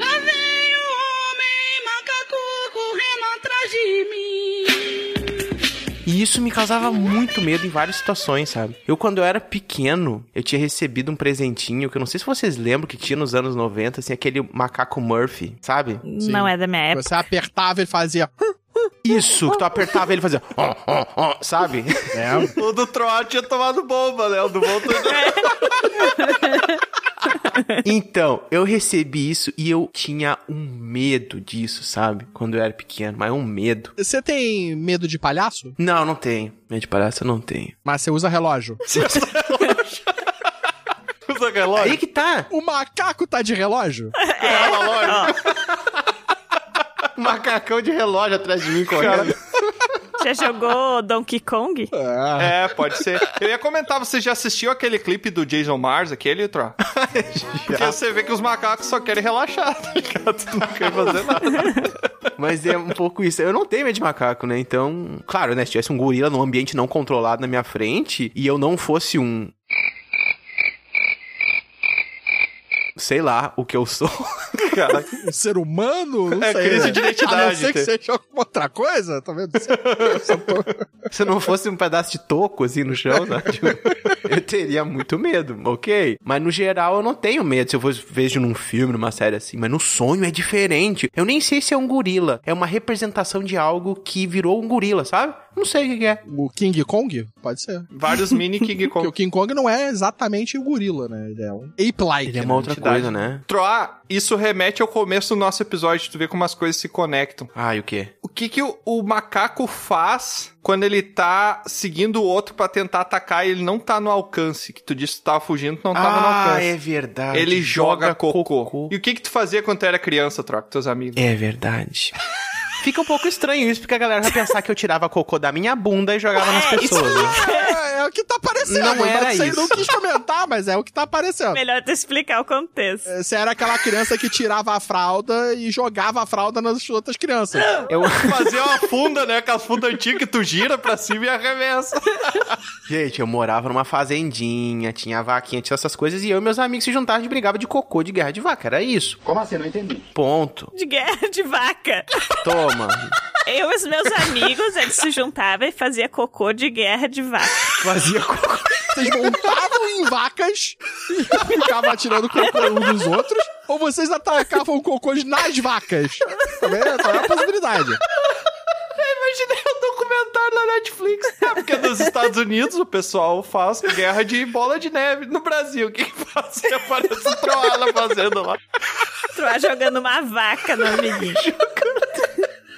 [SPEAKER 2] E isso me causava muito medo em várias situações, sabe? Eu, quando eu era pequeno, eu tinha recebido um presentinho que eu não sei se vocês lembram que tinha nos anos 90, assim, aquele macaco Murphy, sabe?
[SPEAKER 5] Sim.
[SPEAKER 1] Não é da minha época.
[SPEAKER 5] Você apertava e ele fazia.
[SPEAKER 2] Isso, que tu apertava ele e fazia, ó, ó, ó, sabe?
[SPEAKER 5] É,
[SPEAKER 3] O do Troy tinha tomado bomba, né? O do Volta
[SPEAKER 2] Então, eu recebi isso e eu tinha um medo disso, sabe? Quando eu era pequeno, mas um medo.
[SPEAKER 5] Você tem medo de palhaço?
[SPEAKER 2] Não, não tenho. Medo de palhaço eu não tenho.
[SPEAKER 5] Mas você usa relógio.
[SPEAKER 3] usa relógio.
[SPEAKER 2] Aí que tá.
[SPEAKER 5] O macaco tá de relógio?
[SPEAKER 3] Analógico.
[SPEAKER 2] Um Macacão de relógio atrás de mim correndo.
[SPEAKER 1] Já jogou Donkey Kong?
[SPEAKER 3] Ah. É, pode ser. Eu ia comentar, você já assistiu aquele clipe do Jason Mars, aquele, Tro? Porque você vê que os macacos só querem relaxar, tá ligado? Não querem fazer nada.
[SPEAKER 2] Mas é um pouco isso. Eu não tenho medo de macaco, né? Então, claro, né? Se tivesse um gorila num ambiente não controlado na minha frente e eu não fosse um. Sei lá o que eu sou.
[SPEAKER 5] Cara, um ser humano? Não
[SPEAKER 3] é
[SPEAKER 5] sei,
[SPEAKER 3] crise
[SPEAKER 5] né?
[SPEAKER 3] de identidade.
[SPEAKER 5] A não ser que
[SPEAKER 3] tem.
[SPEAKER 5] seja alguma outra coisa, tá vendo?
[SPEAKER 2] Se eu não fosse um pedaço de toco assim no chão, sabe? Tipo, eu teria muito medo, ok? Mas no geral eu não tenho medo se eu fosse- vejo num filme, numa série assim. Mas no sonho é diferente. Eu nem sei se é um gorila. É uma representação de algo que virou um gorila, sabe? Não sei o que que é.
[SPEAKER 5] O King Kong? Pode ser.
[SPEAKER 3] Vários mini King
[SPEAKER 5] Porque
[SPEAKER 3] Kong.
[SPEAKER 5] o King Kong não é exatamente o gorila, né? Ele é um ape-like.
[SPEAKER 2] Ele é
[SPEAKER 5] né?
[SPEAKER 2] uma outra
[SPEAKER 5] Entidade.
[SPEAKER 2] coisa, né?
[SPEAKER 3] Troar, isso remete ao começo do nosso episódio, tu vê como as coisas se conectam.
[SPEAKER 2] Ah, e o quê?
[SPEAKER 3] O que que o, o macaco faz quando ele tá seguindo o outro pra tentar atacar e ele não tá no alcance? Que tu disse que tu tava fugindo, tu não tava no
[SPEAKER 2] Ah,
[SPEAKER 3] alcance.
[SPEAKER 2] é verdade.
[SPEAKER 3] Ele joga, cocô.
[SPEAKER 2] cocô.
[SPEAKER 3] E o que que tu fazia quando tu era criança, troca, com teus amigos?
[SPEAKER 2] É verdade. Fica um pouco estranho isso, porque a galera vai pensar que eu tirava cocô da minha bunda e jogava nas pessoas. né?
[SPEAKER 5] É, é o que tá aparecendo.
[SPEAKER 2] Não
[SPEAKER 5] mas
[SPEAKER 2] era
[SPEAKER 5] você
[SPEAKER 2] isso.
[SPEAKER 5] não quis comentar, mas é o que tá aparecendo.
[SPEAKER 1] Melhor tu explicar o contexto.
[SPEAKER 5] Você era aquela criança que tirava a fralda e jogava a fralda nas outras crianças.
[SPEAKER 2] Eu...
[SPEAKER 3] Fazer uma funda, né? Com as fundas antigas que tu gira pra cima e arremessa.
[SPEAKER 2] Gente, eu morava numa fazendinha, tinha vaquinha, tinha essas coisas, e eu e meus amigos se juntavam e brigava de cocô de guerra de vaca. Era isso.
[SPEAKER 9] Como assim? Não entendi.
[SPEAKER 2] Ponto.
[SPEAKER 1] De guerra de vaca.
[SPEAKER 2] Toma.
[SPEAKER 1] Eu e os meus amigos, a gente se juntava e fazia cocô de guerra de vaca.
[SPEAKER 2] Fazia cocô.
[SPEAKER 5] Vocês montavam em vacas e ficavam atirando cocô um dos outros, ou vocês atacavam cocôs nas vacas? Também é também é uma possibilidade.
[SPEAKER 3] Imaginei um documentário na Netflix. É, porque nos Estados Unidos o pessoal faz guerra de bola de neve. No Brasil, o que que faz? Aparece o Troala fazendo lá.
[SPEAKER 1] Troar jogando uma vaca no amiguinho.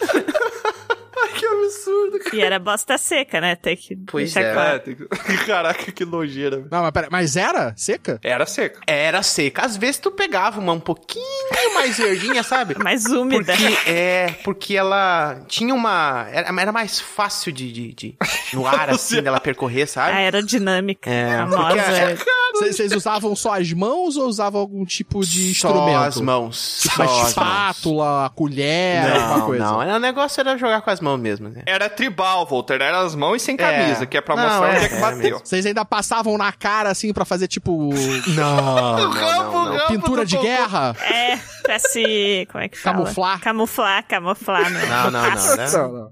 [SPEAKER 3] Ai, que absurdo, cara.
[SPEAKER 1] E era bosta seca, né? Tem que
[SPEAKER 2] Pois
[SPEAKER 1] deixar
[SPEAKER 2] é.
[SPEAKER 1] claro.
[SPEAKER 3] É, tem que- Caraca, que nojeira. velho.
[SPEAKER 5] Não, mas, pera, mas era seca?
[SPEAKER 3] Era seca.
[SPEAKER 2] Era seca. Às vezes tu pegava uma um pouquinho mais verdinha, sabe?
[SPEAKER 1] Mais úmida.
[SPEAKER 2] Porque, é, porque ela tinha uma. Era, era mais fácil de, de, de- No ar, assim, dela percorrer,
[SPEAKER 1] A
[SPEAKER 2] sabe?
[SPEAKER 1] aerodinâmica.
[SPEAKER 2] É,
[SPEAKER 1] famosa.
[SPEAKER 2] porque
[SPEAKER 5] Vocês vocês usavam só as mãos ou usavam algum tipo de
[SPEAKER 2] Só
[SPEAKER 5] instrumento?
[SPEAKER 2] as mãos.
[SPEAKER 5] Tipo,
[SPEAKER 2] só
[SPEAKER 5] a
[SPEAKER 2] as mãos.
[SPEAKER 5] espátula, a colher, É, alguma
[SPEAKER 2] Não,
[SPEAKER 5] coisa.
[SPEAKER 2] não. era- O negócio era jogar com as mãos mesmo, né?
[SPEAKER 3] Era tribal, Walter. Era as mãos e sem camisa, que é pra
[SPEAKER 2] Não,
[SPEAKER 3] mostrar
[SPEAKER 2] é,
[SPEAKER 3] onde é que
[SPEAKER 2] é
[SPEAKER 3] bateu.
[SPEAKER 5] Vocês ainda passavam na cara assim pra fazer tipo
[SPEAKER 2] Não, não, não, não.
[SPEAKER 5] pintura de guerra?
[SPEAKER 1] É, pra se. Como é que fala?
[SPEAKER 5] Camuflar.
[SPEAKER 1] Camuflar, camuflar, né?
[SPEAKER 2] Não, não, não, né?
[SPEAKER 5] Não, não.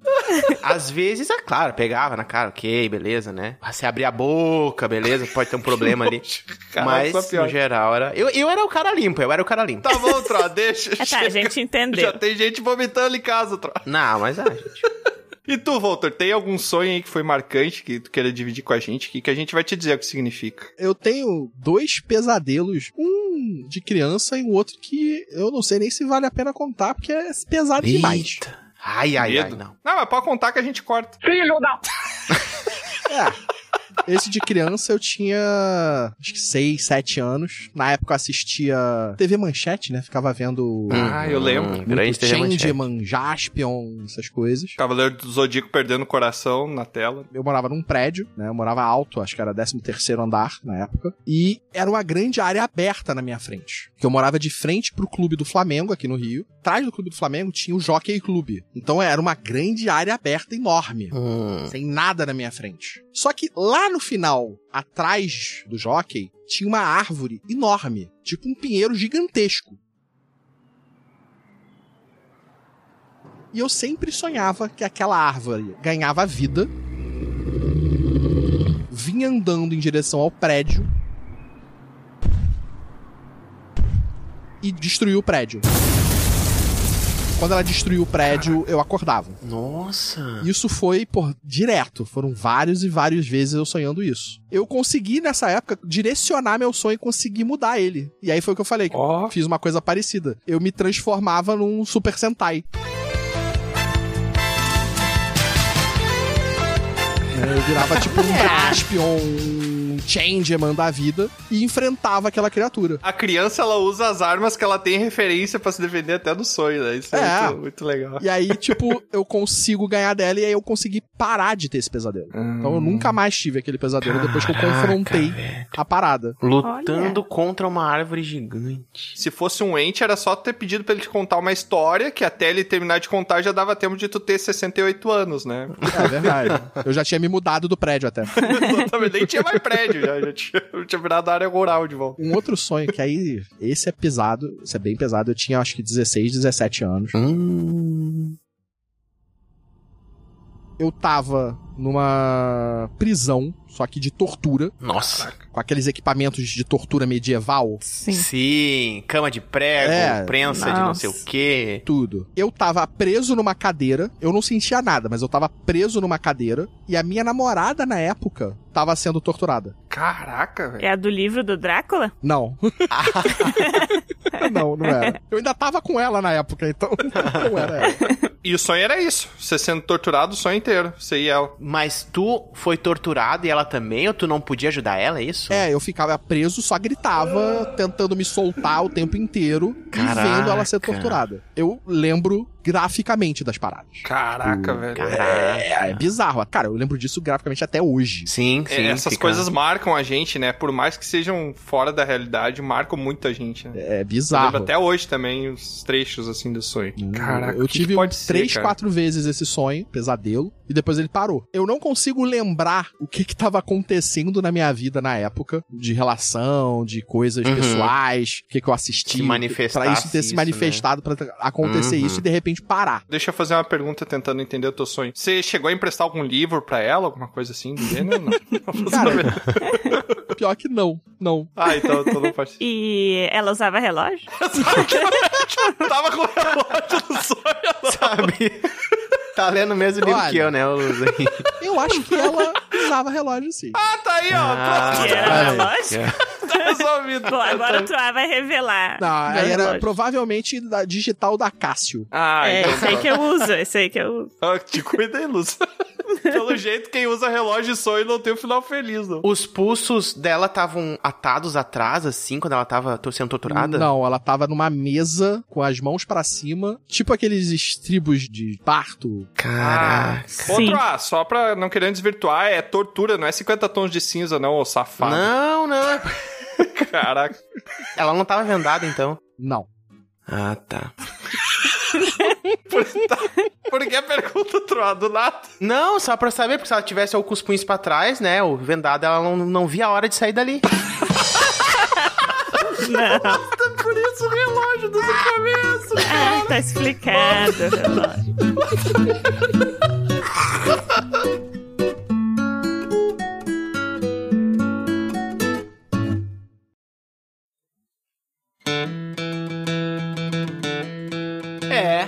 [SPEAKER 2] Às vezes, é claro, pegava na cara, ok, beleza, né? Você abria a boca, beleza, pode ter um problema ali.
[SPEAKER 3] Caraca,
[SPEAKER 2] Mas,
[SPEAKER 3] foi pior.
[SPEAKER 2] no geral, era... Eu, eu era o cara limpo, eu era o cara limpo.
[SPEAKER 3] Tá bom, Tro, deixa.
[SPEAKER 1] É, tá,
[SPEAKER 3] chega.
[SPEAKER 1] a gente
[SPEAKER 3] Já
[SPEAKER 1] entendeu.
[SPEAKER 3] tem gente vomitando em casa, Tro.
[SPEAKER 2] Não, mas, ah, gente...
[SPEAKER 3] E tu, Walter, tem algum sonho aí que foi marcante que tu queira dividir com a gente? Que, que a gente vai te dizer o que significa.
[SPEAKER 5] Eu tenho dois pesadelos, um de criança e o outro que eu não sei nem se vale a pena contar porque é pesado demais.
[SPEAKER 2] Eita. Ai, ai, ai,
[SPEAKER 3] Medo?
[SPEAKER 2] não.
[SPEAKER 3] Não, mas pode contar que a gente corta.
[SPEAKER 5] Esse de criança eu tinha acho que 6, 7 anos. Na época eu assistia TV Manchete, né? Ficava vendo
[SPEAKER 2] Hum,
[SPEAKER 3] Ah, eu lembro.
[SPEAKER 2] grande
[SPEAKER 5] muito
[SPEAKER 2] TV Manchete.
[SPEAKER 5] Changeman, Jaspion, essas coisas.
[SPEAKER 3] Cavaleiro do Zodíaco perdendo o coração na tela.
[SPEAKER 5] Eu morava num prédio, né? Eu morava alto, acho que era 13 andar na época. E era uma grande área aberta na minha frente. Porque eu morava de frente pro Clube do Flamengo, aqui no Rio. Atrás do Clube do Flamengo tinha o Jockey Clube. Então era uma grande área aberta enorme.
[SPEAKER 2] Hum.
[SPEAKER 5] Sem nada na minha frente. Só que lá no final, atrás do Jockey, tinha uma árvore enorme. Tipo um pinheiro gigantesco. E eu sempre sonhava que aquela árvore ganhava vida vinha andando em direção ao prédio e destruiu o prédio. Quando ela destruiu o prédio, eu acordava.
[SPEAKER 2] Nossa.
[SPEAKER 5] Isso foi, por direto. Foram vários e várias vezes eu sonhando isso. Eu consegui, nessa época, direcionar meu sonho e consegui mudar ele. E aí foi o que eu falei. que
[SPEAKER 3] Ó.
[SPEAKER 5] Fiz uma coisa parecida. Eu me transformava num Super Sentai. É, Eu virava tipo um Braspion, um changeman da vida e enfrentava aquela criatura.
[SPEAKER 3] A criança, ela usa as armas que ela tem referência pra se defender até do sonho, né? Isso é,
[SPEAKER 5] É.
[SPEAKER 3] Muito, muito legal.
[SPEAKER 5] E aí, tipo, eu consigo ganhar dela e aí eu consegui parar de ter esse pesadelo. Então eu nunca mais tive aquele pesadelo depois que eu
[SPEAKER 2] Caraca,
[SPEAKER 5] confrontei a parada.
[SPEAKER 2] Lutando contra uma árvore gigante.
[SPEAKER 3] Se fosse um ente, era só ter pedido pra ele te contar uma história, que até ele terminar de contar já dava tempo de tu ter 68 anos, né?
[SPEAKER 5] É verdade. Eu já tinha me mudado do prédio até.
[SPEAKER 3] Exatamente, nem tinha mais prédio, já, já tinha, já tinha virado área rural de volta.
[SPEAKER 5] Um outro sonho que aí, esse é pesado, esse é bem pesado, eu tinha acho que 16, 17 anos. Hum. Eu tava numa prisão, só que de tortura.
[SPEAKER 2] Nossa.
[SPEAKER 5] Com aqueles equipamentos de tortura medieval.
[SPEAKER 2] Sim. cama de prego,
[SPEAKER 5] É,
[SPEAKER 2] prensa de não sei o
[SPEAKER 5] nossa.
[SPEAKER 2] quê.
[SPEAKER 5] Tudo. Eu tava preso numa cadeira, eu não sentia nada, mas eu tava preso numa cadeira e a minha namorada na época tava sendo torturada.
[SPEAKER 3] Caraca, velho.
[SPEAKER 1] É a do livro do Drácula?
[SPEAKER 5] Não. não, não era. Eu ainda tava com ela na época, então não era ela.
[SPEAKER 3] E o sonho era isso, você sendo torturado o sonho inteiro, você e ela.
[SPEAKER 2] Mas tu foi torturado e ela também, ou tu não podia ajudar ela, é isso?
[SPEAKER 5] É, eu ficava preso, só gritava, tentando me soltar o tempo inteiro
[SPEAKER 2] Caraca.
[SPEAKER 5] e vendo ela ser torturada. Eu lembro graficamente das paradas.
[SPEAKER 3] Caraca, velho.
[SPEAKER 5] É, é bizarro. Cara, eu lembro disso graficamente até hoje.
[SPEAKER 2] Sim,
[SPEAKER 3] É, essas coisas marcam a gente, né? Por mais que sejam fora da realidade, marcam muita gente, né?
[SPEAKER 5] É
[SPEAKER 3] Eu lembro
[SPEAKER 5] bizarro.
[SPEAKER 3] até hoje também os trechos assim do sonho. Caraca,
[SPEAKER 5] Hum, eu
[SPEAKER 3] o que
[SPEAKER 5] tive
[SPEAKER 3] que
[SPEAKER 5] um
[SPEAKER 3] pode ser,
[SPEAKER 5] três,
[SPEAKER 3] cara?
[SPEAKER 5] quatro vezes esse sonho, pesadelo, e depois ele parou. Eu não consigo lembrar o que que tava acontecendo na minha vida na época, de relação, de coisas
[SPEAKER 2] Uhum.
[SPEAKER 5] pessoais, o que que eu assisti,
[SPEAKER 2] Se manifestasse
[SPEAKER 5] pra isso ter
[SPEAKER 2] isso,
[SPEAKER 5] se
[SPEAKER 2] né?
[SPEAKER 5] manifestado, pra acontecer
[SPEAKER 2] Uhum.
[SPEAKER 5] isso e de repente parar.
[SPEAKER 3] Deixa eu fazer uma pergunta tentando entender o teu sonho. Você chegou a emprestar algum livro pra ela, alguma coisa assim do gênero? Não.
[SPEAKER 5] Cara, pior que não, não.
[SPEAKER 3] ah, então tu não pode.
[SPEAKER 1] E ela usava relógio?
[SPEAKER 3] Tava com o relógio no sonho.
[SPEAKER 2] Sabe? Tá lendo o mesmo livro
[SPEAKER 5] Olha.
[SPEAKER 2] que eu, né, ô Luz?
[SPEAKER 5] Eu acho que ela usava relógio sim.
[SPEAKER 3] Ah, tá aí, ó.
[SPEAKER 2] Ah,
[SPEAKER 3] pronto.
[SPEAKER 2] olha.
[SPEAKER 3] é. Tá resolvido.
[SPEAKER 1] Bom, agora o Troá vai revelar.
[SPEAKER 5] Não, aí
[SPEAKER 1] é Relógio.
[SPEAKER 5] era provavelmente da digital da Cássio.
[SPEAKER 3] Ah,
[SPEAKER 1] É,
[SPEAKER 3] então
[SPEAKER 1] esse aí
[SPEAKER 3] tá.
[SPEAKER 1] que eu uso, esse aí que eu uso.
[SPEAKER 3] Ah, te cuida aí, Luz. Pelo jeito, quem usa relógio e sonho não tem um final feliz, não.
[SPEAKER 2] Os pulsos dela estavam atados atrás, assim, quando ela tava to- sendo torturada?
[SPEAKER 5] Não, ela tava numa mesa com as mãos pra cima, tipo aqueles estribos de parto.
[SPEAKER 3] Ah,
[SPEAKER 2] Caraca.
[SPEAKER 3] Outro A, só pra não querer desvirtuar, é tortura, não é 50 tons de cinza, não, ô safado.
[SPEAKER 2] Não, não.
[SPEAKER 3] Caraca.
[SPEAKER 2] Ela não tava vendada, então.
[SPEAKER 5] Não.
[SPEAKER 2] Ah, tá.
[SPEAKER 3] Por que a pergunta, Troá? Do nada.
[SPEAKER 2] Não, só pra saber, porque se ela tivesse o cuspunhos pra trás, né, o vendado, ela não, não via a hora de sair dali.
[SPEAKER 1] Não.
[SPEAKER 3] Por isso o relógio desde o começo.
[SPEAKER 1] Ah, tá explicado o relógio.
[SPEAKER 2] É,